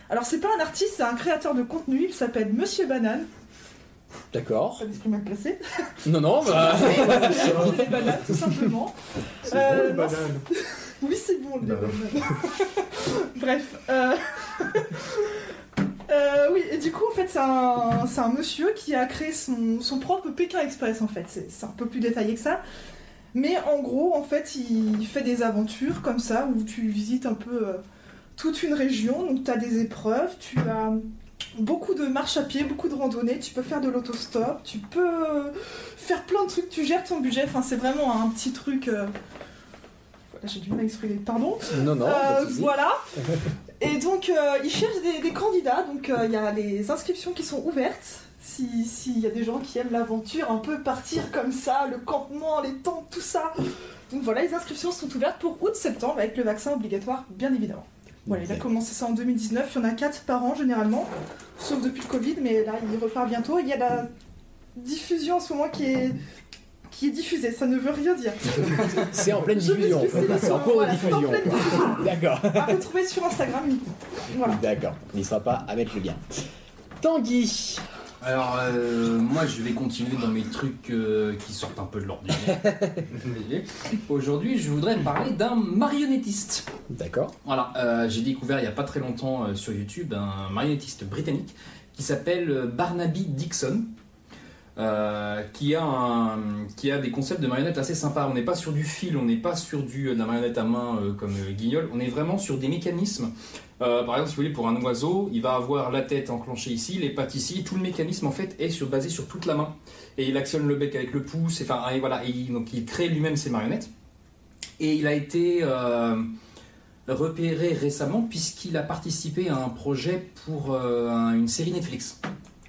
H: Alors, c'est pas un artiste, c'est un créateur de contenu. Il s'appelle Monsieur Banane.
A: D'accord.
H: Pas d'esprit mal placé.
A: Non, non, bah.
H: Il est banane, tout simplement.
G: C'est
H: Euh,
G: bon, bah, le
H: non,
G: banane.
H: Oui, c'est bon, le
G: Bah,
H: débat. Bref. euh, euh, oui, et du coup, en fait, c'est un, c'est un monsieur qui a créé son, son propre Pékin Express, en fait. C'est c'est un peu plus détaillé que ça. Mais en gros, en fait, il fait des aventures comme ça, où tu visites un peu euh, toute une région. Donc, tu as des épreuves, tu as beaucoup de marches à pied, beaucoup de randonnées, tu peux faire de l'autostop, tu peux euh, faire plein de trucs, tu gères ton budget. Enfin, c'est vraiment un petit truc... euh, voilà, J'ai du mal à exprimer, pardon.
A: Non, non,
H: Euh,
A: pas de soucis.
H: voilà. Et donc, euh, ils cherchent des, des candidats. Donc, euh, il y a les inscriptions qui sont ouvertes. Si- S'il y a des gens qui aiment l'aventure, un peu partir comme ça, le campement, les tentes, tout ça. Donc voilà, les inscriptions sont ouvertes pour août-septembre avec le vaccin obligatoire, bien évidemment. Voilà, il a commencé ça en 2019. Il y en a 4 par an généralement, sauf depuis le Covid, mais là, il repart bientôt. Il y a la diffusion en ce moment qui est, qui est diffusée. Ça ne veut rien dire.
A: C'est en pleine
H: Je
A: diffusion.
H: m'excuse, c'est
A: C'est en cours de
H: voilà, c'est en
A: diffusion.
H: pleine diffusion.
A: D'accord.
H: À retrouver sur Instagram. Voilà.
A: D'accord. N'hésitera pas à mettre le lien. Tanguy
B: Alors, euh, moi, je vais continuer dans mes trucs euh, qui sortent un peu de l'ordinaire. Aujourd'hui, je voudrais parler d'un marionnettiste.
A: D'accord.
B: Voilà, euh, j'ai découvert il n'y a pas très longtemps euh, sur YouTube un marionnettiste britannique qui s'appelle euh, Barnaby Dixon, euh, qui, a un, qui a des concepts de marionnettes assez sympas. On n'est pas sur du fil, on n'est pas sur du, de la marionnette à main euh, comme euh, Guignol, on est vraiment sur des mécanismes. Euh, par exemple, si vous voulez, pour un oiseau, il va avoir la tête enclenchée ici, les pattes ici, tout le mécanisme en fait est sur, basé sur toute la main. Et il actionne le bec avec le pouce, et, enfin, et voilà, et il- donc il crée lui-même ses marionnettes. Et il a été... euh, repéré récemment puisqu'il a participé à un projet pour euh, un- une série Netflix.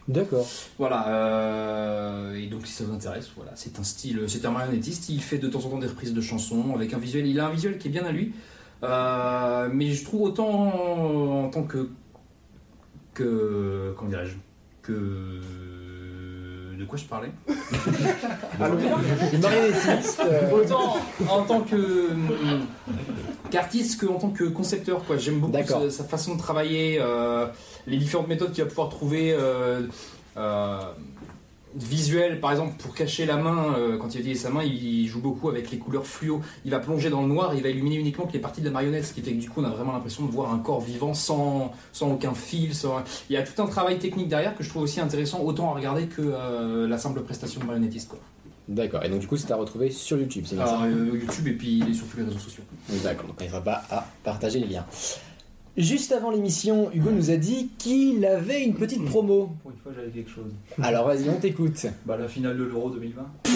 A: D'accord.
B: Voilà, euh, et donc si ça vous intéresse, voilà, c'est un style, c'est un marionnettiste, il fait de temps en temps des reprises de chansons avec un visuel, il a un visuel qui est bien à lui, euh, mais je trouve autant en, en tant que, que, comment dirais-je, que, de quoi je parlais
A: Le marionnettiste. euh,
B: Autant en tant que euh, qu'artiste qu'en tant que concepteur quoi. J'aime beaucoup
A: D'accord.
B: sa, sa façon de travailler, euh, les différentes méthodes qu'il va pouvoir trouver. euh, euh, visuelles, par exemple pour cacher la main euh, quand il utilise sa main il joue beaucoup avec les couleurs fluo il va plonger dans le noir et il va illuminer uniquement que les parties de la marionnette ce qui fait que du coup on a vraiment l'impression de voir un corps vivant sans, sans aucun fil sans- il y a tout un travail technique derrière que je trouve aussi intéressant autant à regarder que euh, la simple prestation de marionnettiste quoi.
A: D'accord. Et donc, du coup, c'est à retrouver sur YouTube, c'est bien ça
K: Alors, euh, YouTube et puis il est sur tous les réseaux sociaux.
A: D'accord, donc on n'hésitera pas à partager les liens. Juste avant l'émission, Hugo nous a dit qu'il avait une petite promo.
F: Pour une fois, j'avais quelque chose.
A: Alors vas-y, on t'écoute.
F: Bah, la finale de l'Euro 2020. Ah,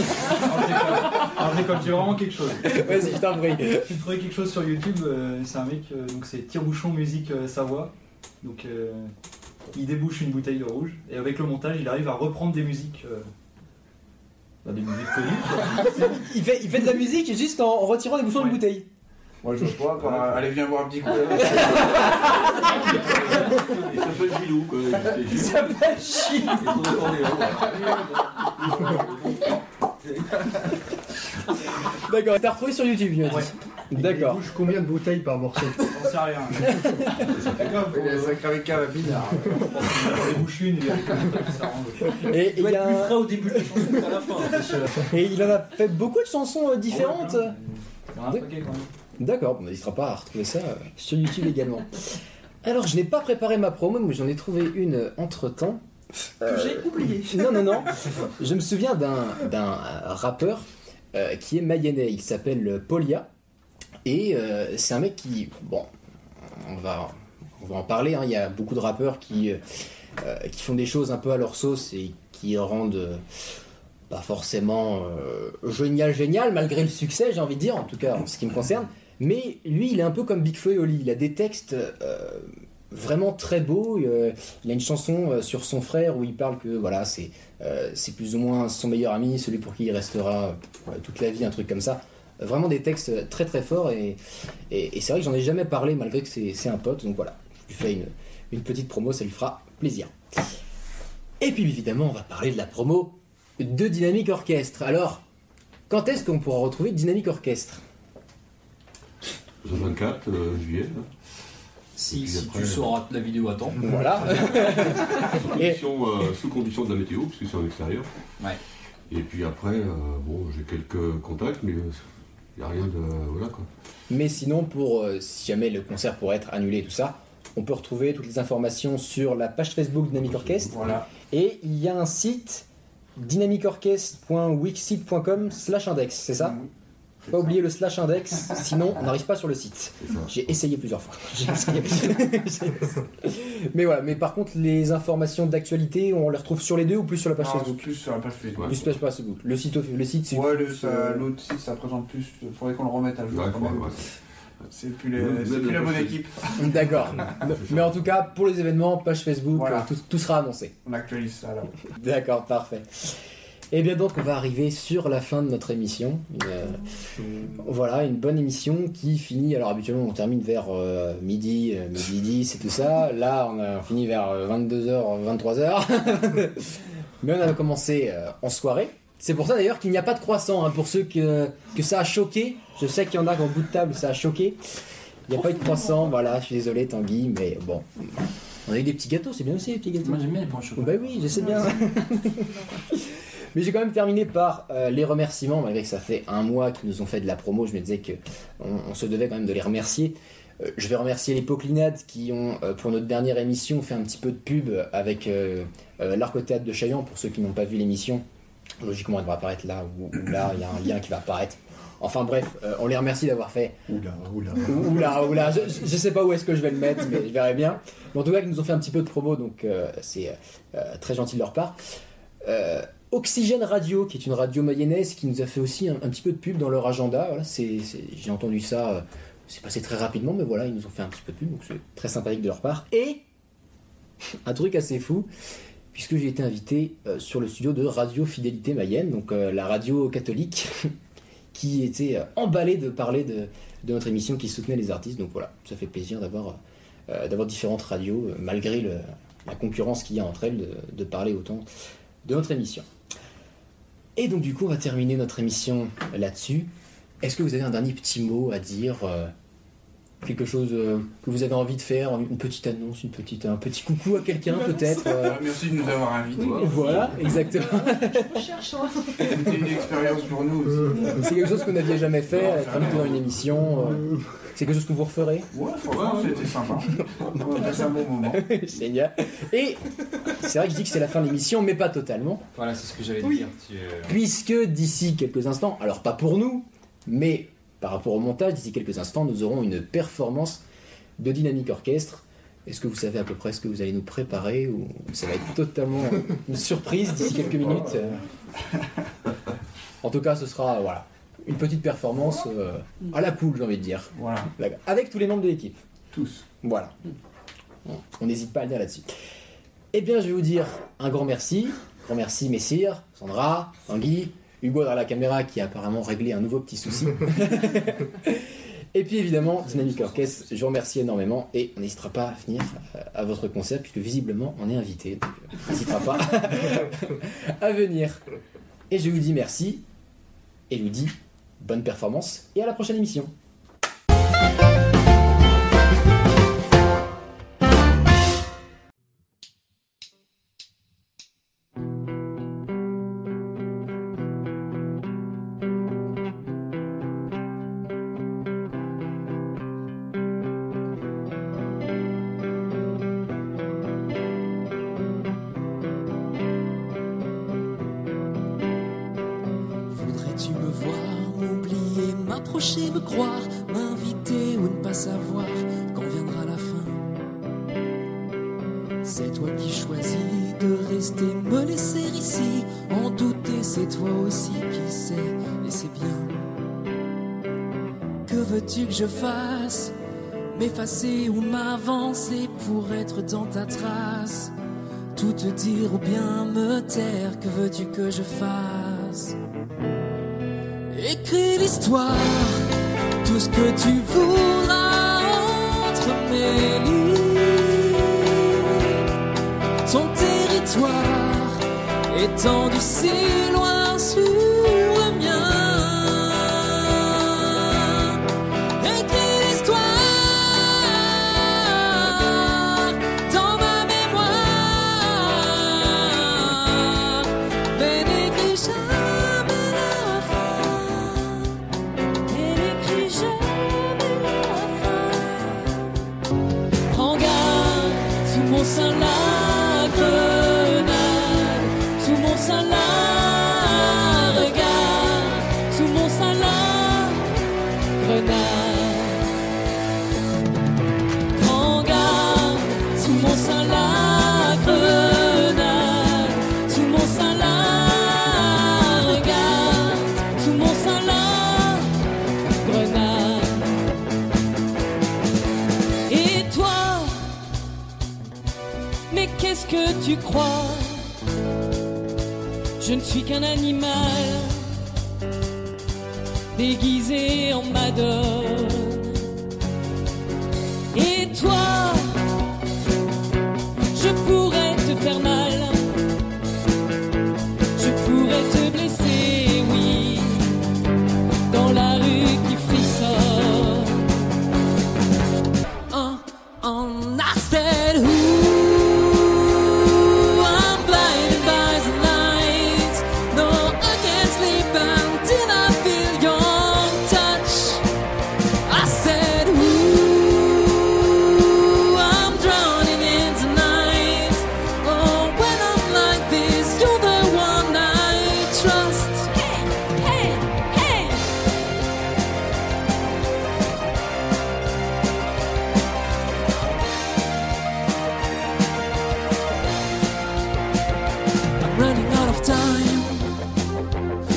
F: Alors, j'ai j'ai vraiment quelque chose.
A: Vas-y, je t'en prie.
F: J'ai trouvé quelque chose sur YouTube. euh, c'est un mec, euh, donc c'est Tire-Bouchon Musique euh, Savoie. Donc, euh, il débouche une bouteille de rouge et avec le montage, il arrive à reprendre des musiques. euh, bah, des musiques connues. quoi.
A: Il fait, il fait de la musique juste en retirant les bouchons de
F: Ouais.
A: bouteille.
C: Moi je crois, pour,
E: Ah,
C: euh, allez viens boire un petit coup. là.
E: Il s'appelle Gilou, quoi. Il
A: Il s'appelle
E: s'appelle
A: Chi. D'accord, t'as retrouvé sur YouTube, il m'a dit.
F: Ouais.
A: D'accord.
G: Il bouge combien de bouteilles par morceau
F: J'en sais rien. D'accord,
C: Il a un sacré avec un lapin.
F: les bouchines, il y a des trucs qui s'arrangent.
A: Et, et il y a
F: plus
A: un-
F: frais au début de la chanson qu'à la fin. hein,
A: et il en a fait beaucoup de chansons euh, différentes.
F: Il y en a un paquet, quand même.
A: D'accord, on n'hésitera pas à retrouver ça euh, sur YouTube également. Alors, je n'ai pas préparé ma promo, mais j'en ai trouvé une entre temps.
H: Que j'ai oublié.
A: Non, non, non. Je me souviens d'un d'un rappeur euh, qui est mayennais. Il s'appelle euh, Polia. Et euh, c'est un mec qui. Bon, on va, on va en parler. hein. Il y a beaucoup de rappeurs qui, euh, qui font des choses un peu à leur sauce et qui rendent. euh, pas forcément euh, génial, génial, malgré le succès, j'ai envie de dire, en tout cas en ce qui me concerne. Mais lui, il est un peu comme Big Flo et Oli. Il a des textes euh, vraiment très beaux. euh, il a une chanson euh, sur son frère où il parle que voilà, c'est euh, c'est plus ou moins son meilleur ami, celui pour qui il restera euh, toute la vie, un truc comme ça. Euh, Vraiment des textes euh, très très forts et, et- et c'est vrai que j'en ai jamais parlé malgré que c'est c'est un pote. Donc voilà, je lui fais une, une petite promo, ça lui fera plaisir. Et puis évidemment, on va parler de la promo de Dynamic Orchestre. Alors, quand est-ce qu'on pourra retrouver Dynamic Orchestre
E: 24 euh, juillet. là. Et
K: Si,
E: puis
K: si
E: après, euh,
K: tu sauras la vidéo à temps.
A: Voilà.
E: Sous
A: Et-
E: condition, euh, sous condition de la météo, parce que c'est en extérieur.
K: Ouais.
E: Et puis après, euh, bon, j'ai quelques contacts, mais il n'y a rien de. voilà quoi.
A: Mais sinon, pour euh, si jamais le concert pourrait être annulé et tout ça, on peut retrouver toutes les informations sur la page Facebook Dynamic Orchestre.
C: Voilà.
A: Et il y a un site dynamicorchestre.wixsite.com slash index, c'est ça Pas oublier le slash index, sinon on n'arrive pas sur le site.
E: C'est ça.
A: J'ai essayé plusieurs fois. J'ai essayé. mais voilà, mais par contre les informations d'actualité, on les retrouve sur les deux ou plus sur la page
C: Ah,
A: Facebook
C: plus sur la page Facebook.
E: Ouais.
A: Plus page Facebook. Le site, offi- le site c'est... euh,
C: Ouais, le- ça- l'autre site ça présente plus. euh, Faudrait qu'on le remette à jour.
E: Ouais,
C: quand
E: ouais,
C: même.
E: ouais.
C: C'est plus, les-
E: Même-
C: c'est
E: même
C: plus
E: la
C: la bonne
E: prochaine.
C: équipe.
A: D'accord. Mais en tout cas, pour les événements, page Facebook,
C: Voilà.
A: euh, tout- tout sera annoncé.
C: On actualise ça là.
A: D'accord, parfait. Et bien donc on va arriver sur la fin de notre émission. Une, euh, voilà, une bonne émission qui finit, alors habituellement on termine vers euh, midi, euh, midi 10 et tout ça. Là on a fini vers euh, 22h, 23h. Mais on a commencé euh, en soirée. C'est pour ça d'ailleurs qu'il n'y a pas de croissant, hein, pour ceux que, que ça a choqué. Je sais qu'il y en a qu'en bout de table ça a choqué. Il n'y a pas eu de croissant, voilà, je suis désolé Tanguy, mais bon. On a eu des petits gâteaux, c'est bien aussi les petits gâteaux.
K: Moi j'aime bien les pains au chocolat.
A: Bah oui, je sais bien. Mais j'ai quand même terminé par euh, les remerciements, malgré que ça fait un mois qu'ils nous ont fait de la promo, je me disais que on, on se devait quand même de les remercier. Euh, je vais remercier les Poclinades qui ont, euh, pour notre dernière émission, fait un petit peu de pub avec euh, euh, l'Arc au Théâtre de Chaillan. Pour ceux qui n'ont pas vu l'émission, logiquement elle devrait apparaître là ou, ou là, il y a un lien qui va apparaître. Enfin bref, euh, on les remercie d'avoir fait
G: Oula, oula.
A: Oula, oula, je, je- je sais pas où est-ce que je vais le mettre, mais je verrai bien. Mais en tout cas, ils nous ont fait un petit peu de promo, donc euh, c'est euh, très gentil de leur part. Euh, Oxygène Radio, qui est une radio mayonnaise, qui nous a fait aussi un, un petit peu de pub dans leur agenda. Voilà, c'est- c'est- J'ai entendu ça, euh, c'est passé très rapidement, mais voilà, ils nous ont fait un petit peu de pub, donc c'est très sympathique de leur part. Et un truc assez fou, puisque j'ai été invité euh, sur le studio de Radio Fidélité Mayenne, donc euh, la radio catholique, qui était euh, emballée de parler de, de notre émission qui soutenait les artistes. Donc voilà, ça fait plaisir d'avoir euh, d'avoir différentes radios, euh, malgré le- la concurrence qu'il y a entre elles, de, de parler autant de notre émission. Et donc du coup, on va terminer notre émission là-dessus. Est-ce que vous avez un dernier petit mot à dire euh, quelque chose euh, que vous avez envie de faire, une petite annonce, une petite, un petit coucou à quelqu'un
M: Une
A: peut-être. euh,
C: Merci de nous avoir invités.
A: voilà, exactement.
M: Je cherche. hein.
C: C'était une expérience pour nous aussi.
A: Euh, C'est quelque chose que vous n'aviez jamais fait, être invité dans une émission. euh, c'est quelque chose que vous referez.
C: Ouais, franchement, c'était sympa. On a passé un bon moment.
A: Génial. Et c'est vrai que je dis que c'est la fin de l'émission, mais pas totalement.
B: Voilà, c'est ce que j'allais
M: Oui.
B: dire. Tu, euh,
A: Puisque d'ici quelques instants, alors pas pour nous, mais par rapport au montage, d'ici quelques instants, nous aurons une performance de dynamique orchestre. Est-ce que vous savez à peu près ce que vous allez nous préparer ou ça va être totalement une surprise d'ici quelques minutes euh. En tout cas, ce sera euh, voilà une petite performance euh, à la cool, j'ai envie de dire,
C: Voilà,
A: D'accord. avec tous les membres de l'équipe.
C: tous.
A: Voilà. On- On n'hésite pas à le dire là-dessus. Eh bien, je vais vous dire un grand merci. Grand merci, Messire, Sandra, Tanguy, Hugo derrière la caméra qui a apparemment réglé un nouveau petit souci. et puis évidemment, Dynamic Orchestre, je vous remercie énormément et on n'hésitera pas à venir euh, à votre concert puisque visiblement on est invité. Donc euh, on n'hésitera pas à venir. Et je vous dis merci et je vous dis bonne performance et à la prochaine émission.
D: Voudrais-tu me voir, m'oublier, m'approcher, me croire, m'inviter ou ne pas savoir quand viendra la fin C'est toi qui choisis de rester, me laisser ici, en douter, c'est toi aussi qui sais, et c'est bien. Que veux-tu que je fasse M'effacer ou m'avancer pour être dans ta trace Tout te dire ou bien me taire, que veux-tu que je fasse Écris l'histoire, tout ce que tu voudras entre mes lignes. Ton territoire étendu si loin sur le mien. Écris l'histoire dans ma mémoire. Mais n'écris jamais la fin. Et n'écris jamais la fin. Prends garde sous mon sein la grenade. Sous mon sein la regarde. Sous mon sein la grenade. Prends garde sous mon sein la grenade, sous mon sein la regarde, sous mon sein la grenade. Et toi, mais qu'est-ce que tu crois Je ne suis qu'un animal déguisé en madone. Et toi, je pourrais te faire mal. Je pourrais te blesser, oui. Dans la rue qui frissonne. Un, un I said who? I'm blinded by the light. No, I can't sleep until I feel your touch. I said, Ooh, I'm drowning in tonight. Oh, when I'm like this, you're the one I trust. Hey, hey, hey. I'm running out of time.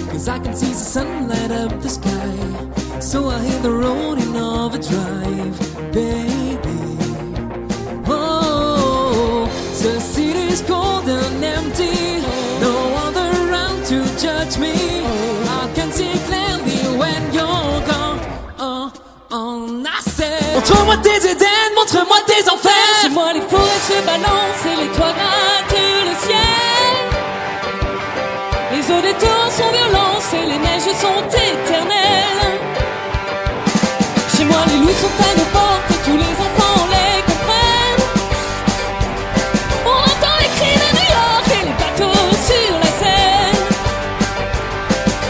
D: Cause I can see the sun light up the sky. So I hear the rolling of a drive, baby. Oh, the city's cold and empty. No other around to judge me. I can see clearly when you're gone. Oh, oh, I said. Montre-moi tes Édens, montre-moi tes enfers. Chez-moi les forêts se balancent et les toits grattent le ciel. Les eaux des torrents sont violentes et les neiges sont éternelles. Chez moi, les loups sont à nos portes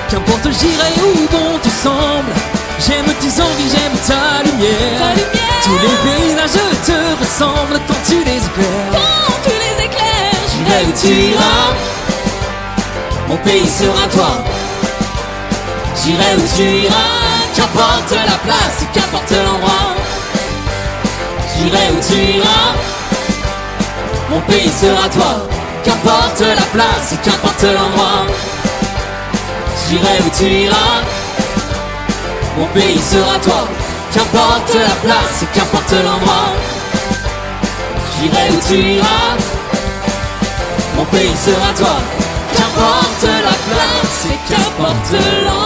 N: Qu'importe, j'irai où bon te semble. J'aime tes envies, j'aime ta lumière. Tous les paysages te ressemblent quand tu les éclaires. Quand tu les éclaires, j'irai où tu iras. Mon pays sera toi. J'irai où tu iras. Qu'importe la place, qu'importe l'endroit. J'irai où tu iras. Mon pays sera toi. Qu'importe la place, qu'importe l'endroit. J'irai où tu iras. Mon pays sera toi. Qu'importe la place, qu'importe l'endroit. J'irai où tu iras. Mon pays sera toi. Qu'importe la place et qu'importe l'endroit.